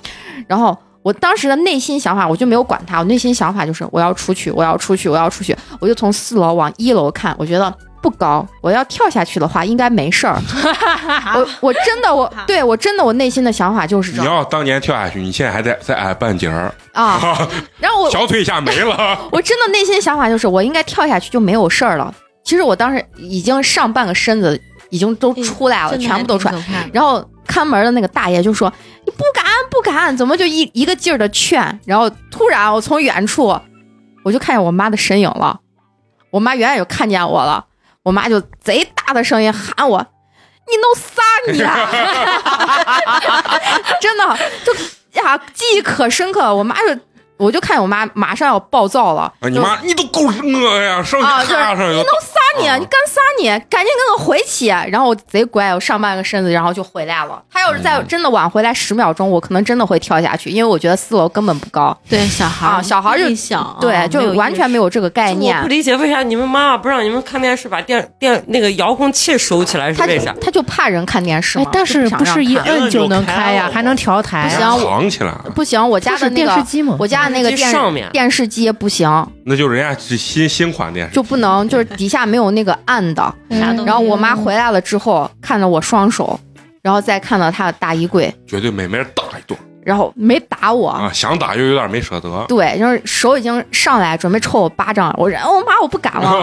Speaker 7: 然后。我当时的内心想法，我就没有管他。我内心想法就是我要出去，我要出去，我要出去。我就从四楼往一楼看，我觉得不高，我要跳下去的话应该没事 儿。我我真的我
Speaker 5: 怕
Speaker 7: 对我真的我内心的想法就是这
Speaker 1: 你
Speaker 7: 样
Speaker 1: 要当年跳下去，你现在还在再矮半截儿，
Speaker 7: 啊。然后我
Speaker 1: 小腿一下没了。
Speaker 7: 我真的内心想法就是，我应该跳下去就没有事儿了。其实我当时已经上半个身子已经都出来了，
Speaker 5: 哎真的
Speaker 7: 全部都出来。
Speaker 5: 挺可怕的
Speaker 7: 然后看门的那个大爷就说：“你不敢，不敢！”怎么就一一个劲儿的劝？然后突然我从远处我就看见我妈的身影了，我妈远远就看见我了，我妈就贼大的声音喊我：“你弄啥你啊！”真的就呀，记忆可深刻。我妈就我就看见我妈马上要暴躁了，
Speaker 1: 啊你
Speaker 7: 就
Speaker 1: 妈，你都够我呀！上去
Speaker 7: 啊就是
Speaker 1: 咔上去，
Speaker 7: 你
Speaker 1: 啊
Speaker 7: 你干啥你？赶紧跟我回去！然后我贼乖，我上半个身子，然后就回来了。他要是再真的晚回来十秒钟，我可能真的会跳下去，因为我觉得四楼根本不高。
Speaker 5: 对小孩
Speaker 7: 啊小孩儿就
Speaker 5: 就想，
Speaker 7: 对，就完全没有这个概
Speaker 9: 我不
Speaker 7: 念。
Speaker 9: 理解为啥你们妈妈不让你们看电视，把电电那个遥控器收起来是
Speaker 7: 他
Speaker 9: 为
Speaker 7: 就
Speaker 9: 啥？
Speaker 7: 他就怕人看电视
Speaker 8: 哎
Speaker 7: 嘛，，
Speaker 8: 但
Speaker 7: 就是想
Speaker 8: 不
Speaker 7: 让
Speaker 8: 是一
Speaker 7: 看
Speaker 8: 摁就能开呀、
Speaker 6: 看
Speaker 8: 还能调台、
Speaker 7: 不
Speaker 8: 啊？
Speaker 7: 行我
Speaker 1: 扛哎起来，
Speaker 7: 不行，我
Speaker 8: 就
Speaker 7: 家
Speaker 8: 是
Speaker 7: 的那
Speaker 8: 电视
Speaker 7: 个
Speaker 8: 机嘛。
Speaker 7: 我家的那个
Speaker 9: 电视机
Speaker 7: 电
Speaker 9: 上面
Speaker 7: 电视机不行，
Speaker 1: 那就人家是新新款电视，
Speaker 7: 就不能就是底下没有那个按的。
Speaker 5: 啥
Speaker 8: 嗯
Speaker 5: 都
Speaker 7: 然后我妈回来了之后，看到我双手，然后再看到她的大衣柜，
Speaker 1: 绝对没没人打一顿
Speaker 7: 然后没打我，
Speaker 1: 啊！想打又有点没舍得，
Speaker 7: 对，就是手已经上来准备抽我巴掌了，我忍，哦我、妈我不敢 了，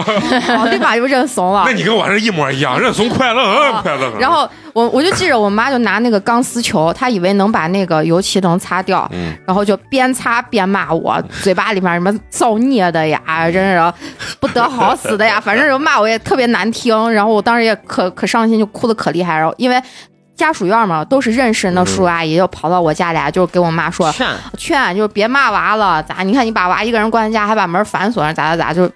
Speaker 7: 我立马就认怂
Speaker 5: 啊
Speaker 7: 了
Speaker 1: 那。你跟我是一模一样，认怂快乐，嗯快乐。
Speaker 7: 然，后我我就记着我妈就拿那个钢丝球，她以为能把那个油漆能擦掉，
Speaker 1: 嗯，
Speaker 7: 然后就边擦边骂我，嘴巴里面什么造孽的呀，真是不得好死的呀，反正就骂我也特别难听。然后我当时也可可伤心，就哭的可厉害。然后因为家属院嘛，都是认识那叔
Speaker 1: 嗯
Speaker 7: 叔阿姨，就跑到我家里来，就是给我妈说，
Speaker 2: 劝
Speaker 7: 劝，就是别骂娃了，咋？你看你把娃一个人关在家，还把门反锁上，咋咋咋？就，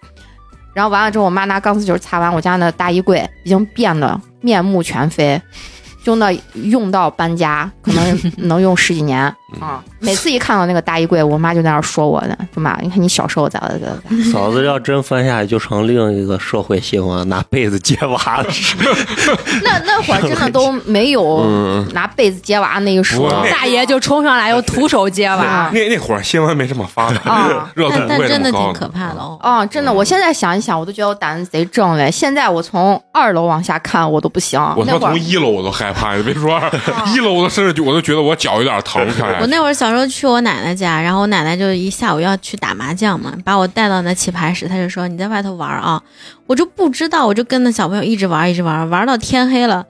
Speaker 7: 然后完了之后，我妈拿钢丝球擦完我家那大衣柜，已经变得面目全非，就那用到搬家，可能能用十几年
Speaker 1: 嗯
Speaker 7: 啊。每次一看到那个大衣柜，我妈就在那儿说我呢，就骂，你看你小时候咋咋咋咋咋。
Speaker 6: 嫂子要真翻下去，就成另一个社会新闻，拿被子接娃的事。
Speaker 7: 那那会儿真的都没有
Speaker 1: 嗯，
Speaker 7: 拿被子接娃那一说
Speaker 1: 我
Speaker 8: 大爷就冲上来，又徒手接娃
Speaker 7: 啊。
Speaker 1: 那那会儿新闻没这么发达
Speaker 7: 啊，
Speaker 1: 热度
Speaker 5: 但
Speaker 1: 不
Speaker 5: 但
Speaker 1: 会
Speaker 5: 真
Speaker 1: 那
Speaker 5: 的
Speaker 1: 么高
Speaker 5: 挺可怕的哦。
Speaker 7: 啊、真的，我现在想一想，我都觉得我胆子贼正嘞。现在我从二楼往下看，我都不行。
Speaker 1: 我他
Speaker 7: 那
Speaker 1: 妈
Speaker 7: 会儿
Speaker 1: 从一楼我都害怕，你别说一楼，我都甚至我都觉得我脚有点疼，看来
Speaker 5: 啊我那会儿小时候去我奶奶家，然后我奶奶就一下午要去打麻将嘛，把我带到那棋牌室，她就说你在外头玩啊，我就不知道，我就跟那小朋友一直玩，一直玩，玩到天黑了，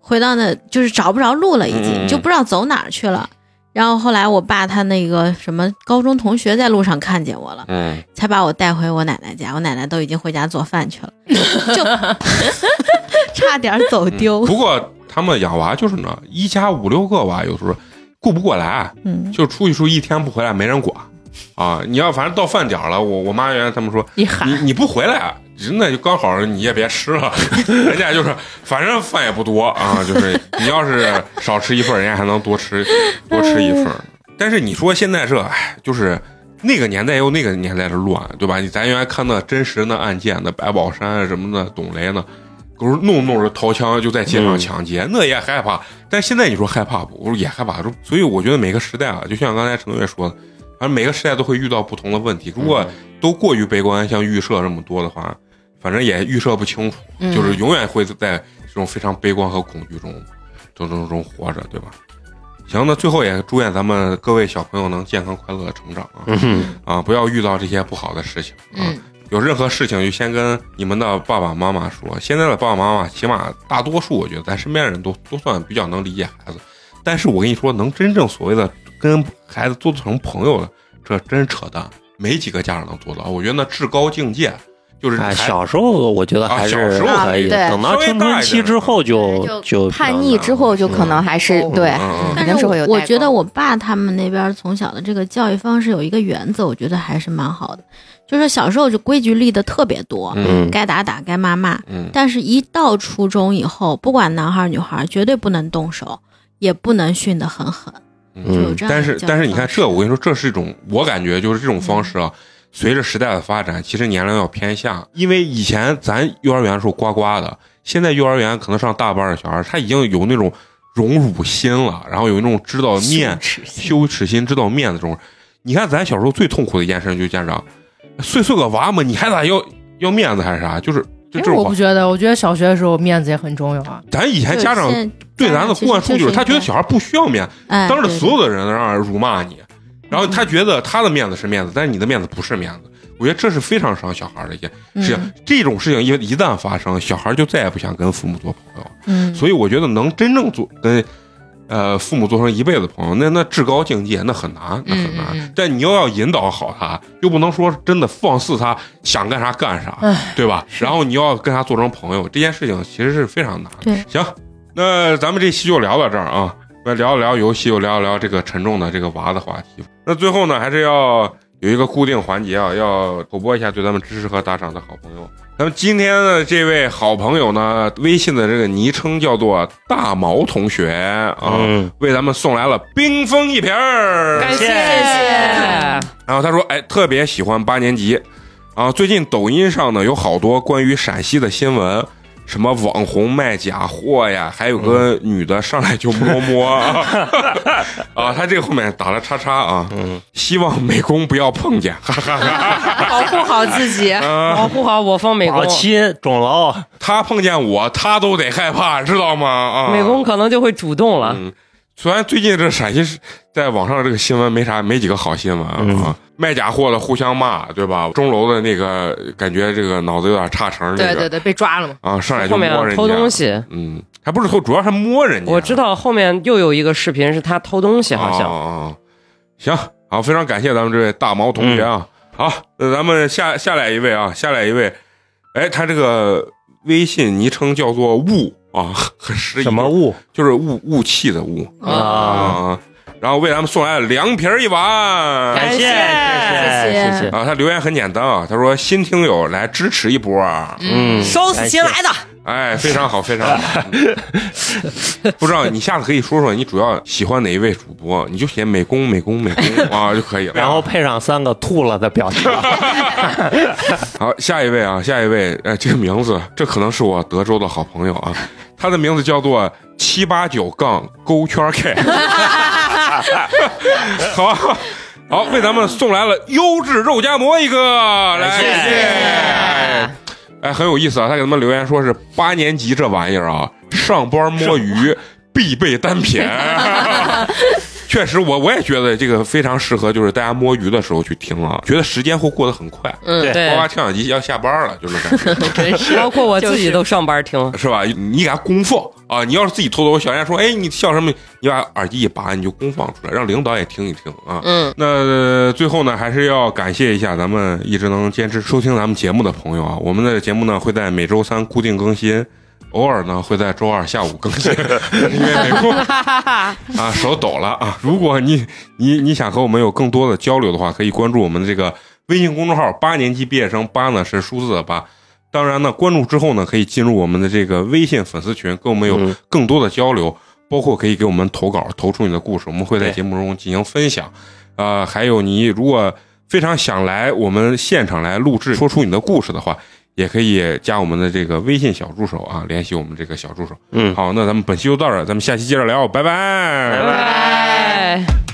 Speaker 5: 回到那就是找不着路了，已经、
Speaker 1: 嗯嗯嗯
Speaker 5: 就不知道走哪儿去了。然后后来我爸他那个什么高中同学在路上看见我了，
Speaker 1: 嗯，
Speaker 5: 才把我带回我奶奶家，我奶奶都已经回家做饭去了， 就差点走丢。
Speaker 1: 不过他们养娃就是那一家五六个娃，有时候顾不过来，
Speaker 5: 嗯，
Speaker 1: 就出去出去一天不回来没人管啊。你要反正到饭点儿了，我我妈原来他们说
Speaker 8: 一
Speaker 1: 你
Speaker 8: 喊
Speaker 1: 你不回来，啊那就刚好你也别吃了。 人家就是反正饭也不多啊，就是你要是少吃一份儿，人家还能多吃多吃一份儿。但是你说现在这，哎，就是那个年代也有那个年代的乱，对吧？你咱原来看那真实的案件，那白宝山啊什么的，董雷呢，狗弄弄着掏枪就在街上抢劫，那也害怕。但现在你说害怕不？我说也害怕。所以我觉得每个时代啊，就像刚才陈同学说的，反正每个时代都会遇到不同的问题。如果都过于悲观，像预设这么多的话，反正也预设不清楚，就是永远会在这种非常悲观和恐惧中，中中中活着，对吧？行，那最后也祝愿咱们各位小朋友能健康快乐的成长啊！
Speaker 6: 嗯，
Speaker 1: 啊，不要遇到这些不好的事情啊。有任何事情就先跟你们的爸爸妈妈说。现在的爸爸妈妈，起码大多数，我觉得咱身边的人都都算比较能理解孩子。但是我跟你说，能真正所谓的跟孩子做成朋友的，这真扯淡，没几个家长能做到。我觉得那至高境界就是 孩
Speaker 6: 哎，小时候我觉得
Speaker 1: 啊
Speaker 6: 还
Speaker 1: 小
Speaker 6: 是
Speaker 1: 时候
Speaker 6: 可
Speaker 7: 可
Speaker 6: 以，
Speaker 7: 以
Speaker 6: 等到青春期之后就就
Speaker 7: 叛逆之后就可能还是
Speaker 8: 嗯
Speaker 7: 对，
Speaker 1: 嗯嗯
Speaker 7: 肯
Speaker 5: 但
Speaker 7: 定
Speaker 5: 是
Speaker 7: 是
Speaker 5: 我
Speaker 7: 会有代沟。
Speaker 5: 我觉得我爸他们那边从小的这个教育方式有一个原则，我觉得还是蛮好的，就是小时候就规矩立的特别多，
Speaker 1: 嗯
Speaker 5: 该打打，该骂骂。
Speaker 1: 嗯
Speaker 5: 但是，一到初中以后，不管男孩儿女孩儿，绝对不能动手，也不能训得很狠。就有
Speaker 1: 嗯
Speaker 5: 这样的
Speaker 1: 但是
Speaker 5: 教育
Speaker 1: 但是你看
Speaker 5: 方式
Speaker 1: 这，我跟你说，这是一种我感觉就是这种方式啊。随着时代的发展，其实年龄要偏下，因为以前咱幼儿园的时候呱呱的，现在幼儿园可能上大班的小孩，他已经有那种荣辱心了，然后有那种知道面羞耻心、知道面子这种。你看咱小时候最痛苦的一件事就是家长，碎碎个娃嘛，你还咋要要面子还是啥？就是就
Speaker 8: 因
Speaker 1: 这种
Speaker 8: 为哎我
Speaker 1: 话
Speaker 8: 不，觉得，我觉得小学的时候面子也很重要啊。
Speaker 1: 咱以前
Speaker 5: 就
Speaker 1: 家长
Speaker 5: 现
Speaker 1: 对
Speaker 5: 家
Speaker 1: 咱的
Speaker 5: 长其实
Speaker 1: 灌输
Speaker 5: 就
Speaker 1: 就是是他
Speaker 5: 应
Speaker 1: 觉得
Speaker 5: 该
Speaker 1: 小孩不需要面，
Speaker 5: 哎，
Speaker 1: 当着
Speaker 5: 对
Speaker 1: 所有的人让人辱骂你，然后他觉得他的面子是面子，但是你的面子不是面子。我觉得这是非常伤小孩的一件事情。
Speaker 5: 嗯
Speaker 1: 这种事情因为一旦发生，小孩就再也不想跟父母做朋友。
Speaker 5: 嗯，
Speaker 1: 所以我觉得能真正做跟呃父母做成一辈子朋友，那那至高境界，那很难，那很难。
Speaker 8: 嗯嗯嗯
Speaker 1: 但你又要引导好他，又不能说真的放肆他想干啥干啥，对吧？然后你要跟他做成朋友，这件事情其实是非常难的。
Speaker 5: 对
Speaker 1: 行，那咱们这期就聊到这儿啊，那聊一聊游戏，又聊一聊这个沉重的这个娃的话题。那最后呢，还是要有一个固定环节啊，要口播一下对咱们支持和打赏的好朋友。咱们今天的这位好朋友呢，微信的这个昵称叫做大毛同学啊，
Speaker 6: 嗯，
Speaker 1: 为咱们送来了冰封一瓶儿。
Speaker 2: 感谢
Speaker 6: 谢
Speaker 2: 谢谢。
Speaker 1: 然后他说，哎，特别喜欢八年级，啊，最近抖音上呢有好多关于陕西的新闻。什么网红卖假货呀，还有个女的上来就摸摸 啊，他这个后面打了叉叉啊，
Speaker 6: 嗯，
Speaker 1: 希望美工不要碰 见，哈哈哈
Speaker 2: 保护好自己，保护好我方美工
Speaker 6: 保。亲钟老，
Speaker 1: 他碰见我，他都得害怕，知道吗？啊，
Speaker 2: 美工可能就会主动了，
Speaker 1: 嗯，虽然最近这陕西是在网上这个新闻没啥，没几个好新闻啊，
Speaker 6: 嗯
Speaker 1: 卖假货的互相骂，对吧？钟楼的那个感觉这个脑子有点差成，这个
Speaker 8: 对对对，被抓了嘛。
Speaker 1: 啊，上来就
Speaker 2: 后
Speaker 1: 摸人
Speaker 2: 面
Speaker 1: 家
Speaker 2: 偷东，西，
Speaker 1: 嗯，还不是偷，主要是摸人家，
Speaker 2: 我知道后面又有一个视频是他偷东西，好像。
Speaker 1: 啊行，好，非常感谢咱们这位大毛同学啊。
Speaker 2: 嗯
Speaker 1: 好，那咱们下下来一位啊，下来一位，哎，他这个微信昵称叫做雾啊，很诗意，
Speaker 6: 什么物
Speaker 1: 就是雾雾气的雾
Speaker 6: 啊？
Speaker 1: 啊。然后为咱们送来了凉皮儿一碗，
Speaker 6: 感谢
Speaker 5: 感谢
Speaker 6: 谢
Speaker 5: 谢
Speaker 6: 谢
Speaker 5: 谢
Speaker 6: 谢，
Speaker 1: 啊，他留言很简单啊，他说新听友来支持一波啊，
Speaker 6: 嗯，
Speaker 9: 烧死新来的，
Speaker 1: 哎，非常好，非常好。不知道你下次可以说说你主要喜欢哪一位主播，你就写美工美工美工啊就可以了。
Speaker 6: 然后配上三个吐了的表情，
Speaker 1: 好，下一位啊，下一位，哎，这个名字，这可能是我德州的好朋友啊，他的名字叫做七八九杠勾圈 K，好好为咱们送来了优质肉夹馍一个，来，
Speaker 6: 谢谢
Speaker 1: 谢。哎，很有意思啊！他给他们留言说是八年级这玩意儿啊，上班摸鱼必备单品。确实我，我也觉得这个非常适合，就是大家摸鱼的时候去听啊，觉得时间会过得很快。
Speaker 2: 嗯，
Speaker 6: 对
Speaker 1: 呱呱
Speaker 2: 对，
Speaker 1: 跳响机要下班了，就那感觉，
Speaker 2: 包括我自己都上班听。
Speaker 1: 是吧？ 你给他公放啊！你要是自己偷偷笑，人家说，哎，你笑什么？你把耳机一拔，你就公放出来，让领导也听一听啊。
Speaker 2: 嗯，
Speaker 1: 那、呃最后呢，还是要感谢一下咱们一直能坚持收听咱们节目的朋友啊。我们的节目呢会在每周三固定更新，偶尔呢会在周二下午更新，因为美工啊手抖了啊。如果你你你想和我们有更多的交流的话，可以关注我们的这个微信公众号“八年级毕业生”，八呢是数字的八。当然呢，关注之后呢，可以进入我们的这个微信粉丝群，跟我们有
Speaker 6: 嗯
Speaker 1: 更多的交流，包括可以给我们投稿，投出你的故事，我们会在
Speaker 6: 对
Speaker 1: 节目中进行分享。呃，还有你如果非常想来我们现场来录制，说出你的故事的话，也可以加我们的这个微信小助手啊，联系我们这个小助手。
Speaker 6: 嗯，
Speaker 1: 好，那咱们本期就到这儿，咱们下期接着聊，拜拜
Speaker 6: 拜拜
Speaker 2: 拜。